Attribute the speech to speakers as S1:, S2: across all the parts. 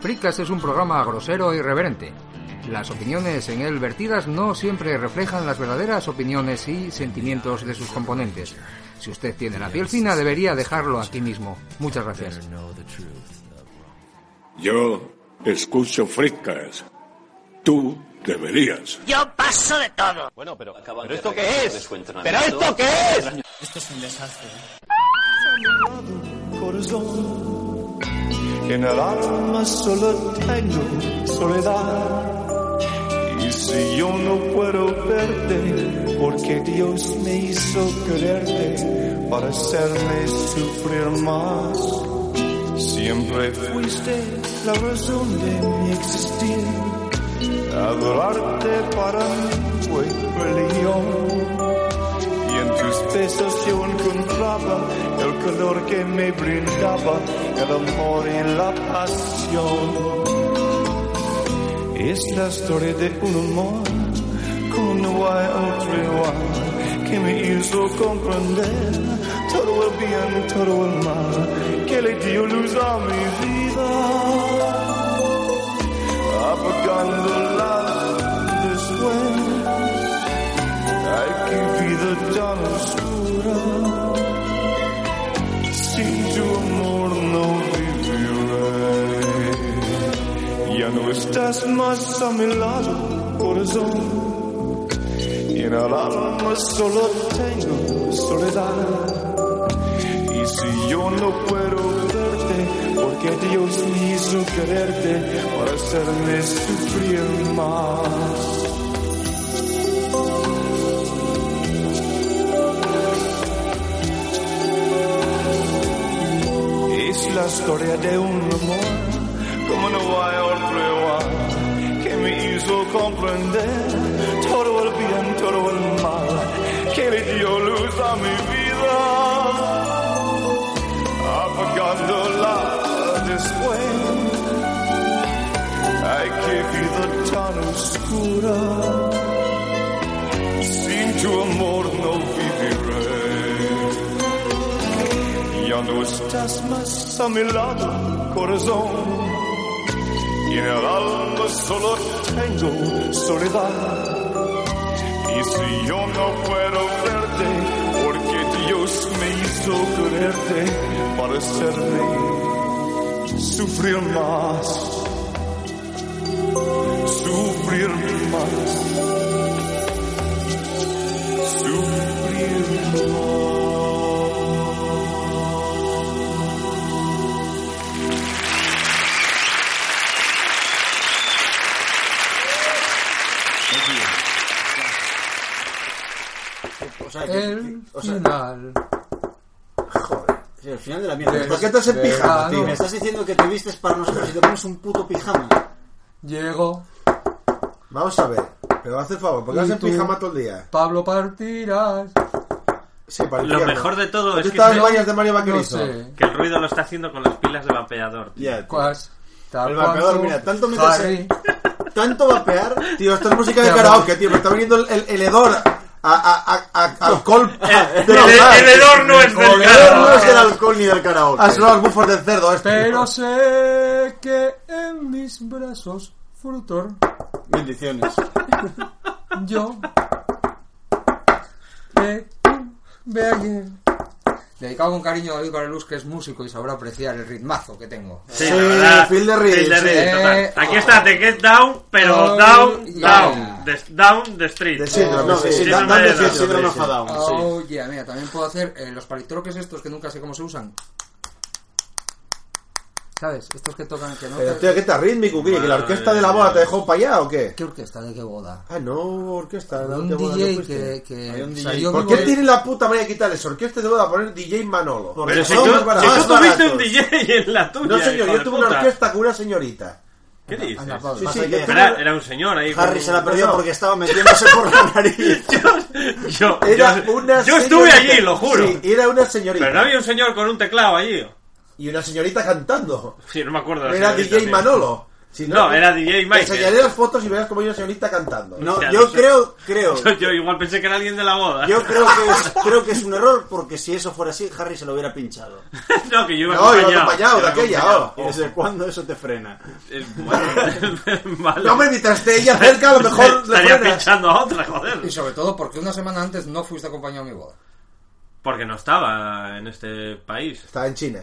S1: Fricas es un programa grosero e irreverente. Las opiniones en él vertidas no siempre reflejan las verdaderas opiniones y sentimientos de sus componentes. Si usted tiene la piel fina, debería dejarlo aquí mismo. Muchas gracias.
S2: Yo escucho Fritcast. Tú deberías.
S3: Yo paso de todo.
S4: Bueno, pero,
S5: ¿pero esto qué es?
S4: ¿Pero
S5: esto qué es?
S6: Esto es un desastre.
S7: En el alma solo tengo soledad. Y si yo no puedo verte, porque Dios me hizo quererte para hacerme sufrir más. Siempre fuiste la razón de mi existir. Adorarte para mí fue religión. Y en tus besos yo encontraba el calor que me brindaba, el amor y la pasión. Es la historia de un amor como no hay otro igual que me hizo comprender todo el bien, todo el mal que le dio luz a mi vida apagándola después. Ay, qué vida tan oscura. Sin tu amor no viviré. Ya no estás más a mi lado, corazón. Y en el alma solo tengo soledad. Y si yo no puedo verte, porque Dios me hizo quererte para hacerme sufrir más. Es la historia de un amor, como no hay otro igual, que me hizo comprender todo el bien, todo el mal, que le dio luz a mi vida apagándola después. Ay, qué vida tan oscura. Sin tu amor no viviré. Ya no estás más a mi lado, corazón. Y en el alma solo tengo soledad. Y si yo no puedo verte, porque Dios me hizo quererte para hacerme sufrir más, sufrir más, sufrir más.
S1: O sea, que, el o sea, final.
S8: Joder. Sí, el final de la mierda. ¿Por qué estás en pijama, tío?
S1: no.
S8: Me estás diciendo que te vistes para nosotros y te pones un puto pijama.
S1: Llegó
S8: Vamos a ver. Pero haz el favor, ¿por qué
S1: Y
S8: vas en
S1: tú.
S8: pijama todo el día?
S1: Pablo Partiras.
S8: Sí, para el
S5: Lo
S8: infierno.
S5: mejor de todo
S8: ¿Tú
S5: es que,
S8: estabas en bañas de Mario
S1: No
S8: Vaquerizo?
S1: sé.
S5: que el ruido lo está haciendo con las pilas de vapeador. tío.
S8: Ya, tío.
S1: Cuas. tal
S8: El vapeador,
S1: cuanto,
S8: mira, tanto metes
S1: Harry.
S8: en- Tanto vapear. Tío, esto es música de
S1: Ya,
S8: karaoke, tío. Me está viniendo el, el, el hedor a, a, a, a- a alcohol.
S5: El,
S8: del hogar.
S5: el hedor no es del
S8: El hedor no
S5: carro.
S8: es del alcohol ni del karaoke. Ah, son los bufos del cerdo, este.
S1: Pero sé que en mis brazos, frutor,
S8: Bendiciones.
S1: yo te tuve ayer. Dedicado con cariño a David Bareluz, que es músico y sabrá apreciar el ritmazo que tengo.
S5: Sí,
S8: Sí,
S5: la verdad.
S8: Phil Este de Reed,
S5: Phil Ah, de
S8: sí.
S5: Reed, total.
S1: Eh,
S5: Aquí está, te get down, pero
S1: oh,
S5: down,
S1: yeah.
S5: down. de- down the street.
S8: De síndrome,
S1: No,
S8: sí,
S5: sí,
S8: da-
S5: sí,
S8: dame
S5: sí,
S8: el
S5: sí,
S8: síndrome
S5: sí.
S8: of a Down, sí.
S1: Oh, yeah, mira, también puedo hacer eh, los palitroques estos que nunca sé cómo se usan.
S3: ¿Sabes? Estos que tocan que no.
S8: Pero,
S3: te-
S8: tío, ¿qué está rítmico? ¿Qué? ¿Que la orquesta de la boda te dejó para allá o qué?
S3: ¿Qué orquesta? ¿De qué boda?
S8: Ah, no, orquesta.
S3: De
S8: no,
S3: un
S8: qué boda,
S3: DJ
S8: no fuiste.
S3: que, que
S4: Había un DJ.
S3: salió
S8: ¿Por
S3: vivo
S8: qué
S3: de-
S8: tiene la puta manera de quitarles orquesta de boda a poner DJ Manolo? Porque
S5: Pero si tú,
S8: son más
S5: si tú
S8: baratos.
S5: tuviste un DJ en la tuya.
S8: No, señor,
S5: hijo
S8: yo
S5: de
S8: tuve
S5: puta.
S8: una orquesta con una señorita.
S5: ¿Qué dices?
S3: Anda, Pablo.
S8: Sí,
S4: Pasa
S8: sí,
S4: que
S8: yo
S4: Harry
S8: tuve-
S5: Era, era un señor ahí.
S4: Harry se la perdió
S8: No.
S4: porque estaba metiéndose por la nariz.
S5: con- Yo,
S8: Era
S5: yo-
S8: una
S5: yo estuve
S8: señorita.
S5: allí, lo juro.
S8: Sí, era una señorita.
S5: Pero no había un señor con un teclado allí.
S8: Y una señorita cantando.
S5: Sí, no me acuerdo. de la
S8: Era
S5: señorita,
S8: DJ
S5: sí.
S8: Manolo. Si
S5: No, era DJ
S8: Te
S5: Michael.
S8: enseñaré las fotos y verás cómo hay una señorita cantando.
S4: No,
S5: O sea, no
S4: yo
S5: sé.
S4: creo, creo.
S5: Yo, yo igual pensé que era alguien de la boda.
S4: Yo creo que, es, creo que es un error porque si eso fuera así, Harry se lo hubiera pinchado.
S5: no, que yo iba
S8: No, iba
S5: acompañado.
S8: acompañado de aquella. oh.
S4: ¿Y desde cuándo eso te frena?
S5: Eh, Bueno, malo.
S8: No me invitaste ella cerca, a lo mejor le
S5: Estaría
S8: frenas.
S5: pinchando a otra, joder.
S3: Y sobre todo porque una semana antes no fuiste acompañado a mi boda.
S5: Porque no estaba en este país.
S8: Estaba en China.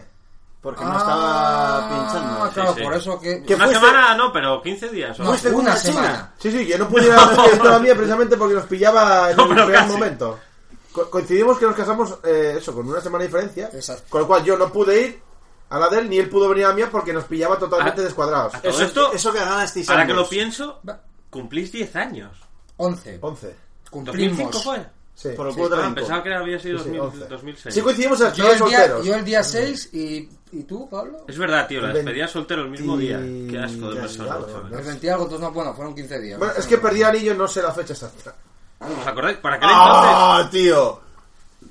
S4: Porque no estaba pinchando.
S3: Ah, claro,
S5: Sí, sí.
S3: por eso que.
S4: ¿Qué
S5: Una
S4: fuiste?
S5: semana, no, pero 15 días. o
S3: No,
S4: fuiste
S3: Pues
S4: con
S3: una
S4: una china?
S3: semana.
S8: Sí, sí, yo no pude ir a la fiesta de la mía precisamente porque nos pillaba en
S5: No,
S8: el
S5: pero
S8: peor
S5: casi.
S8: momento. Co- coincidimos que nos casamos, eh, eso, con una semana de diferencia.
S3: Exacto.
S8: Con lo cual yo no pude ir a la de él ni él pudo venir a la mía porque nos pillaba totalmente
S5: Ah.
S8: descuadrados.
S5: Ah.
S4: Eso,
S5: esto-
S4: eso que ganasteis
S5: Ahora que
S4: ambos.
S5: lo pienso,
S3: Va-
S5: cumplís 10 años.
S3: 11.
S8: 11.
S3: Cumplimos.
S5: ¿2005 fue?
S8: Sí.
S4: Por el
S8: Sí,
S4: culo de la
S8: ah,
S4: Cinco.
S5: Pensaba que había sido
S8: sí,
S5: 2000
S8: 11.
S5: 2006.
S8: Sí, coincidimos en las
S3: Yo
S8: despedidas
S3: el, día,
S8: solteros.
S3: yo el día 6 y, y tú, Pablo.
S5: Es verdad, tío, la
S8: El
S5: despedía soltero el mismo día.
S8: 20.
S5: Qué asco de
S8: Ya,
S5: persona,
S8: claro,
S5: joder.
S3: El 20 algo, entonces no, bueno, fueron 15 días.
S8: Bueno, es que perdí el anillo, no sé la fecha exacta.
S5: ¿Os acordáis? Para aquel entonces.
S8: ¡Ah, tío!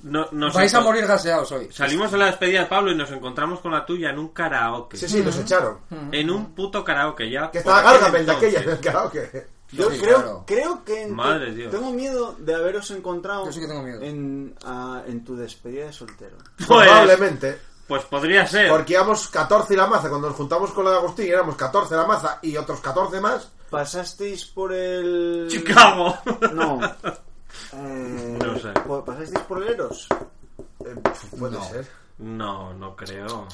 S5: No, nos
S3: Vais a
S5: encon-
S3: morir gaseados hoy.
S5: Salimos a la despedida de Pablo y nos encontramos con la tuya en un karaoke.
S8: Sí, sí, nos echaron.
S5: En un puto karaoke ya.
S8: Que
S5: por
S8: estaba
S5: aquel
S8: Gargamel de aquella, en el
S5: entonces.
S8: karaoke.
S4: Yo
S3: Sí,
S4: creo,
S3: claro.
S4: creo que en tu-
S5: Madre Dios.
S4: tengo miedo de haberos encontrado
S3: Yo sí que tengo miedo.
S4: En, ah, en tu despedida de soltero.
S5: Pues,
S8: Probablemente.
S5: pues podría ser.
S8: Porque íbamos 14 la maza. Cuando nos juntamos con la de Agustín, éramos 14 la maza y otros 14 más.
S4: ¿Pasasteis por el...
S5: Chicago.
S4: No. Eh,
S5: No sé.
S4: po- ¿Pasasteis por el Eros?
S8: Eh, puede
S3: No.
S8: ser.
S5: No, no creo.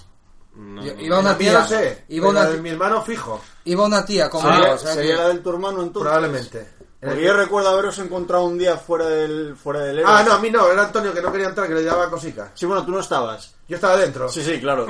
S5: No.
S3: Yo- iba una
S8: Mira,
S3: tía.
S8: no sé.
S3: Iba
S8: la
S3: una,
S8: de mi hermano fijo,
S3: iba una tía como
S5: Ah,
S4: sería
S3: yo, o sea
S4: sería
S3: que-
S4: la del tu hermano entonces.
S8: probablemente. En
S4: Porque
S8: el-
S4: yo recuerdo haberos encontrado un día fuera del, fuera del Eros.
S8: Ah, no, a mí no. Era Antonio que no quería entrar, que le llevaba cosica.
S4: Sí, bueno, tú no estabas.
S8: Yo estaba dentro.
S4: Sí, sí, claro.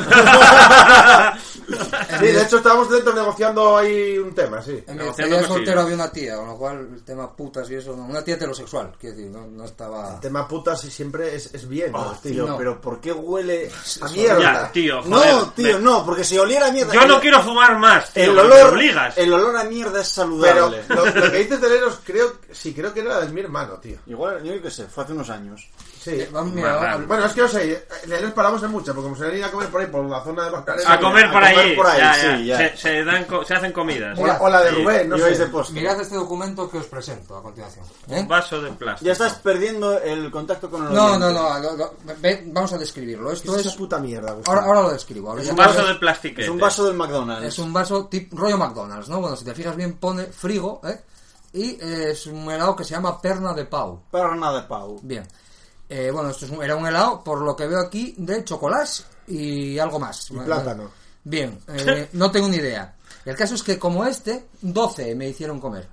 S8: Sí, de hecho estábamos dentro negociando ahí un tema, sí.
S3: En mi
S5: Negociando
S3: despedida de
S5: cosillas.
S3: soltero había una tía, con lo cual el tema putas y eso, no, una tía heterosexual, quiero decir, no, no estaba...
S8: El tema putas y siempre es, es bien.
S4: Oh,
S8: Agustín.
S4: tío,
S3: No.
S4: pero ¿por qué huele
S8: A mierda.
S5: Ya, tío, joder.
S4: No, tío,
S5: Me-
S4: no, porque si oliera a mierda.
S5: Yo no
S4: el-
S5: quiero fumar más, tío.
S4: El
S5: me
S4: olor,
S5: obligas.
S4: el olor a mierda es
S8: Pero
S4: saludable.
S8: lo, lo que dices de Leros, creo, sí, creo que era de mi hermano, tío.
S4: Igual, yo qué sé, fue hace unos años.
S8: Sí.
S3: Eh, Vamos, mira,
S5: Marrano.
S3: hablo-
S8: Bueno, es que no sé, Leros paramos en mucha, porque como se le iba a comer por ahí, por la zona de Barcarena.
S5: A comer por
S4: a comer
S5: ahí.
S4: por ahí,
S5: ya,
S4: sí, ya.
S5: ya. Se, se dan co- se hacen comidas.
S8: O la, o la de Rubén, no
S4: y vais de
S8: sé.
S4: postre.
S3: Mirad este documento que os presento a continuación. ¿eh?
S5: Un vaso de plástico.
S4: Ya estás perdiendo el contacto con el
S3: No,
S4: oriente.
S3: no, no, lo- lo- ve- vamos a describirlo.
S8: ¿Qué
S3: Esto
S8: es esa
S3: es...
S8: puta mierda, Agustín?
S3: Ahora, ahora lo describo. ahora
S4: Es
S3: ya-
S5: Un vaso
S4: es-
S5: de plastiquete.
S4: Es un vaso del McDonald's.
S3: Es un vaso tipo rollo McDonald's, ¿no? Bueno, si te fijas bien pone frigo, ¿eh? Y eh, es un helado que se llama perna de pau.
S4: Pero nada de Pau.
S3: Bien. Eh, bueno, esto es un- era un helado, por lo que veo aquí, de chocolate y algo más. Bueno,
S8: plátano.
S3: Bien, eh, no tengo ni idea. El caso es que como este, 12 me hicieron comer.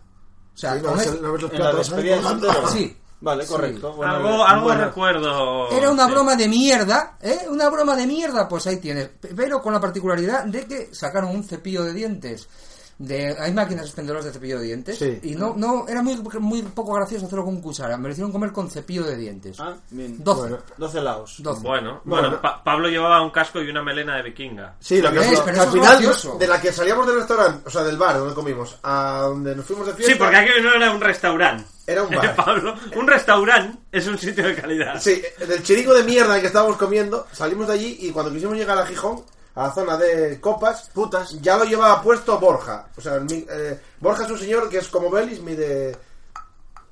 S3: O sea,
S8: Sí, no
S3: con
S8: ves-
S3: este-
S8: no ves los
S4: En la
S8: platos, ¿eh?
S4: despedida de
S8: ¿sabes?
S4: soltero.
S3: Sí.
S4: Vale,
S3: Sí.
S4: correcto. Bueno,
S5: Algo, algo
S4: bueno.
S5: recuerdo.
S3: Era una
S5: sí.
S3: broma de mierda, ¿eh? Una broma de mierda, pues ahí tienes. P- Pero con la particularidad de que sacaron un cepillo de dientes. De, hay máquinas expendedoras de cepillo de dientes.
S8: Sí.
S3: Y no, no, era muy, muy poco gracioso hacerlo con cuchara. Me lo hicieron comer con cepillo de dientes.
S4: Ah, bien.
S3: 12.
S8: bueno.
S4: 12 laos.
S3: 12.
S5: Bueno, bueno,
S8: Bueno.
S5: Pa- Pablo llevaba un casco y una melena de vikinga.
S8: Sí, lo que
S3: ¿Ves?
S8: es,
S3: Pero
S8: que
S3: eso
S8: al
S3: es
S8: final,
S3: gracioso.
S8: de la que salíamos del restaurante, o sea, del bar donde comimos, a donde nos fuimos de fiesta,
S5: Sí, porque aquí no era un restaurante.
S8: era un bar.
S5: Pablo, un restaurante es un sitio de calidad.
S8: Sí, del chiringo de mierda en el que estábamos comiendo, salimos de allí y cuando quisimos llegar a Gijón, a la zona de copas,
S4: Putas.
S8: ya lo llevaba puesto Borja. O sea, mi- eh, Borja es un señor que es como Belis, mide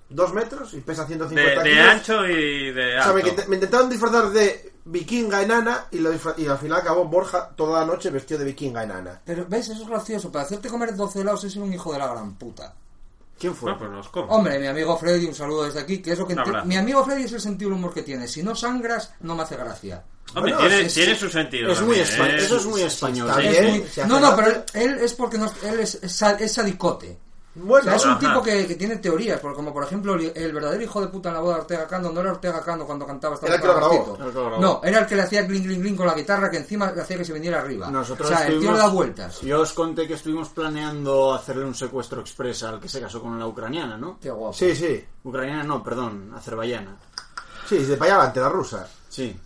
S8: dos metros y pesa
S5: De,
S4: pues
S8: 150
S5: de
S8: kilos.
S5: ancho y de
S8: O sea,
S5: alto.
S8: me, quité- me intentaron disfrazar de vikinga enana y, lo disfra- y al final acabó Borja toda la noche vestido de vikinga enana.
S3: Pero, ¿ves? Eso es gracioso. Para hacerte comer 12 helados es un hijo de la gran puta.
S4: ¿Quién fue?
S5: Bueno, pues los como.
S3: Hombre, mi amigo Freddy, un saludo desde aquí, que es lo que...
S5: Un
S3: enti-
S5: abrazo.
S3: Mi amigo Freddy es el sentido del humor que tiene. Si no sangras, no me hace gracia.
S5: Hombre,
S8: bueno,
S5: tiene,
S3: es-
S5: tiene su sentido.
S4: Es muy
S5: también,
S4: español.
S5: ¿eh?
S4: Eso es muy español.
S8: está
S4: sí.
S8: bien.
S3: Es muy-
S8: se hace
S3: No, no, pero
S8: gracia.
S3: él, él es porque no, él es, es sa- es sadicote. O
S8: Bueno,
S3: sea, es un
S5: Ajá.
S3: tipo que, que tiene teorías, porque como por ejemplo el el verdadero hijo de puta en la boda de Ortega Cando no era Ortega Cando cuando cantaba esta
S8: Era el que
S3: puta
S8: lo
S3: Martito.
S8: grabó,
S4: era el que lo grabó.
S3: No, era el que le hacía gling gling gling con la guitarra que encima le hacía que se viniera arriba.
S4: Nosotros
S3: o sea, el tío
S4: estuvimos-
S3: le da vueltas.
S4: Yo os conté que estuvimos planeando hacerle un secuestro expresa al que se casó con la ucraniana, ¿no?
S3: Qué guapo.
S8: sí, sí.
S4: Ucraniana no, perdón, azerbaiyana.
S8: Sí, de para allá adelante, la rusa.
S4: Sí.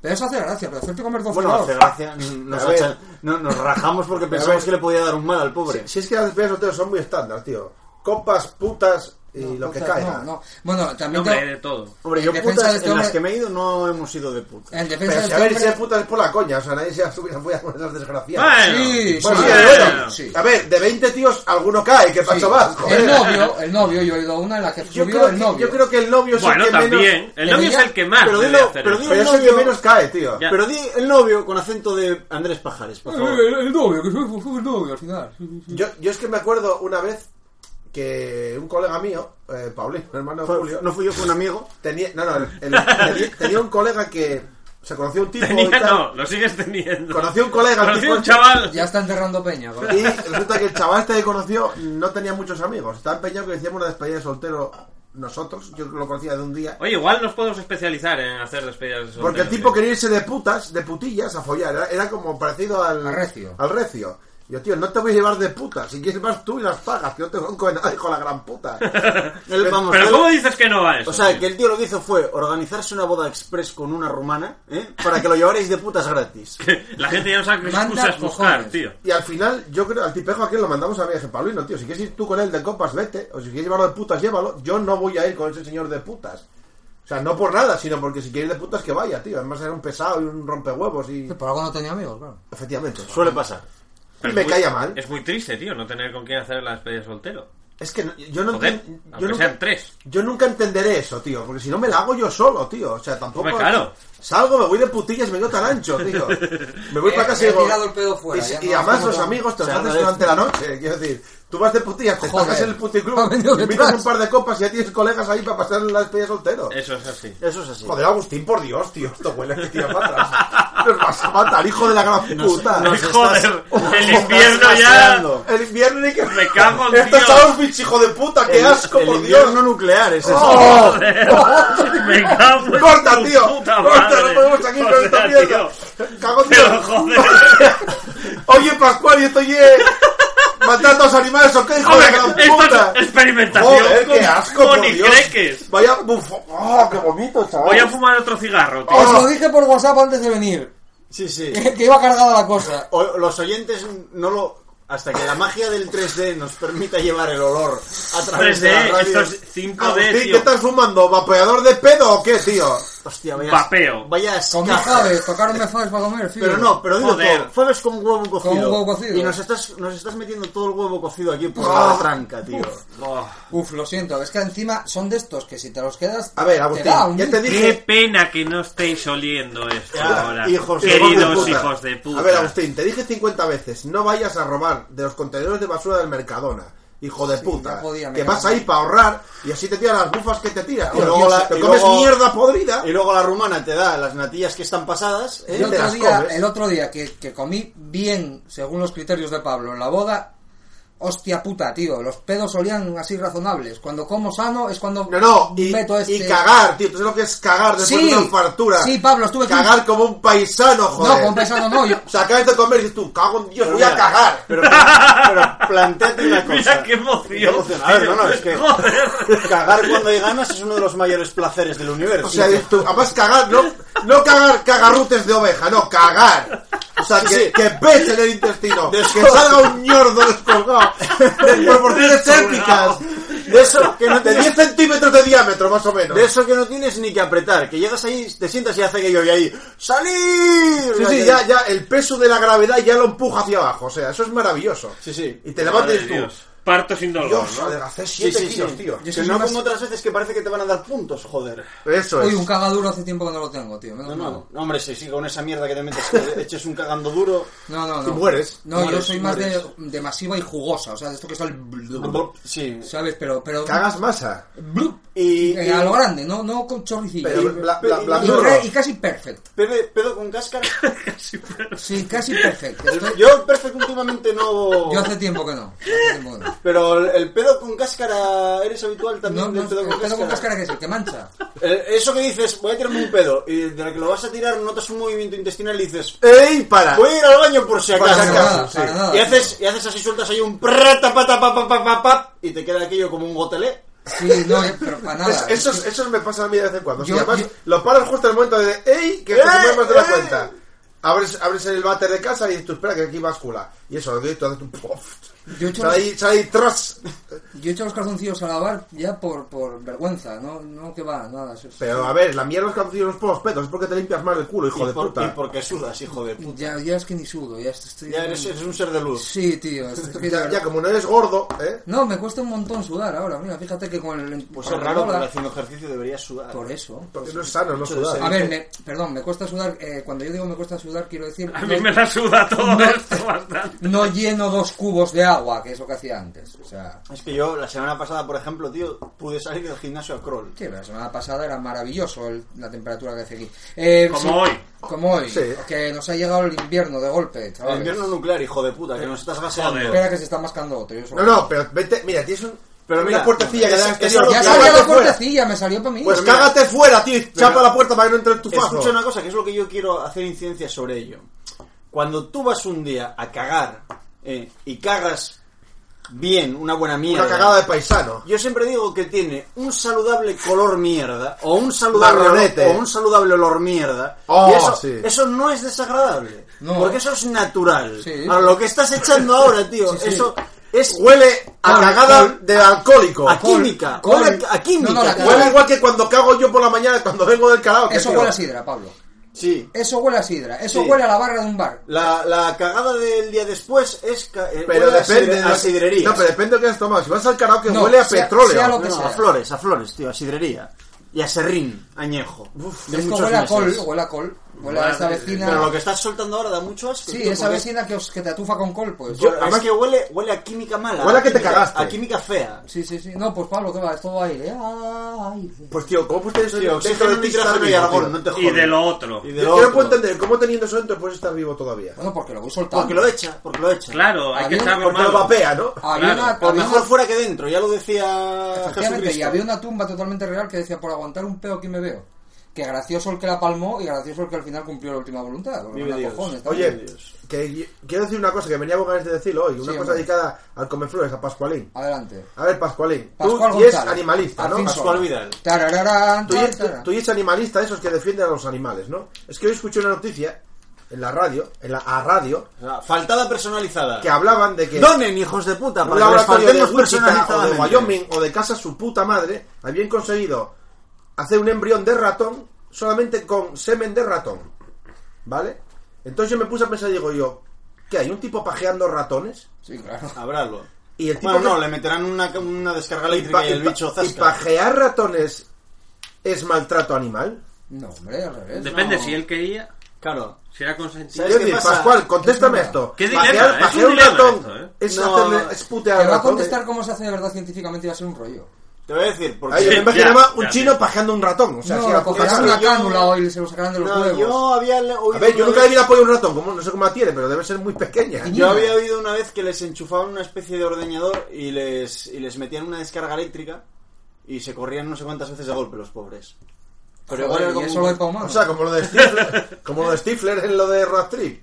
S3: Pero eso hace gracia, pero hacerte comer dos
S4: Bueno,
S3: fideos.
S4: hace gracia, nos,
S8: A ver.
S4: acha- no, nos rajamos porque
S8: ver.
S4: pensamos que le podía dar un mal al pobre.
S8: Si es que las despedidas de soltero son muy estándar, tío. Copas, putas y
S3: No,
S8: lo que
S3: puta,
S8: caiga.
S3: no, no. Bueno,
S5: No,
S3: también
S5: hombre,
S3: te-
S5: de todo.
S4: Hombre, yo
S3: En defensa
S4: putas
S3: de este
S4: en las
S3: hombre-
S4: que me he ido no hemos ido de putas.
S3: en defensa
S8: Pero
S3: de
S8: si a ver
S3: este
S8: si
S3: hombre-
S8: es putas es por la coña, o sea, nadie se ha subido a una de esas desgraciadas.
S5: Bueno.
S3: Sí, sí,
S8: Bueno,
S3: sí,
S8: sí, bueno.
S3: sí.
S8: A ver, de 20 tíos, alguno cae, ¿qué pasa
S3: Sí.
S8: más? Joder.
S3: El novio, el novio, yo he ido a una en la que
S8: Yo
S3: subió
S8: creo,
S3: el
S8: que,
S3: novio.
S8: yo creo que el novio es
S5: Bueno,
S8: el que
S5: también.
S8: menos...
S5: El novio
S3: Pero
S5: es
S3: ya-
S5: el que más
S4: pero
S5: debe
S4: dilo-
S5: hacer
S4: pero
S5: eso.
S4: dilo-
S8: Pero es el que
S4: novio-
S8: menos cae, tío.
S5: Ya.
S4: Pero di el novio con acento de Andrés Pajares, por favor.
S3: Eh, El novio, que fue, fue el novio al final.
S8: Yo, yo es que me acuerdo una vez que un colega mío, eh, Paulino, hermano de
S4: Fue-
S8: Julio,
S4: no fui yo, fue un amigo.
S8: tenía, no, no, el- el- tenía, tenía un colega que se conoció un tipo y
S5: Tenía,
S8: tal.
S5: no, lo sigues teniendo.
S8: Conocí a un colega,
S5: Conocí
S8: tipo-
S5: a un chaval.
S3: Ya está enterrando peña. con-
S8: Y resulta que el chaval este que conoció no tenía muchos amigos. Estaba empeñado que hacíamos una despedida de soltero nosotros. Yo lo conocía de un día.
S5: Oye, igual nos podemos especializar en hacer despedidas de ¿eh? soltero,
S8: Porque el tipo
S5: tío.
S8: quería irse de putas, de putillas a follar. Era, era como parecido al,
S3: Al recio.
S8: al recio. Yo, tío, no te voy a llevar de putas. Si quieres vas tú y las pagas. Que no te bronco de nada, hijo de la gran puta.
S4: Él, vamos,
S5: Pero
S4: él-
S5: ¿cómo dices que no va eso?
S4: O sea,
S5: tío?
S4: que el tío lo que hizo fue organizarse una boda express con una rumana, ¿eh? Para que lo llevarais de putas gratis.
S5: La gente ya no sabe qué
S3: Manda
S5: excusas buscar,
S3: cojones.
S5: tío.
S8: Y al final, yo creo, al tipejo aquel lo mandamos a mi dije, Paulino, tío, si quieres ir tú con él de copas, vete. O si quieres llevarlo de putas, llévalo. Yo no voy a ir con ese señor de putas. O sea, no por nada, sino porque si quieres de putas, que vaya, tío. Además era un pesado y un rompehuevos y...
S3: Por algo no tenía amigos, claro.
S8: Efectivamente.
S4: Suele pasar.
S5: Pero
S8: me
S5: es muy-
S8: caía mal. Es,
S5: Es muy triste, tío, no tener con quién hacer la despedida de soltero.
S8: que no- yo no...
S5: Joder,
S8: enten-
S5: aunque
S8: yo
S5: sean tres.
S8: Yo nunca entenderé eso, tío. Porque si no me la hago yo solo, tío. O sea, tampoco...
S5: Hombre, claro.
S8: Salgo, me voy de putillas, me quedo tan ancho, tío. Me voy
S3: Eh,
S8: para casa
S3: me
S8: y
S3: he
S8: digo...
S3: tirado el pedo fuera,
S8: y-
S3: ya
S8: y
S3: no,
S8: además
S3: ¿cómo
S8: los
S3: no?
S8: amigos te
S4: O
S8: los
S4: sea,
S8: haces
S4: agradece.
S8: durante la noche. Quiero decir, tú vas de putillas, te
S3: Joder.
S8: sacas en el
S3: Ha
S8: puticlub,
S3: venido
S8: te invitas
S3: detrás.
S8: un par de copas y ya tienes colegas ahí para pasar la despedida soltero.
S5: Eso es así.
S4: Eso es así.
S8: Joder, Agustín, por Dios, tío. Esto huele que tira para atrás. Nos vas a matar, hijo de la gran
S4: Nos-
S8: puta.
S4: nos estás-
S5: Joder,
S4: nos
S5: el
S4: estás
S5: invierno ya-
S4: gaseando.
S8: El invierno ni que
S5: Me cago en
S8: Esto es
S5: Dios.
S8: Auschwitz, hijo de puta, qué
S4: El-
S8: asco,
S4: el
S8: por Dios.
S4: invierno nuclear es eso.
S5: Me cago en
S8: Corta,
S5: tu
S8: tío.
S5: puta
S8: Corta,
S5: madre.
S8: no podemos aquí
S5: O
S8: con
S5: sea,
S8: esta mierda. Cago en
S5: Pero
S8: Dios.
S5: joder.
S8: Oye, Pascual, y esto oye. Matando a los animales, ¿o qué, hijo de la
S5: Hombre,
S8: gran puta?
S5: esto es experimentación
S8: Joder,
S5: con,
S8: qué asco,
S5: con
S8: por
S5: y
S8: Dios.
S5: creques.
S8: Vaya bufo. ¡Oh, qué bonito, chaval!
S5: Voy a fumar otro cigarro,
S8: Oh.
S5: tío.
S3: Os lo dije por WhatsApp antes de venir.
S4: Sí, sí.
S3: Que, que iba cargada la cosa.
S4: O- los oyentes no lo... Hasta que la magia del 3D nos permita llevar el olor a través de
S5: 3D,
S4: la radio.
S5: esto es 5D,
S8: Agustín,
S5: tío.
S8: ¿qué estás fumando? ¿Vapeador de pedo o qué, tío?
S4: Hostia, vaya...
S5: Vapeo.
S4: Vaya
S3: Comí
S4: escaja.
S3: faves, tocaron me faves para comer, fíjate.
S4: Pero no, pero digo
S5: Joder.
S4: todo. Jueves con huevo cocido.
S3: Con huevo cocido.
S4: Y nos estás, nos estás metiendo todo el huevo cocido aquí por
S8: Ah.
S4: la tranca, tío.
S5: Oh,
S3: Uf, lo siento, es que encima son de estos que si te los quedas.
S8: A ver, Agustín,
S3: te da un-
S8: ya te
S5: qué
S8: dije.
S5: pena que no estéis oliendo esto
S4: Ya,
S5: ahora.
S4: hijos de- hijos de
S5: Queridos
S4: puta.
S5: hijos de puta.
S8: A ver, Agustín, te dije 50 veces, no vayas a robar de los contenedores de basura del Mercadona. Hijo de puta.
S3: ya podía, me
S8: que
S3: cago
S8: vas
S3: en-
S8: ahí para ahorrar y así te tiran las bufas que te tiras. tío.
S4: Y luego
S8: Tío,
S4: la-
S8: si te
S4: y
S8: comes
S4: luego-
S8: mierda podrida.
S4: Y luego la rumana te da las natillas que están pasadas. ¿eh?
S3: El
S8: te
S3: otro,
S8: las
S3: día,
S8: comes.
S3: el otro día que, que comí bien, según los criterios de Pablo, en la boda, hostia puta, tío, los pedos olían así razonables. Cuando como sano es cuando
S8: No, no, y,
S3: meto este-
S8: y cagar, tío. ¿Tú sabes lo que es cagar después
S3: Sí.
S8: de una fartura?
S3: Sí, Pablo, estuve aquí-
S8: Cagar como un paisano, joder.
S3: No, con paisano no, yo-
S8: O sea, acabas de comer y dices tú, cago en Dios,
S4: Pero
S8: voy a
S4: mira,
S8: cagar.
S4: Pero, pero planteate una cosa.
S5: Mira qué emoción.
S4: Qué emoción. A ver, no, no, es que
S5: Joder.
S4: cagar cuando hay ganas es uno de los mayores placeres del universo.
S8: O sea, dices tú, además cagar, no, no cagar cagarrutes de oveja, no, cagar. O sea, que,
S4: sí.
S8: que pese en el intestino,
S4: De-
S8: que salga un ñordo descolgado, de proporciones épicas,
S4: de eso que no
S8: de
S4: te
S8: 10 centímetros de diámetro, más o menos.
S4: de eso que no tienes ni que apretar, que llegas ahí, te sientas y hace que yo y ahí salir.
S8: Sí, sí, ya, ya, el peso de la gravedad ya lo empuja hacia abajo, o sea, eso es maravilloso.
S4: Sí, sí.
S8: Y te levantas y
S5: Madre
S8: dices tú,
S5: Dios. Parto sin dolor,
S8: Dios,
S5: ¿no?
S8: adelgacé
S4: Sí,
S8: 7
S4: sí,
S8: kilos,
S4: sí.
S8: tío.
S4: Que
S3: soy
S4: no
S3: una-
S4: como otras veces que parece que te van a dar puntos, joder.
S8: Eso
S3: Uy,
S8: es.
S3: un cagaduro hace tiempo que no lo tengo, tío. menos
S4: No,
S3: mal.
S4: no, no, hombre, sí, sí, con esa mierda que te metes, que te eches un cagando duro.
S3: No, no,
S8: Tú
S3: no.
S8: mueres.
S3: No,
S4: Mueres,
S3: yo soy más de,
S4: mueres.
S3: de masiva y jugosa. O sea, de esto que sale.
S4: Sí.
S3: ¿Sabes? Pero. pero
S8: Cagas masa.
S3: Blup.
S4: Y,
S3: Eh, a lo grande, no, no con chorricillo.
S8: Pero
S3: Y-
S8: bla- bla- bla-
S3: y,
S8: bla-
S3: re- y casi perfect.
S4: Pedo, pedo con cáscara.
S5: Sí, pero-
S3: Sí, casi perfect. Estoy- yo,
S4: Yo perfecto últimamente no.
S3: hace tiempo que no. hace tiempo que no.
S4: Pero el, el pedo con cáscara, ¿eres habitual también
S3: No, no,
S4: del
S3: el
S4: pedo con cáscara?
S3: cáscara que es el que mancha.
S4: Eh, eso que dices, voy a tirarme un pedo, y de la que lo vas a tirar notas un movimiento intestinal y dices,
S8: ¡Ey, para!
S4: voy a ir al baño por si
S8: Para
S4: acaso.
S3: Para nada,
S8: sí.
S3: para nada.
S4: Y haces, y haces así, sueltas ahí un prata, pata, pa, pa, pa, pa, pa, y te queda aquello como un gotelé.
S3: Sí, no, eh, pero para nada.
S8: Es- esos, esos me pasan a mí de vez en cuando.
S3: Yo-
S8: y además,
S3: yo-
S8: lo paras justo en el momento de ¡Ey! Que esto
S4: ¡Eh!
S8: se mueve más de la
S4: ¡Eh!
S8: cuenta. Abres, abres el váter de casa y dices, tú espera que aquí bascula. Y eso, lo que tú haces un pof.
S3: Yo he hecho-
S8: Sale ahí, sale ahí, tras.
S3: Yo he hecho los calzoncillos a lavar ya por, por vergüenza, no, no que va, nada. eso es-
S8: Pero a ver, la mierda de los calzoncillos los por los pedos, es porque te limpias mal el culo, hijo
S4: y,
S8: de
S4: por-
S8: puta.
S4: y porque sudas, hijo de puta.
S3: ya, ya es que ni sudo, ya estoy.
S4: Ya eres, eres un ser de luz.
S3: Sí, tío. estoy- estoy-
S8: Ya, ya, como no eres gordo, ¿eh?
S3: No, me cuesta un montón sudar ahora. Mira, fíjate que con el.
S4: Pues
S3: con
S4: es
S3: la
S4: raro,
S3: cola-
S4: porque haciendo ejercicio deberías sudar.
S3: Por eso.
S8: Porque no es sano, no sudar.
S3: A ver, me- perdón, me cuesta sudar. eh, cuando yo digo me cuesta sudar, quiero decir.
S5: A
S3: no-
S5: mí me la suda todo
S3: No.
S5: esto bastante.
S3: no lleno dos cubos de agua, que es lo que hacía antes. O sea,
S4: Es que yo, la semana pasada, por ejemplo, tío, pude salir del gimnasio a crawl.
S3: sí, la semana pasada era maravilloso el- la temperatura que hace aquí. Eh,
S5: Como
S3: sí,
S5: hoy.
S3: Como hoy.
S8: Sí.
S3: Que nos ha llegado el invierno de golpe,
S4: El
S3: chavales.
S4: invierno nuclear, hijo de puta, que nos estás gaseando.
S5: Joder.
S3: Espera que se está mascando otro. yo solo-
S8: No, no, pero vete, mira, tienes un,
S4: Pero
S8: una
S4: mira,
S8: puertecilla que
S4: es-
S8: da al
S4: es
S8: exterior.
S4: algo
S3: Ya
S4: Pues
S3: salió
S8: cágate
S3: la
S8: fuera.
S3: puertecilla, me salió para mí.
S8: Pues
S4: mira.
S8: cágate fuera, tío, y chapa la puerta para que no entre el tufazo.
S4: Escucha una cosa, que es lo que yo quiero hacer incidencia sobre ello. Cuando tú vas un día a cagar eh, y cagas bien, una buena mierda.
S8: Una cagada de paisano.
S4: Yo siempre digo que tiene un saludable color mierda o un saludable
S8: Marronete.
S4: olor, o un saludable olor mierda.
S8: Oh,
S4: y eso,
S8: sí.
S4: eso no es desagradable,
S3: No.
S4: porque eso es natural.
S3: Sí.
S4: Ahora, lo que estás echando ahora, tío,
S3: Sí, sí.
S4: eso es
S8: Huele a
S4: Col-
S8: cagada
S4: col-
S8: de alcohólico.
S4: a química,
S3: col-
S4: huele a química.
S3: No, no, la
S4: tío.
S8: Huele igual que cuando cago yo por la mañana cuando vengo del karaoke.
S3: Eso
S8: tío.
S3: huele a sidra, Pablo.
S4: Sí.
S3: Eso huele a sidra. Eso
S4: Sí.
S3: huele a la barra de un bar.
S4: La, la cagada del día después es ca- eh,
S8: Pero
S4: huele a
S8: depende.
S4: sidre-
S8: de
S4: a
S8: la-
S4: sidrería.
S8: No, pero depende de lo que has tomado. Si vas al karaoke
S3: No,
S8: huele a
S3: sea-
S8: petróleo.
S3: sea lo que
S4: No,
S3: sea.
S4: a flores, a flores, tío, a sidrería. Y a serrín, añejo. de
S3: Esto
S4: muchos
S3: huele a
S4: meses.
S3: col, huele a col. Huele a
S5: Madre
S3: esa
S5: de-
S3: vecina.
S4: Pero lo que estás soltando ahora da mucho asco.
S3: Sí,
S4: tío,
S3: esa
S4: porque-
S3: vecina que, os- que te atufa con col, pues.
S4: Yo-
S8: Además-
S4: es que huele, huele a química mala.
S8: Huele a que te
S4: química-
S8: cagaste.
S4: A química fea.
S3: Sí, sí, sí. No, pues Pablo, que va, es todo aire. Ah, aire.
S8: Pues tío, ¿cómo puedes tener
S4: Tío,
S8: eso dentro
S4: oxígeno,
S8: de ti estar
S4: nitrógeno y
S8: vivo,
S4: argón,
S8: tío?
S4: no te
S5: Y
S4: jodas.
S5: de lo otro.
S4: Y de lo
S8: Yo no
S4: otro.
S8: puedo entender cómo teniendo eso dentro puedes estar vivo todavía.
S3: Bueno, porque lo voy soltando.
S4: Porque lo echa, porque lo echa.
S5: Claro, hay que
S3: Había-
S5: estar
S8: Porque lo
S5: malo.
S8: vapea, ¿no?
S3: Había
S5: Claro,
S3: una,
S4: Por
S3: había
S4: mejor
S3: una-
S4: fuera que dentro, ya lo decía
S3: efectivamente, y
S4: Jesucristo.
S3: había una tumba totalmente real que decía: por aguantar un peo aquí me veo. Que gracioso el que la palmó y gracioso el que al final cumplió la última voluntad. porque
S4: Vive
S3: manda
S4: Dios.
S3: cojones,
S8: Oye,
S3: también.
S8: que yo- quiero decir una cosa que venía con ganas de decirlo hoy. Una
S3: Sí,
S8: cosa
S3: hombre.
S8: dedicada al Comeflores, a Pascualín.
S3: Adelante.
S8: A ver, Pascualín.
S3: Pascual
S8: tú y es
S3: González.
S8: animalista,
S3: Al
S8: ¿no?
S3: fin
S8: Pascual.
S4: Pascual Vidal.
S3: Tarararán,
S8: Tú eres,
S3: tarara.
S8: tú eres animalista de esos que defienden a los animales, ¿no? Es que hoy escuché una noticia en la radio, en la a radio,
S4: O sea, faltada personalizada.
S8: que hablaban de que
S4: Donen, hijos de puta, para
S8: un
S4: que les
S8: laboratorio de
S4: faltemos
S8: Wichita o de
S4: personalizadamente.
S8: Wyoming o de casa su puta madre habían conseguido hacer un embrión de ratón solamente con semen de ratón, ¿vale? Entonces yo me puse a pensar, digo yo, ¿qué hay? ¿Un tipo pajeando ratones?
S3: Sí, claro.
S4: Habrálo.
S8: Y el tipo
S4: Bueno,
S8: que-
S4: no, le meterán una, una descarga
S8: pa-
S4: eléctrica y, el
S8: pa-
S4: bicho
S8: y
S4: zasca.
S8: pajear ratones es maltrato animal?
S3: No, hombre, al revés.
S5: Depende
S4: No.
S5: si él quería,
S4: Claro.
S5: si era consentido.
S4: ¿Sabes
S8: Quiero
S4: qué
S8: decir,
S4: pasa?
S8: Pascual, contéstame
S3: Es
S8: esto.
S5: ¿Qué dilema?
S8: Pajear-
S5: Es un
S8: pajear
S5: dilema
S8: ratón
S5: esto, ¿eh?
S8: es,
S4: No,
S8: hacerle-
S4: no.
S8: es putear
S3: Te va a
S8: ratón, ¿eh?
S3: contestar cómo se hace de verdad científicamente y va a ser un rollo.
S4: Te voy a decir, porque...
S8: Ay, yo me
S5: Sí,
S8: imaginaba
S5: ya,
S8: un
S5: ya,
S8: chino
S5: sí.
S8: pajeando un ratón. O sea,
S3: no,
S8: así, a
S3: cogerán
S8: putas.
S4: pasa-
S3: una
S4: yo-
S3: cánula y se lo sacarán de los
S4: No,
S3: huevos.
S4: yo había le- oído...
S8: A ver, yo
S4: una
S8: nunca
S4: vez-
S8: le di el apoyo a un ratón, como, no sé cómo la tiene, pero debe ser muy pequeña.
S4: Yo había oído una vez que les enchufaban una especie de ordeñador y les, y les metían una descarga eléctrica y se corrían no sé cuántas veces de golpe los pobres. Pero igual
S3: Joder,
S4: era como
S3: y
S4: un-
S3: eso lo he paumado.
S8: O sea, como lo de Stifler, como lo de Stifler en lo de Road Trip.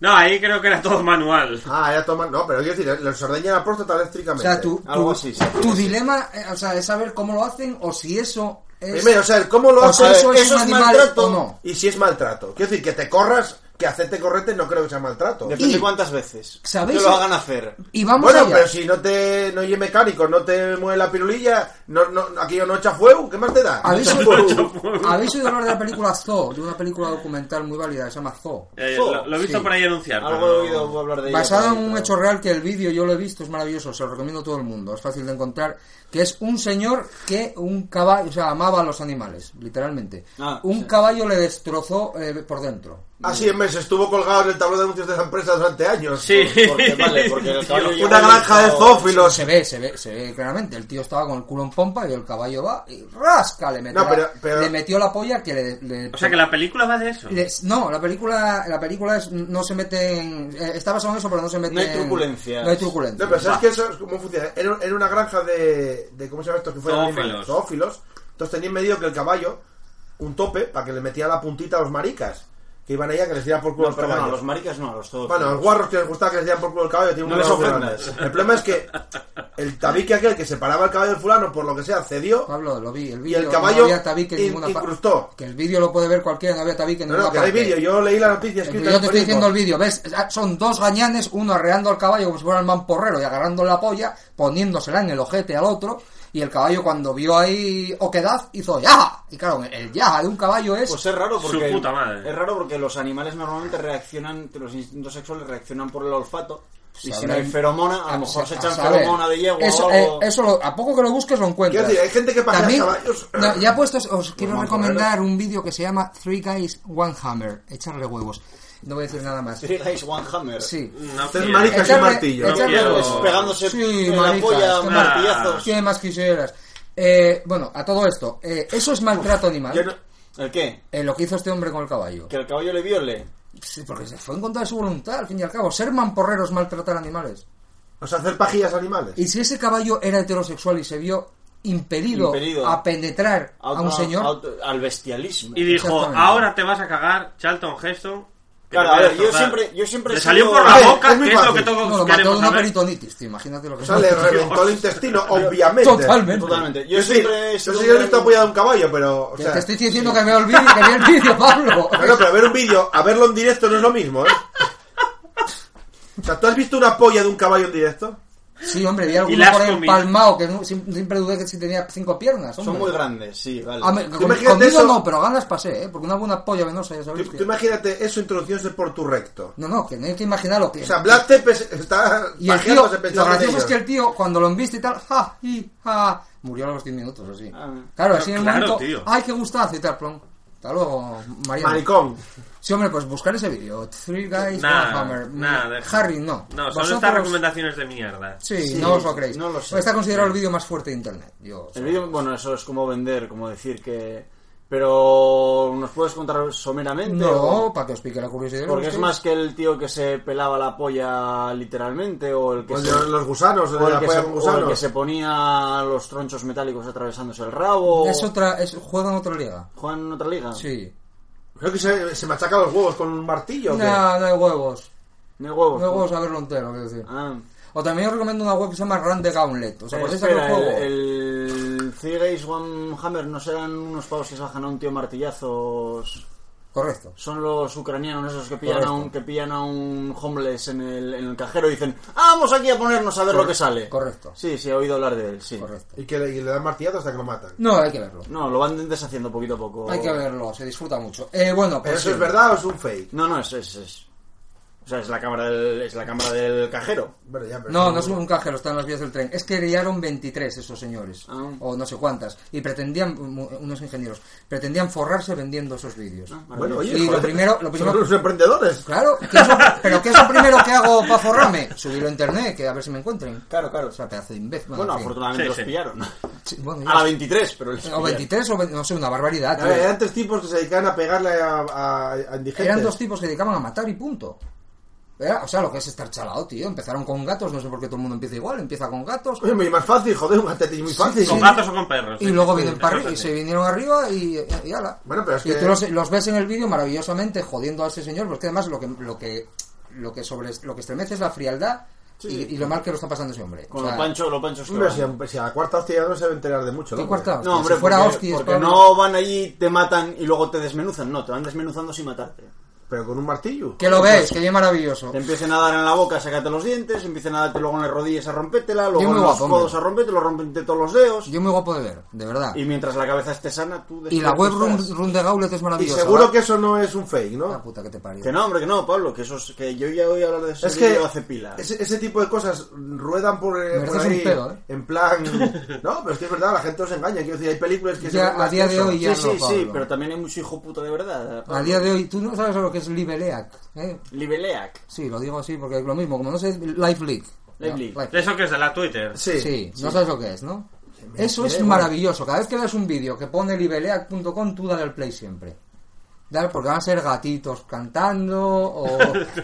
S5: No, ahí creo que era todo manual.
S8: Ah, ya toman. No, pero quiero decir, les ordeña la próstata
S3: O
S8: eléctricamente.
S3: sea, tu, tu,
S4: Algo así, sí.
S3: tu dilema eh, o sea, es saber cómo lo hacen o si eso es...
S8: Primero, o sea, el cómo lo
S3: o
S8: hace
S3: sea, eso
S8: a ver,
S3: es un
S8: es
S3: animal
S8: maltrato
S3: o no.
S8: y si es maltrato. Quiero decir, que te corras, que hacerte correte no creo que sea maltrato.
S4: Depende
S3: Y-
S4: cuántas veces
S3: ¿Sabéis?
S4: te lo hagan hacer.
S3: Y vamos
S8: bueno,
S3: allá.
S8: pero si no te no oye mecánico, no te mueve la pirulilla, no, no, aquello no echa fuego, ¿qué más te da?
S3: ¿Habéis
S8: No echa
S3: oído,
S8: fuego.
S3: ¿Habéis oído hablar de la película Zoo? De una película documental muy válida que se llama Zoo.
S5: Eh,
S4: Oh,
S5: lo, lo he visto
S3: sí.
S5: por ahí anunciar.
S4: Algo
S5: pero
S4: he oído hablar de ella
S3: Basada
S4: por
S3: en
S4: ahí,
S3: un
S4: pero-
S3: hecho real que el vídeo yo lo he visto, es maravilloso, se lo recomiendo a todo el mundo, es fácil de encontrar, que es un señor que un caballo, o sea, amaba a los animales, literalmente.
S4: Ah,
S3: un
S4: sí.
S3: caballo le destrozó eh, por dentro.
S8: Así en vez estuvo colgado en el tablero de anuncios de la empresa durante años.
S5: Sí.
S4: Porque, vale, porque el caballo
S5: Tío,
S4: lleva
S8: Una granja de
S4: dentro-
S8: zófilos.
S3: Se ve, se ve, se ve claramente. El tío estaba con el culo en pompa y el caballo va y rasca, le metió,
S8: No, pero-
S3: la,
S8: pero-
S3: le metió la polla que le... le-
S5: O sea que la película va de eso.
S3: les- no, la película, la película es, no se mete en... eh, está basado en eso, pero no se mete
S4: No hay
S3: en-
S4: truculencias.
S3: No hay turbulencias.
S8: No, pero ¿sabes que eso es cómo funciona? Era, era una granja de, de- ¿Cómo se llama esto? Que fueron
S5: Zoófilos.
S8: animales, zoófilos. Entonces tenían medido que el caballo, un tope, para que le metía la puntita a los maricas. Que iban allá, que les dieran por culo
S4: No,
S8: los
S4: pero bueno, a
S8: caballos.
S4: los maricas no, a los todos.
S8: Bueno, a los guarros que les gustaba que les dieran por culo el caballo. tienen
S4: No
S8: un
S4: les
S8: lado
S4: ofendas.
S8: grande. El problema es que el tabique aquel que separaba el caballo del fulano, por lo que sea, cedió.
S3: Pablo, lo vi, el
S8: Y
S3: vídeo.
S8: el caballo
S3: no había tabique en
S8: in-
S3: ninguna pa-
S8: incrustó.
S3: Que el vídeo lo puede ver cualquiera, no había tabique en
S8: No,
S3: ninguna
S8: no, que no hay
S3: parte.
S8: vídeo. Yo leí la noticia
S3: Yo
S8: escrita
S3: te
S8: en
S3: estoy diciendo el vídeo,
S8: periódico.
S3: ¿ves? Ah, Son dos gañanes, uno arreando al caballo como si fuera el mamporrero y agarrando la polla, poniéndosela en el ojete al otro, y el caballo cuando vio ahí oquedad hizo ¡yaja! Y claro, el yaja de un caballo es...
S4: Pues es raro porque.
S5: Su puta madre.
S4: Es raro porque los animales normalmente reaccionan, los instintos sexuales reaccionan por el olfato. Y si no
S3: sabrán-
S4: hay feromona, a lo mejor se echan
S3: saber.
S4: feromona de yegua
S3: Ah, Eso,
S4: o algo.
S3: eh, eso lo- a poco que lo busques lo encuentras.
S8: Quiero decir, hay gente que pasea
S3: También-
S8: caballos. Pues
S3: no, ya puestos, os quiero
S8: vamos a
S3: recomendar un vídeo que se llama Three Guys One Hammer. Echarle huevos. No voy a decir nada más.
S4: Three guys, one hammer.
S3: Sí.
S5: No
S8: Tres
S5: quiero.
S8: maricas y un
S3: Echarle-
S8: martillo.
S5: echarle-
S3: echarle
S5: No
S4: Pues
S3: huevos.
S4: pegándose
S3: Sí,
S4: en la
S3: maricas,
S4: polla,
S3: qué mal-
S4: martillazos.
S3: ¿Qué más quisieras? Eh, bueno, a todo esto, eh, eso es maltrato animal.
S8: Yo no-
S4: ¿El qué?
S3: Eh, lo que hizo este hombre con el caballo.
S4: Que el caballo le viole.
S3: Sí, porque se fue en contra de su voluntad, al fin y al cabo. Ser mamporreros maltratar animales.
S8: O sea, hacer pajillas animales.
S3: Y si ese caballo era heterosexual y se vio impedido,
S4: Impedido.
S3: a penetrar a, un
S4: Auto-
S3: señor.
S4: auto- al bestialismo.
S5: Y dijo,
S3: Exactamente.
S5: ahora te vas a cagar, Charlton Heston. que
S4: Claro,
S5: te
S4: a
S5: voy
S4: ver, yo
S5: destrozar".
S4: siempre- yo siempre
S5: Le
S4: he
S5: salió
S4: sido-
S5: por
S8: A
S5: la
S8: ver,
S5: boca,
S8: es muy
S5: que es lo que
S8: fácil.
S5: todos
S3: no, lo mató de
S5: queremos
S3: una
S5: saber.
S3: peritonitis, tío, imagínate lo que
S8: O sea, le
S3: fue.
S8: reventó el intestino, obviamente.
S3: Totalmente.
S4: Totalmente. Yo
S8: Yo sí,
S4: siempre he
S8: yo
S4: sido
S8: sí
S4: un
S8: he
S4: gran-
S8: visto apoyado a un caballo, pero. O
S3: Que
S8: sea,
S3: te estoy diciendo que veo el vídeo, que vea el vídeo, Pablo.
S8: No, no, pero ver un vídeo, a verlo en directo no es lo mismo, ¿eh? O sea, ¿tú has visto una polla de un caballo en directo?
S3: Sí, hombre, vi
S5: Y
S3: alguno
S5: las
S3: por ahí
S5: comí.
S3: empalmado, que no- sim- siempre dudé que si tenía cinco piernas.
S4: Son
S3: hombre.
S4: muy grandes, sí, vale.
S3: A me-
S8: Tú
S3: con-
S8: imagínate
S3: conmigo
S8: eso-
S3: no, pero ganas pasé, ¿eh? Porque una buena polla venosa, ya
S8: Tú,
S3: sabéis.
S8: tú imagínate eso introduciéndose por tu recto.
S3: No, no, que no hay que imaginar lo que.
S8: O sea, Black Tepes está
S3: y el tío,
S8: pajeándose
S3: lo
S8: pensando en
S3: gracioso es
S8: ellos.
S3: que el tío, cuando lo enviste y tal, ja, hi, ja, murió a los 10 minutos, así.
S4: Ah.
S3: claro, así en el
S5: Claro,
S3: momento,
S5: tío.
S3: ay, qué gustazo y tal, plom. Hasta luego, Mariano.
S8: Maricón.
S3: Sí, hombre, pues buscar ese vídeo. Three Guys, One
S5: Nada,
S3: Hammer.
S5: nada. deja.
S3: Harry, no.
S5: No, son
S3: Vosotros-
S5: estas recomendaciones de mierda.
S3: Sí,
S4: Sí,
S3: no os lo creéis.
S4: no lo sé.
S3: Está considerado el vídeo más fuerte de internet. Yo,
S4: El vídeo, bueno, eso es como vender, como decir que... Pero nos puedes contar someramente.
S3: No,
S4: o-
S3: para que os pique la curiosidad.
S4: Porque
S3: ¿no?
S4: es más que el tío que se pelaba la polla literalmente o el que
S8: O
S3: Pues
S8: el
S4: se...
S8: de Pues los gusanos, o el
S4: o
S8: de
S4: el
S8: la
S4: que
S8: polla
S4: se-
S8: con
S4: o el que
S8: gusanos.
S4: se ponía los tronchos metálicos atravesándose el rabo.
S3: Es otra, es, juega en otra liga.
S4: ¿Juegan en otra liga?
S3: Sí.
S8: Creo que se, se machaca los huevos con un martillo. ¿o qué?
S3: No, no hay huevos.
S4: ¿No hay huevos?
S3: No hay huevos a verlo entero, quiero decir.
S4: Ah.
S3: O también os recomiendo una web que se llama Run the Gauntlet. ¿Os
S4: Eh,
S3: acordáis de aquel
S4: espera, el,
S3: juego?
S4: el Three Guys One Hammer no serán unos pavos que se bajan a un tío martillazos.
S3: Correcto.
S4: Son los ucranianos esos que pillan, a
S3: Correcto.
S4: un, que pillan a un homeless en el, en el cajero y dicen, "Ah, vamos aquí a ponernos a ver lo que sale.
S3: correcto.
S4: Sí, sí, he oído hablar de él, sí.
S3: Correcto.
S8: Y que le, y le dan martillazo hasta que lo matan.
S3: No, hay que verlo.
S4: No, lo van deshaciendo poquito a poco.
S3: Hay que verlo, se disfruta mucho. Eh, bueno, pues
S8: ¿Pero eso
S3: sí.
S8: es verdad o es un fake?
S4: No, no, es, es, es. O sea, es la cámara del, es la cámara del cajero.
S8: Bueno, ya, pero
S3: No,
S8: eso-
S3: no es un cajero, está en las vías del tren. Es que guiaron 23 esos señores,
S4: Ah.
S3: o no sé cuántas, y pretendían, mu- unos ingenieros, pretendían forrarse vendiendo esos vídeos.
S4: Ah,
S8: Bueno, oye,
S3: Y lo
S8: joder,
S3: primero- lo primero-
S8: son unos emprendedores.
S3: Claro, ¿qué es lo- pero ¿qué es lo primero que hago para forrarme? Subirlo a internet, que a ver si me encuentren.
S4: Claro, claro.
S3: O sea, pedazo de imbécil.
S4: Bueno,
S3: en fin.
S4: afortunadamente
S5: Sí,
S4: los
S5: sí.
S4: pillaron.
S3: Sí, bueno,
S4: A la
S3: ya-
S4: 23, pero les
S3: o
S4: pillaron.
S3: 23 o 20, no sé, una barbaridad.
S8: A
S3: tío.
S8: ver, eran tres tipos que se dedicaban a pegarle a, a- a indigentes.
S3: Eran dos tipos que se dedicaban a matar y punto. Era- o sea, lo que es estar chalado, tío. Empezaron con gatos, no sé por qué todo el mundo empieza igual, empieza con gatos.
S8: Oye, muy más fácil, joder, un gatetillo muy fácil.
S5: ¿Con gatos o con perros?
S3: Y
S5: Sí,
S3: luego
S5: sí,
S3: vienen
S5: sí,
S3: para
S5: sí,
S3: arriba y
S5: sí.
S3: se vinieron arriba y, y, y ala.
S8: Bueno, pero es
S3: y
S8: que-
S3: tú los, los ves en el vídeo maravillosamente jodiendo a ese señor, porque además lo que lo que lo que sobre lo que estremece es la frialdad y, y lo mal que lo está pasando ese hombre.
S4: Con
S3: O sea,
S4: los panchos, los panchos que
S8: Hombre,
S4: van.
S8: si, a- si a la cuarta hostia ya no se debe enterar de mucho.
S3: ¿Qué
S8: ¿no?
S3: cuarta hostia?
S4: No, hombre,
S3: si fuera
S4: porque,
S3: hostias,
S4: porque
S3: Pablo.
S4: no van allí, te matan y luego te desmenuzan. No, te van desmenuzando sin matarte.
S8: Pero con un martillo.
S3: Que lo ves, que bien maravilloso.
S4: Te empiecen a dar en la boca, sácate los dientes, empiecen a darte luego en las rodillas a rompétela, luego
S3: Yo muy
S4: en los
S3: guapo,
S4: codos
S3: hombre.
S4: a rompétela, rompete todos los dedos.
S3: Yo muy guapo de ver, de verdad.
S4: Y
S3: Y,
S4: mientras la cabeza esté sana, tú
S3: la web
S4: despiertas.
S3: run, Run de Gaulet es
S8: Y
S3: maravillosa.
S8: seguro
S3: ¿va?
S8: que eso no es un fake, ¿no?
S3: La puta que te parió.
S4: Que no, hombre, que no, Pablo, que eso es, que yo ya oí hablar de eso
S8: Es que
S4: hace pila.
S8: ese, ese tipo de cosas ruedan por, eh,
S3: Me
S8: por
S3: haces un
S8: ahí
S3: pedo, ¿eh?
S8: en plan... No, pero es que es verdad, la gente os engaña. Quiero decir, hay películas
S3: Ya,
S8: que se ven más
S3: a día
S8: que
S3: de
S8: eso.
S3: hoy-
S4: Sí,
S3: ya
S4: sí,
S3: no,
S4: sí,
S3: Pablo.
S4: pero también hay mucho hijo puta de verdad.
S3: A día de hoy, tú no sabes lo que es Liveleac. ¿eh?
S4: Libeleac.
S3: Sí, lo digo así porque es lo mismo. Como no sé, Life League.
S4: Live
S3: No,
S4: League.
S5: Eso que es de la Twitter.
S8: Sí.
S3: Sí, no sabes lo que es, ¿no?
S8: me
S3: Eso
S8: quedé,
S3: es
S8: bueno.
S3: maravilloso. Cada vez que veas un vídeo que pone libeleac.com, tú dale al play siempre. Dale, porque van a ser gatitos cantando o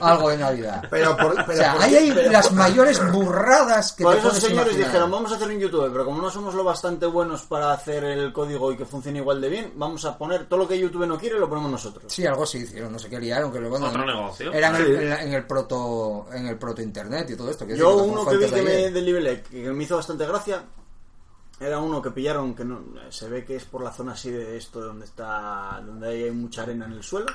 S3: algo de Navidad.
S8: Pero por- pero
S3: o sea,
S8: por-
S3: ahí hay
S8: pero
S3: las
S8: por-
S3: mayores burradas que
S4: Por
S3: te
S4: esos
S3: puedes
S4: señores
S3: imaginar.
S4: dijeron, vamos a hacer un YouTube, pero como no somos lo bastante buenos para hacer el código y que funcione igual de bien, vamos a poner todo lo que YouTube no quiere, lo ponemos nosotros.
S3: Sí, algo sí hicieron, no sé qué liaron, que luego no-
S5: Otro negocio.
S3: Eran
S8: Sí.
S3: el- en, la- en el proto en el proto internet y todo esto. quiero
S4: Yo
S3: decir,
S4: uno
S3: como
S4: que vi
S3: fuentes de
S4: que me,
S3: ayer.
S4: del Libelec, que me hizo bastante gracia, era uno que pillaron, que no, se ve que es por la zona así de esto, donde está donde hay mucha arena en el suelo,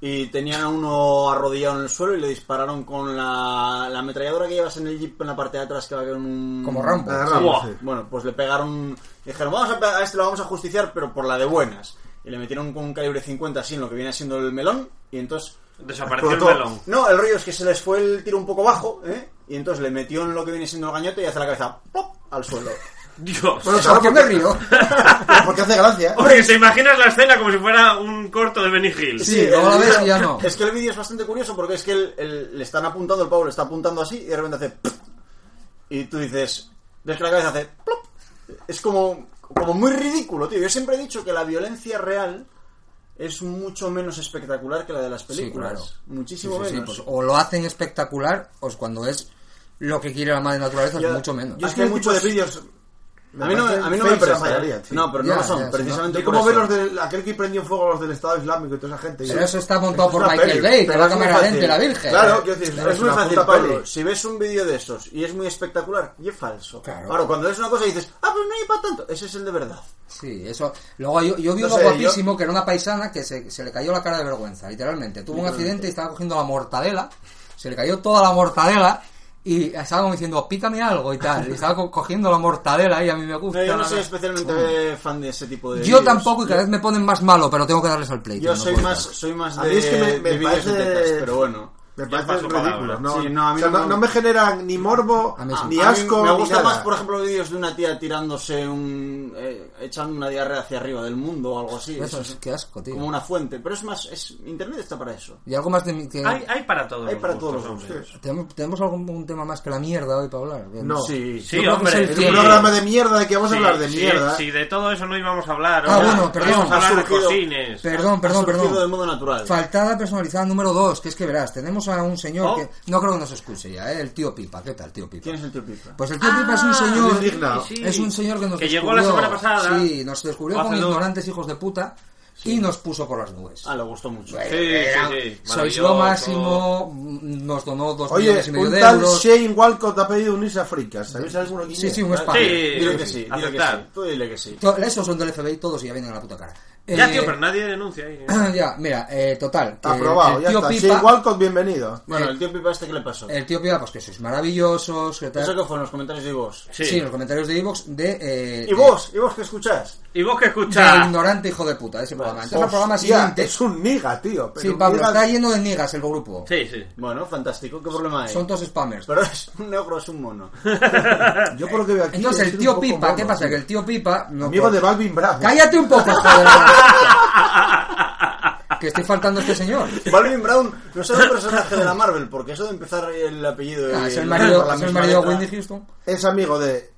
S4: y tenían a uno arrodillado en el suelo y le dispararon con la, la ametralladora que llevas en el jeep en la parte de atrás que va con un...
S3: Como Rambo.
S8: Ah, Rambo,
S5: Buah.
S8: sí.
S4: Bueno, pues le pegaron. Dijeron, vamos a, pe- a este lo vamos a justiciar, pero por la de buenas. Y le metieron con un calibre 50 así en lo que viene siendo el melón. Y entonces.
S5: Desapareció el
S4: explotó.
S5: melón.
S4: No, el rollo es que se les fue el tiro un poco bajo, ¿eh? Y entonces le metió en lo que viene siendo el gañote y hace la cabeza ¡plop! al suelo.
S5: Dios.
S8: Bueno,
S3: ¿Por
S8: claro,
S3: qué me río?
S8: porque- Porque hace gracia.
S5: Hombre, que se imaginas la escena como si fuera un corto de Benny Hill.
S3: Sí, luego la
S4: el
S3: ves y
S4: vídeo-
S3: ya no.
S4: Es que el vídeo es bastante curioso porque es que el- el- le están apuntando, el pavo le está apuntando así y de repente hace. ¡plop! Y tú dices. Desde que la cabeza hace. ¡plop! Es como, como muy ridículo, tío. Yo siempre he dicho que la violencia real es mucho menos espectacular que la de las películas.
S3: Sí, claro.
S4: Muchísimo
S3: Sí, sí, sí,
S4: menos.
S3: pues, o lo hacen espectacular, o es cuando es lo que quiere la madre naturaleza, es
S4: Ya,
S3: mucho menos.
S4: yo-
S8: Es
S4: Es
S8: que
S4: que
S8: hay muchos
S4: tipos-
S8: vídeos.
S4: a mí no, me- a mí no me
S8: feos en
S4: parecen.
S8: mayoría, tío.
S4: no, pero
S3: Ya,
S4: no lo son,
S3: ya, sí,
S4: precisamente.
S8: Y cómo
S4: por
S8: ver
S4: eso.
S8: los del, aquel que prendió fuego a los del Estado Islámico y toda esa gente.
S3: Pero
S8: Sí.
S3: eso está montado
S8: Es
S3: por
S8: una
S3: Michael
S8: peli,
S3: Bay, que
S8: pero
S3: va
S8: es
S3: a
S8: muy
S3: cámara
S8: fácil.
S3: lente, la Virgen.
S8: Claro, quiero decir,
S4: Es muy
S8: una
S4: fácil,
S8: puta
S4: Pablo.
S8: peli.
S4: Si ves un vídeo de esos y es muy espectacular, y es falso.
S3: Claro.
S4: Ahora, cuando ves una cosa y dices, ah, pero no hay para tanto, ese es el de verdad.
S3: Sí, eso. Luego yo, yo vi
S8: No
S3: uno
S8: sé,
S3: guapísimo que era una paisana que se, se le cayó la cara de vergüenza, literalmente. Tuvo un accidente y estaba cogiendo la mortadela, se le cayó toda la mortadela y estaba como diciendo, pícame algo y tal. Y estaba co- cogiendo la mortadela y a mí me gusta.
S4: No, yo no
S3: la-
S4: soy especialmente fan de ese tipo de.
S3: Yo
S4: vídeos.
S3: tampoco y cada vez me ponen más malo, pero tengo que darles al play. tío,
S4: Yo
S3: no
S4: soy
S3: puedo
S4: más,
S3: estar.
S4: soy más
S8: A
S4: de,
S8: mí es que me- me
S4: de vídeos de
S8: parece-
S4: tetas, pero bueno.
S8: Me
S5: Ya
S8: parecen
S5: paso palabra.
S8: ridículos, ¿no?
S4: Sí, no, a mí
S8: O sea,
S4: no
S8: no,
S4: me-
S8: no me generan ni morbo,
S3: A mí sí.
S8: ni
S4: A mí
S8: asco,
S4: me
S8: ni
S4: gusta
S8: nada.
S4: más, por ejemplo, vídeos de una tía tirándose un. eh, echando una diarrea hacia arriba del mundo o algo así.
S3: Eso
S4: Eso
S3: es, qué asco, tío.
S4: como una fuente. Pero es más, es, Internet está para eso.
S3: Y algo más de mi- que...
S5: Hay, hay para todos
S4: Hay
S5: los
S4: para
S5: gustos,
S4: todos los
S5: hombre.
S4: gustos.
S3: ¿Tenemos, tenemos algún un tema más que la mierda hoy para hablar? ¿eh?
S8: No.
S4: Sí, sí.
S5: Sí,
S3: creo que
S5: hombre.
S3: es el
S8: Es
S5: sí.
S8: un programa de mierda de que vamos a hablar de
S5: Sí,
S8: mierda.
S5: Si de todo eso no íbamos a hablar.
S3: Ah,
S5: hombre.
S3: bueno, perdón.
S5: Íbamos a
S4: Ha
S5: hablar de
S4: surgido-
S5: cosines.
S3: Perdón,
S4: ha
S3: perdón,
S4: surgido
S3: perdón.
S4: de modo natural.
S3: Faltada personalizada número 2, que es que verás, tenemos a un señor
S5: Oh.
S3: que no creo que nos escuche ya, ¿eh? el tío Pipa. ¿Qué tal, tío Pipa?
S4: ¿Quién es el tío Pipa?
S3: Pues el tío Pipa es un señor.
S8: sí, indignado.
S5: Ah, sí.
S3: Es un señor que nos
S5: Que
S3: descubrió.
S5: llegó la semana pasada.
S3: Sí, nos descubrió
S5: Hace
S3: como
S5: dos.
S3: ignorantes hijos de puta y nos puso por las nubes.
S4: Ah, le gustó mucho.
S5: Sí, sí, sí.
S3: eh, Sois lo
S5: Maravilloso.
S3: máximo, mm, nos donó dos
S8: Oye,
S3: millones y medio
S8: un
S3: de
S8: tal
S3: euros.
S8: Shane Walcott ha pedido unirse a Fricas. ¿Sabéis alguno quién
S3: Sí,
S8: es?
S3: sí, un spam.
S5: Sí,
S4: Dile que sí, dile que sí.
S5: aceptar.
S4: Tú dile que sí.
S3: To- Esos son del FBI todos y ya vienen a la puta cara.
S5: Ya,
S3: Eh,
S5: tío, pero nadie denuncia ahí.
S3: ya, mira, eh, total. que
S8: Aprobado,
S3: el
S8: ya
S3: tío
S8: está.
S3: Pipa, eh,
S8: Shane Walcott, bienvenido.
S4: Bueno, el tío Pipa este, ¿qué le pasó?
S3: El tío Pipa, pues que sois maravillosos, que tal.
S4: Eso que fue en los comentarios de vos.
S3: Sí, en los comentarios de Evox de... eh,
S4: ¿Y vos? ¿Y vos qué escuchás?
S5: ¿Y vos que
S3: de- del
S5: escuchás?
S3: ignorante hijo de puta, ese programa. Entonces el
S8: Hostia,
S3: programa siguiente...
S8: Es un niga, tío. pero
S3: Sí,
S8: un
S3: Pablo,
S8: niga-
S3: está lleno de niegas el grupo.
S5: Sí, sí.
S4: Bueno, fantástico, ¿qué problema hay?
S3: Son todos spammers.
S4: Pero es un negro, es un mono.
S8: Yo por lo que veo aquí.
S3: Entonces
S8: es
S3: el
S8: un
S3: tío
S8: poco
S3: Pipa,
S8: mono,
S3: ¿qué pasa?
S8: tío.
S3: Que el tío Pipa... no-
S8: Amigo de Balvin Bravo.
S3: ¡Cállate un poco, joder! que estoy faltando a este señor.
S4: Balvin Brown no será un personaje de la Marvel, porque eso de empezar el apellido... y
S3: Ah, es el
S4: el-
S3: marido,
S4: por la
S3: es el
S4: misma
S3: marido de
S4: letra.
S3: Wendy Houston.
S8: Es amigo de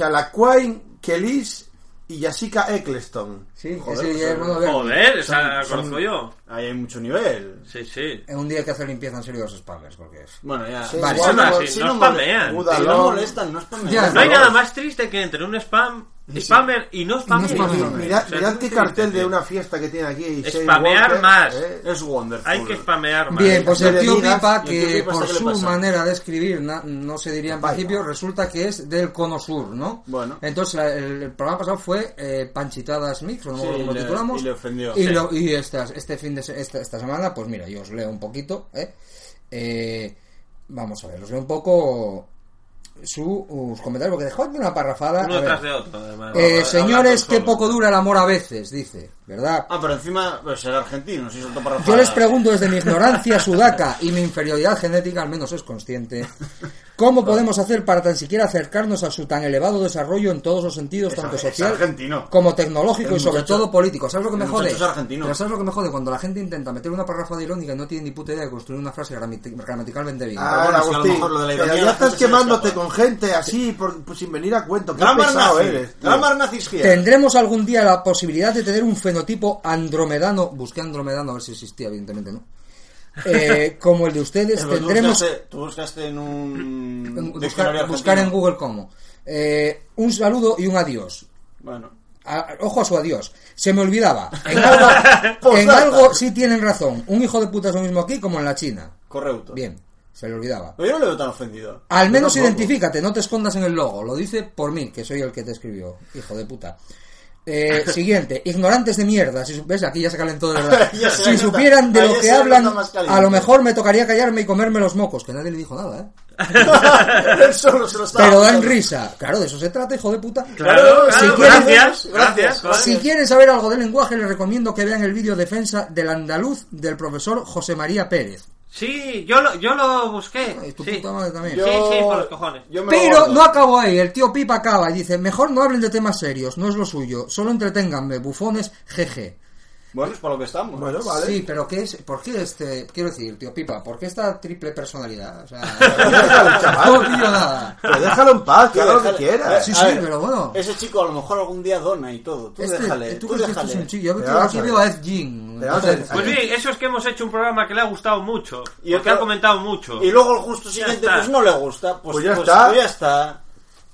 S8: Shalaquain, Kelis y Jessica Eccleston.
S3: Sí,
S8: Joder,
S3: ese
S8: pues,
S3: ya es bueno de ver.
S5: Joder, esa la
S4: son-
S5: conozco yo.
S4: Ahí hay mucho nivel.
S5: Sí, sí.
S3: En un día hay que hacer limpieza en serio de los spammers, porque... es-
S4: Bueno, ya...
S8: Sí, pues,
S3: Vale,
S4: Si
S8: igual,
S5: no,
S4: no-
S5: sí,
S4: si
S5: no
S4: no
S5: spamean.
S4: molestan, si
S8: Budalón.
S4: no molestan, no
S3: Ya,
S4: spamean.
S5: No hay
S3: Pero-
S5: nada más triste que entre un spam, spammer y no spammer.
S3: No spammer.
S5: O sea,
S8: Mirad,
S5: es
S8: mirad
S5: muy
S8: qué
S5: triste,
S8: cartel de
S5: tío.
S8: una fiesta que tiene aquí. Shane
S5: Spamear
S8: Walker,
S5: más.
S8: eh.
S4: Es wonderful.
S5: Hay que spamear más.
S3: Bien, pues
S8: Yo
S3: el
S8: le
S3: tío
S8: digas,
S3: Pipa,
S4: y el tío
S3: que
S4: Pipa,
S3: por
S4: ¿qué le
S3: su
S4: pasa?
S3: manera de escribir, na- no se diría en
S8: Vaya.
S3: principio, resulta que es del cono sur, ¿no?
S4: Bueno.
S3: Entonces, la- el, el programa pasado fue eh, Panchitadas Mix, o no
S4: Sí,
S3: me acuerdo cómo
S4: y
S3: lo
S4: le-
S3: titulamos.
S4: y le ofendió.
S3: Y,
S4: Sí.
S3: lo- y estas- este fin de se- esta, esta semana, pues mira, yo os leo un poquito, ¿eh? Eh, vamos a ver, os leo un poco su- sus comentarios, porque dejó aquí una parrafada.
S5: Uno
S3: a ver.
S5: tras de otro, además.
S3: Eh,
S5: Hablando
S3: señores, qué
S5: solo.
S3: poco dura el amor a veces, dice, ¿verdad?
S4: Ah, pero encima pues, será argentino, si soltó para
S3: Yo les pregunto desde mi ignorancia sudaca y mi inferioridad genética, al menos es consciente, ¿Cómo podemos hacer para tan siquiera acercarnos a su tan elevado desarrollo en todos los sentidos,
S4: Es
S3: tanto
S4: ar- es
S3: social
S4: argentino.
S3: como tecnológico
S4: El
S3: y sobre
S4: muchacho-
S3: todo político? ¿Sabes lo que me
S4: el
S3: jode?
S4: muchacho es argentino.
S3: Pero ¿sabes lo que me jode? Cuando la gente intenta meter una parrafada irónica y no tiene ni puta idea de construir una frase gramati- gramaticalmente bien.
S8: Ah,
S4: bueno, si a lo
S8: Agustín,
S4: mejor lo de la
S8: pero
S4: ironía
S8: ya
S4: la
S8: estás
S4: gente se le
S8: quemándote
S4: escapa.
S8: con gente así por, pues, sin venir a cuento. Qué
S4: Grammar
S8: pesado
S4: nazi.
S8: eres. tío.
S4: Grammar nazisquía.
S3: ¿Tendremos algún día la posibilidad de tener un fenotipo andromedano? Busqué andromedano a ver si existía, evidentemente, ¿no? Eh, como el de ustedes,
S4: Pero tú
S3: tendremos
S4: buscaste- Tú buscaste en un. Mm, diccionario
S3: buscar, buscar en
S4: argentino.
S3: Google cómo. Eh, un saludo y un adiós.
S4: Bueno.
S3: A- ojo a su adiós. Se me olvidaba. En algo, en algo sí tienen razón. Un hijo de puta es lo mismo aquí como en la China.
S4: Correcto.
S3: Bien, se le olvidaba.
S4: Pero yo no lo veo tan ofendido.
S3: Al menos
S4: Yo tampoco.
S3: identifícate, no te escondas en el logo. Lo dice por mí, que soy el que te escribió, hijo de puta. Eh, siguiente, ignorantes de mierda. Si, su- ¿Ves? Aquí ya se calentó de verdad.
S4: Ya se
S3: si
S4: nota.
S3: supieran de
S4: Ahí
S3: lo
S4: se
S3: que
S4: nota
S3: hablan,
S4: más caliente.
S3: a lo mejor me tocaría callarme y comerme los mocos. Que nadie le dijo nada, ¿eh?
S4: Él solo se lo estaba
S3: Pero dan
S4: buscando.
S3: risa. Claro, de eso se trata, hijo de puta.
S5: Claro,
S3: Si
S5: claro,
S3: quieren-
S5: gracias,
S4: Gracias.
S5: gracias. joder.
S3: Si quieren saber algo de lenguaje, les recomiendo que vean el vídeo defensa del andaluz del profesor José María Pérez.
S5: Sí, yo lo, yo lo busqué.
S3: Ay, tu
S5: sí.
S3: puta madre también.
S5: Sí, sí, por los cojones.
S4: yo me lo
S3: Pero
S4: guardo.
S3: no acabó ahí, el tío Pipa acaba y dice, mejor no hablen de temas serios, no es lo suyo, solo entreténganme, bufones, jeje.
S4: Bueno, es para lo que estamos.
S8: Bueno, vale.
S3: Sí, pero ¿qué es? ¿Por qué este, quiero decir, tío Pipa, por qué esta triple personalidad? O sea,
S8: Déjalo, chaval.
S3: no pillo nada.
S8: Pero déjalo en paz, que
S4: Tú
S8: haga lo que
S4: déjale. Eh,
S8: quiera.
S3: Sí,
S4: A
S3: sí,
S4: ver,
S3: pero bueno.
S4: Ese chico a lo mejor algún día dona y todo. Tú
S3: Este-
S4: déjale.
S3: ¿tú
S4: Tú,
S3: crees que esto
S4: déjale.
S3: es un chico? Yo
S8: Pero
S3: veo-
S8: vamos
S3: aquí
S8: a
S3: veo a
S8: ver.
S3: Ed Gein.
S8: Pero vamos a ver.
S5: Pues bien, eso es que hemos hecho un programa que le ha gustado mucho.
S4: Y
S5: Y
S4: otro-
S5: ha comentado mucho.
S4: Y luego el justo siguiente
S5: está.
S4: pues no le gusta. Pues,
S8: Pues ya está.
S4: pues ya está.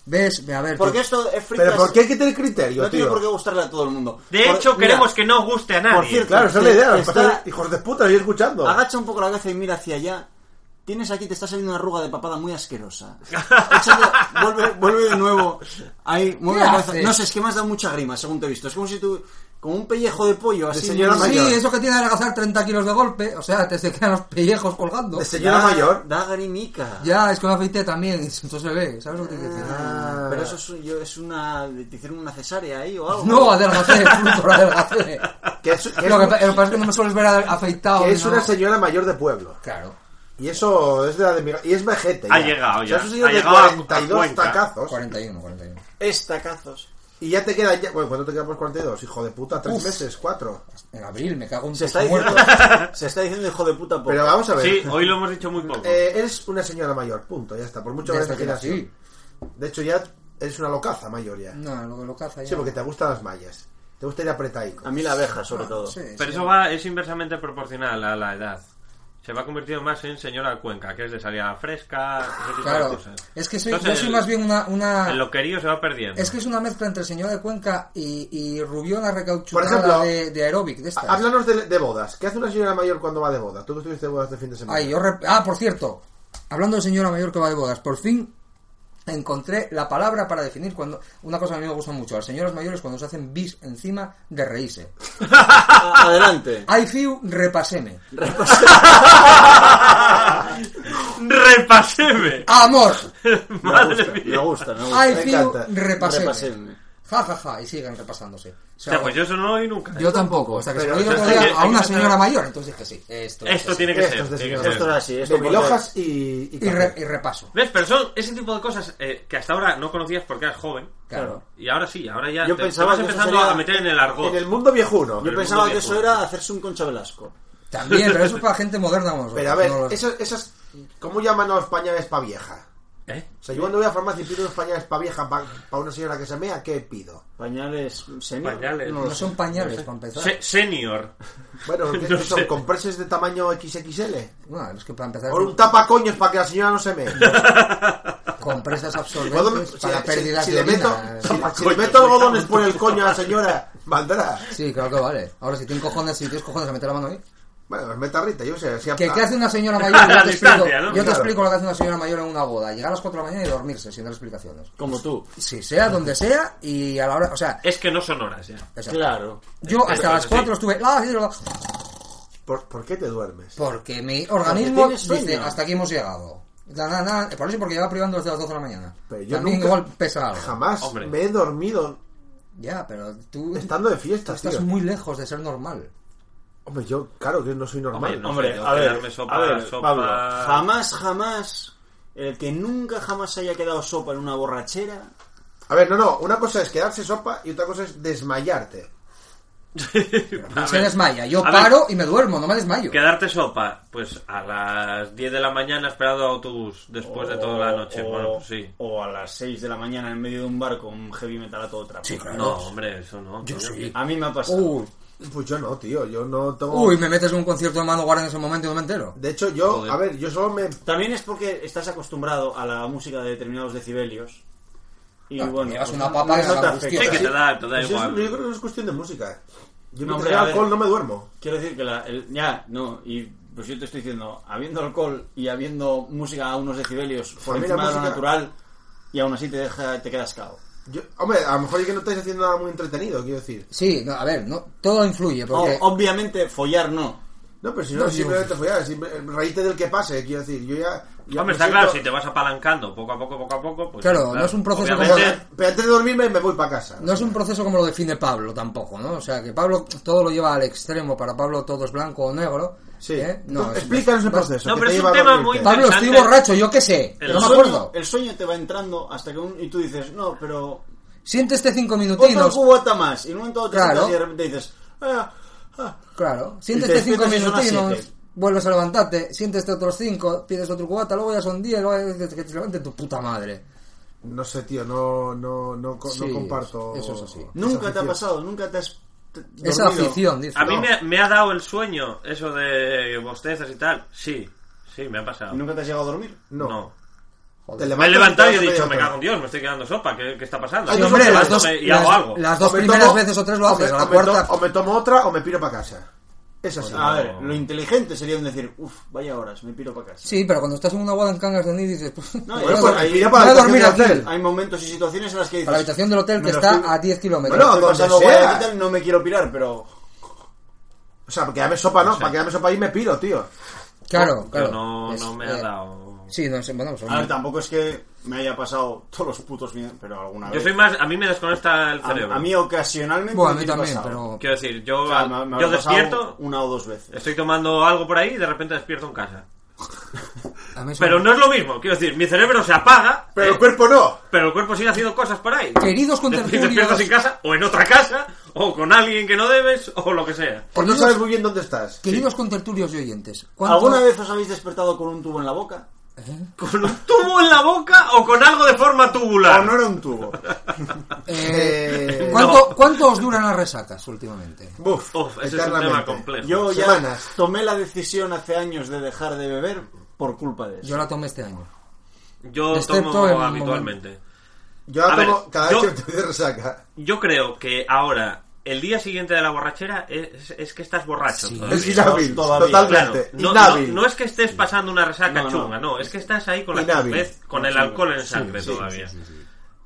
S3: ¿Ves? A ver,
S4: Porque
S3: tío,
S4: esto es fricas.
S8: Pero ¿por qué hay que tener criterio,
S4: No tiene
S8: tío?
S4: por qué gustarle a todo el mundo.
S5: De
S4: Por-
S5: hecho,
S4: mira,
S5: queremos que no guste a nadie.
S4: por cierto,
S8: Claro, esa es la idea.
S4: Te-
S8: lo
S4: te
S8: que pasa es
S4: está-
S8: que, Hijos de puta, lo estoy escuchando.
S4: Agacha un poco la cabeza y mira hacia allá. Tienes aquí, te está saliendo una arruga de papada muy asquerosa. Échale- vuelve, vuelve de nuevo. Ahí, mueve
S3: ¿Qué
S4: la cabeza.
S3: haces?
S4: No sé, es que me has dado mucha grima, según te he visto. Es como si tú. Como un pellejo de pollo, así.
S8: señora
S4: muy-
S3: Ah, Sí,
S8: mayor.
S3: eso que tiene que adelgazar 30 kilos de golpe, o sea, te se quedan los pellejos colgando.
S8: De señora
S4: Da-
S8: mayor.
S4: Da grimica.
S3: Ya, es que me afeité también, entonces se ve, ¿sabes lo que te quiero decir?
S8: Ah.
S4: Pero eso es, yo- es una. Te hicieron una cesárea ahí o algo.
S3: No, adelgacé, puto, adelgacé.
S8: Que es, que es-
S3: Lo que pa- lo que pasa es que no me sueles ver a- afeitado.
S8: que es
S3: ¿no?
S8: una señora mayor de pueblo.
S3: Claro.
S8: Y eso es de la de mi... Y es vejete.
S5: Ha
S8: ya.
S5: llegado
S8: O sea,
S5: ya.
S8: es un señor
S5: Ha
S8: de
S5: llegado a- a
S8: 42
S5: Cuenca.
S8: tacazos.
S3: 41, 41.
S4: Estacazos.
S8: Y ya te quedan... Ya... Bueno, ¿cuánto te quedan por 42? Hijo de puta, tres meses, cuatro.
S3: En abril me cago en
S4: Se
S3: tus
S4: está diciendo.
S3: muertos.
S4: se está diciendo hijo de puta por.
S8: Pero vamos a ver.
S5: Sí, hoy lo hemos dicho muy poco.
S8: Eh, eres una señora mayor, punto, ya está. Por mucho
S3: Ya
S8: que
S3: está,
S8: te
S3: que
S8: quieras
S3: sí.
S8: ir. De hecho, ya eres una locaza mayor ya.
S3: No, lo que lo caza ya.
S8: Sí, porque te gustan las mallas. Te gusta ir apretaico.
S4: A mí la abeja, sobre todo.
S3: Sí, sí.
S5: Pero eso va, es inversamente proporcional a la edad. Se va convirtiendo más en señora Cuenca, que es de salida fresca, ese tipo de
S3: Claro.
S5: cosas.
S3: Es que soy,
S5: ¿eh? Entonces,
S3: yo soy
S5: el-
S3: más bien una. una...
S5: El loquerío se va perdiendo.
S3: Es que es una mezcla entre señora de Cuenca y, y Rubiona
S8: Por
S3: recauchutada
S8: ejemplo,
S3: de, de aeróbic, de estas.
S8: háblanos de, de bodas. ¿Qué hace una señora mayor cuando va de boda? Tú que estuviste de bodas este fin de semana.
S3: Ay, yo rep- Ah, por cierto, hablando de señora mayor que va de bodas, por fin encontré la palabra para definir cuando una cosa que a mí me gusta mucho, a las señoras mayores cuando se hacen bis encima de reírse.
S4: A- Adelante.
S3: Ay, fiu, repaseme.
S5: ¡Repaseme!
S3: Amor.
S4: me,
S5: Madre
S4: gusta,
S5: mía.
S4: me gusta, me gusta.
S3: Ay,
S8: Me
S3: fiu,
S8: encanta.
S3: repaseme.
S4: Repaseme.
S3: Ja, ja, ja, y siguen repasándose. O
S5: O
S3: sea,
S5: sea, pues yo eso no lo oí nunca.
S3: yo tampoco, hasta que se lo
S8: Pero
S3: digo
S8: eso
S3: otro día
S5: hay que-
S3: a
S5: hay
S3: una
S5: que tener-
S3: señora mayor, entonces dije sí, esto,
S5: Esto
S3: sí.
S5: tiene que
S8: Esto
S5: ser.
S8: es de
S5: tiene que
S8: señora.
S5: ser.
S4: Esto era así. Esto
S8: de
S4: por
S8: milhojas y, y
S3: y, re-
S8: café.
S3: y repaso.
S5: ¿Ves? Pero son ese tipo de cosas eh, que hasta ahora no conocías porque eras joven.
S3: Claro.
S5: Y ahora sí, ahora ya
S4: Yo
S5: te, te
S4: pensaba
S5: vas
S4: que eso
S5: empezando
S4: sería-
S5: a meter en el argot.
S8: En el mundo viejuno.
S4: Yo
S5: el
S4: pensaba
S5: mundo
S4: que
S5: viejo.
S4: eso era hacerse un concha Velasco.
S3: También, pero eso es para gente moderna como nosotros,
S8: Pero a ver,
S3: no los-
S8: esas, esas... ¿Cómo llaman a los pañales pa' vieja?
S5: ¿Eh?
S8: O sea, yo cuando voy a farmacia y pido unos pañales pa' vieja para una señora que se mea, ¿qué pido?
S4: Pañales semi.
S5: Pañales.
S3: no son pañales para empezar.
S5: Se- senior.
S8: Bueno, ¿qué,
S5: No
S8: qué son?
S5: sé.
S8: ¿Compreses de tamaño XXL?
S3: No, es que para empezar
S8: O un tapacoños para que la señora no se mee.
S3: compresas
S8: Puedo-
S3: absorbentes
S8: si-
S3: para
S8: si-
S3: pérdidas
S8: si
S3: de
S8: le meto,
S3: orina.
S8: si, si le meto algodones por el coño a la señora, valdrá.
S3: Sí, claro que vale. Ahora, si tienes cojones, si tienes cojones a meter la mano ahí.
S8: Bueno, pues meta Rita, yo sé. Si
S3: ¿Qué,
S8: a-
S3: qué hace una señora mayor? Yo
S5: La
S3: te, explico,
S5: distancia, ¿no?
S3: yo te
S8: Claro.
S3: explico lo que hace una señora mayor en una boda. Llegar a las 4 de la mañana y dormirse sin dar explicaciones.
S4: Como tú.
S3: Si sea donde sea y a la hora... O sea,
S5: Es que no son horas ya.
S3: o sea,
S4: Claro.
S3: yo hasta
S5: Eso
S3: las
S5: sí.
S3: 4 estuve... "Ah, sí, la-".
S8: ¿Por, por qué te duermes?
S3: Porque mi organismo
S4: tienes sueño.
S3: dice, hasta aquí hemos llegado. Na, na, na. Por eso, porque lleva privando desde las 12 de la mañana.
S8: Pero yo
S3: También
S8: nunca-
S3: igual pesa algo.
S8: Jamás
S5: Hombre.
S8: me he dormido
S3: Ya, pero tú
S8: estando de fiesta,
S3: estás
S8: tío.
S3: muy lejos de ser normal.
S8: Hombre, yo, claro que no soy normal.
S5: Hombre, no.
S4: Hombre,
S5: sé, yo
S4: a ver,
S5: quedarme sopa,
S4: a ver,
S5: sopa.
S4: Pablo, jamás, jamás El que nunca jamás haya quedado sopa en una borrachera.
S8: A ver, no, no. Una cosa es quedarse sopa y otra cosa es desmayarte.
S3: No se desmaya. Yo
S5: A ver.
S3: paro y me duermo, no me desmayo.
S5: Quedarte sopa, pues a las 10 de la mañana esperando autobús después de toda la
S8: Oh,
S5: noche.
S4: O-
S5: Bueno, pues sí.
S4: O a las 6 de la mañana en medio de un bar con heavy metal a todo trapo.
S3: Sí,
S8: oh,
S3: claro.
S5: No, hombre, eso no.
S3: Yo
S5: coño.
S3: sí.
S4: A mí me ha pasado.
S3: Uy,
S8: Pues yo no, tío. Yo no tengo.
S3: uy, me metes en un concierto de Manowar en ese momento y no me entero.
S8: De hecho, yo,
S5: Joder.
S8: a ver, yo solo me.
S4: También es porque estás acostumbrado a la música de determinados decibelios. Y
S3: Ah,
S4: bueno,
S3: llevas
S4: pues
S3: una papa
S4: no
S3: en la
S4: te
S3: angustia.
S4: afecta.
S5: Sí, que te da, te da
S8: Pues es-
S5: igual.
S8: yo creo que no es cuestión de música. eh. Yo
S4: No,
S8: no,
S4: hombre, a ver.
S8: alcohol no me duermo.
S4: Quiero decir que la, el- ya, no, y pues yo te estoy diciendo, habiendo alcohol y habiendo música a unos decibelios por
S8: A mí la
S4: encima de lo
S8: música-
S4: natural, y aún así te deja, te quedas cao.
S8: Yo, hombre, a lo mejor es que no estáis haciendo nada muy entretenido, quiero decir.
S3: Sí, no, a ver, no, todo influye. Porque...
S5: Oh,
S4: O, obviamente, follar no.
S8: No, pero si no,
S3: No, yo-
S8: simplemente follar, simple- reíte del que pase, quiero decir. Yo ya. ya me
S5: Hombre, está
S8: siento-
S5: claro, si te vas apalancando poco a poco, poco a poco, pues.
S3: Claro, no es un proceso como-
S5: Obviamente,
S8: Pero, pero antes de dormirme eh, me voy para casa.
S3: No es un proceso como lo define Pablo tampoco, ¿no? O sea, que Pablo todo lo lleva al extremo. Para Pablo todo es blanco o negro.
S8: Sí.
S3: ¿eh?
S8: Tú
S3: es-
S8: explícanos el
S3: no es-
S8: proceso.
S5: No,
S8: que
S5: pero
S8: te
S5: es
S8: lleva
S5: un
S8: a
S5: tema
S8: dormirte.
S5: muy
S3: Pablo, estoy
S5: Interesante.
S3: borracho, yo qué sé.
S5: El
S3: no me
S4: sueño-
S3: acuerdo.
S4: el sueño te va entrando hasta que un, y tú dices, no, pero
S3: Siente este cinco
S4: otra
S3: minutinos.
S4: cubata más. Y en un momento dado te
S3: Claro.
S4: sientas y de repente dices, ah, ah.
S3: Claro.
S4: Y
S3: Siente
S4: te
S3: este cinco
S4: despiertas y son las
S3: minutinos.
S4: siete.
S3: Vuelves a levantarte, sientes este otros cinco, pides otro cubata, luego ya son diez, luego ya- que te levanten tu puta madre.
S8: No sé, tío, no, no, no, co- no
S3: Sí,
S8: comparto.
S3: eso es así.
S4: nunca
S8: esa
S4: te ha
S8: afición.
S4: pasado, nunca te has t-
S3: Esa
S4: dormido.
S3: afición, dice.
S5: A mí
S3: No.
S5: me, me ha dado el sueño, eso de bostezas y tal. Sí, sí, me ha pasado.
S4: ¿Y nunca te has llegado a dormir?
S8: No.
S5: No.
S8: Te
S5: Me he levantado y he
S8: te
S5: dicho,
S8: medio
S5: me
S8: otro.
S5: cago en Dios, me estoy quedando sopa, ¿qué, qué está pasando?
S8: Ay,
S3: Sí,
S5: Y
S3: hombre,
S5: me
S3: las
S5: levanto
S3: dos,
S5: me- y
S3: las-
S5: hago algo.
S3: las dos
S8: O me
S3: primeras
S8: tomo-
S3: veces o tres lo
S8: o
S3: haces,
S8: me-
S3: a la
S8: o me to-
S3: cuarta.
S8: O me tomo otra o me piro para casa. Es así.
S4: A ver, lo inteligente sería un decir, uff, vaya horas, me piro para casa.
S3: Sí, pero cuando estás en una boda en Cangas de Nid dices, pues,
S4: No,
S3: voy
S8: Bueno,
S3: a-
S8: pues,
S4: ahí-
S8: mira para
S3: voy
S8: la
S3: a dormir
S8: habitación del
S3: aquí.
S8: hotel.
S4: Hay momentos y situaciones en las que dices...
S3: A la habitación del hotel que
S4: me lo estoy-
S3: está a 10 kilómetros.
S8: Bueno,
S4: estoy
S8: donde
S4: pasando
S8: sea.
S4: guay aquí y tal, no me quiero pirar, pero...
S8: O sea, para quedarme sopa no, para quedarme sopa ahí me piro, tío.
S3: Claro, claro.
S5: Yo no,
S3: Es,
S5: no me ha
S3: eh,
S5: dado. Ah,
S3: Sí, no, es, bueno, pues, son-
S4: A ver, tampoco es que me haya pasado todos los putos miedos, pero alguna
S5: Yo
S4: vez...
S5: soy más. A mí me desconecta el
S4: a,
S5: cerebro.
S4: a mí ocasionalmente
S3: Bueno, a
S4: me
S3: mí
S4: tiene
S3: también,
S4: pasado.
S3: pero.
S5: Quiero decir, yo,
S4: O sea, me- me
S5: yo
S4: habrá pasado
S5: despierto,
S4: Una o dos veces.
S5: estoy tomando algo por ahí y de repente despierto en casa.
S3: a mí son-
S5: Pero no es lo mismo, quiero decir, mi cerebro se apaga,
S8: Pero el
S5: eh,
S8: cuerpo no.
S5: pero el cuerpo sigue haciendo cosas por ahí.
S3: Queridos
S5: Te despiertas en
S3: contertulios.
S5: casa, o en otra casa, o con alguien que no debes, o lo que sea.
S8: Pues no
S3: Queridos-
S8: sabes muy bien dónde estás.
S3: Queridos contertulios y oyentes. ¿cuánto- ¿Eh?
S4: ¿Alguna vez os habéis despertado con un tubo en la boca?
S5: ¿Con un tubo en la boca o con algo de forma
S4: ¿O
S5: tubular?
S4: no era un tubo?
S3: eh,
S8: Eh,
S3: ¿cuánto,
S5: no.
S3: cuánto os duran las resacas últimamente?
S8: Buf,
S5: Uf, ese es un
S8: eternamente.
S5: tema complejo.
S4: Yo ya
S8: Semanas.
S4: tomé la decisión hace años de dejar de beber por culpa de eso.
S3: Yo la tomé este año.
S5: Yo
S3: Excepto
S5: tomo
S3: este en un
S5: habitualmente.
S8: Yo ahora
S5: A ver,
S8: como cada vez
S5: yo-
S8: que me estoy de resaca.
S5: Yo creo que ahora, el día siguiente de la borrachera, es, es que estás borracho.
S3: Sí.
S5: todavía.
S8: Es inhábil,
S4: todavía,
S8: totalmente.
S5: no, no,
S8: inhábil.
S5: no es que estés pasando una resaca
S4: No, no.
S5: chunga, no, es que estás ahí con, la
S8: Inhábil.
S5: vez, con el
S4: Chunga.
S5: alcohol en sangre todavía.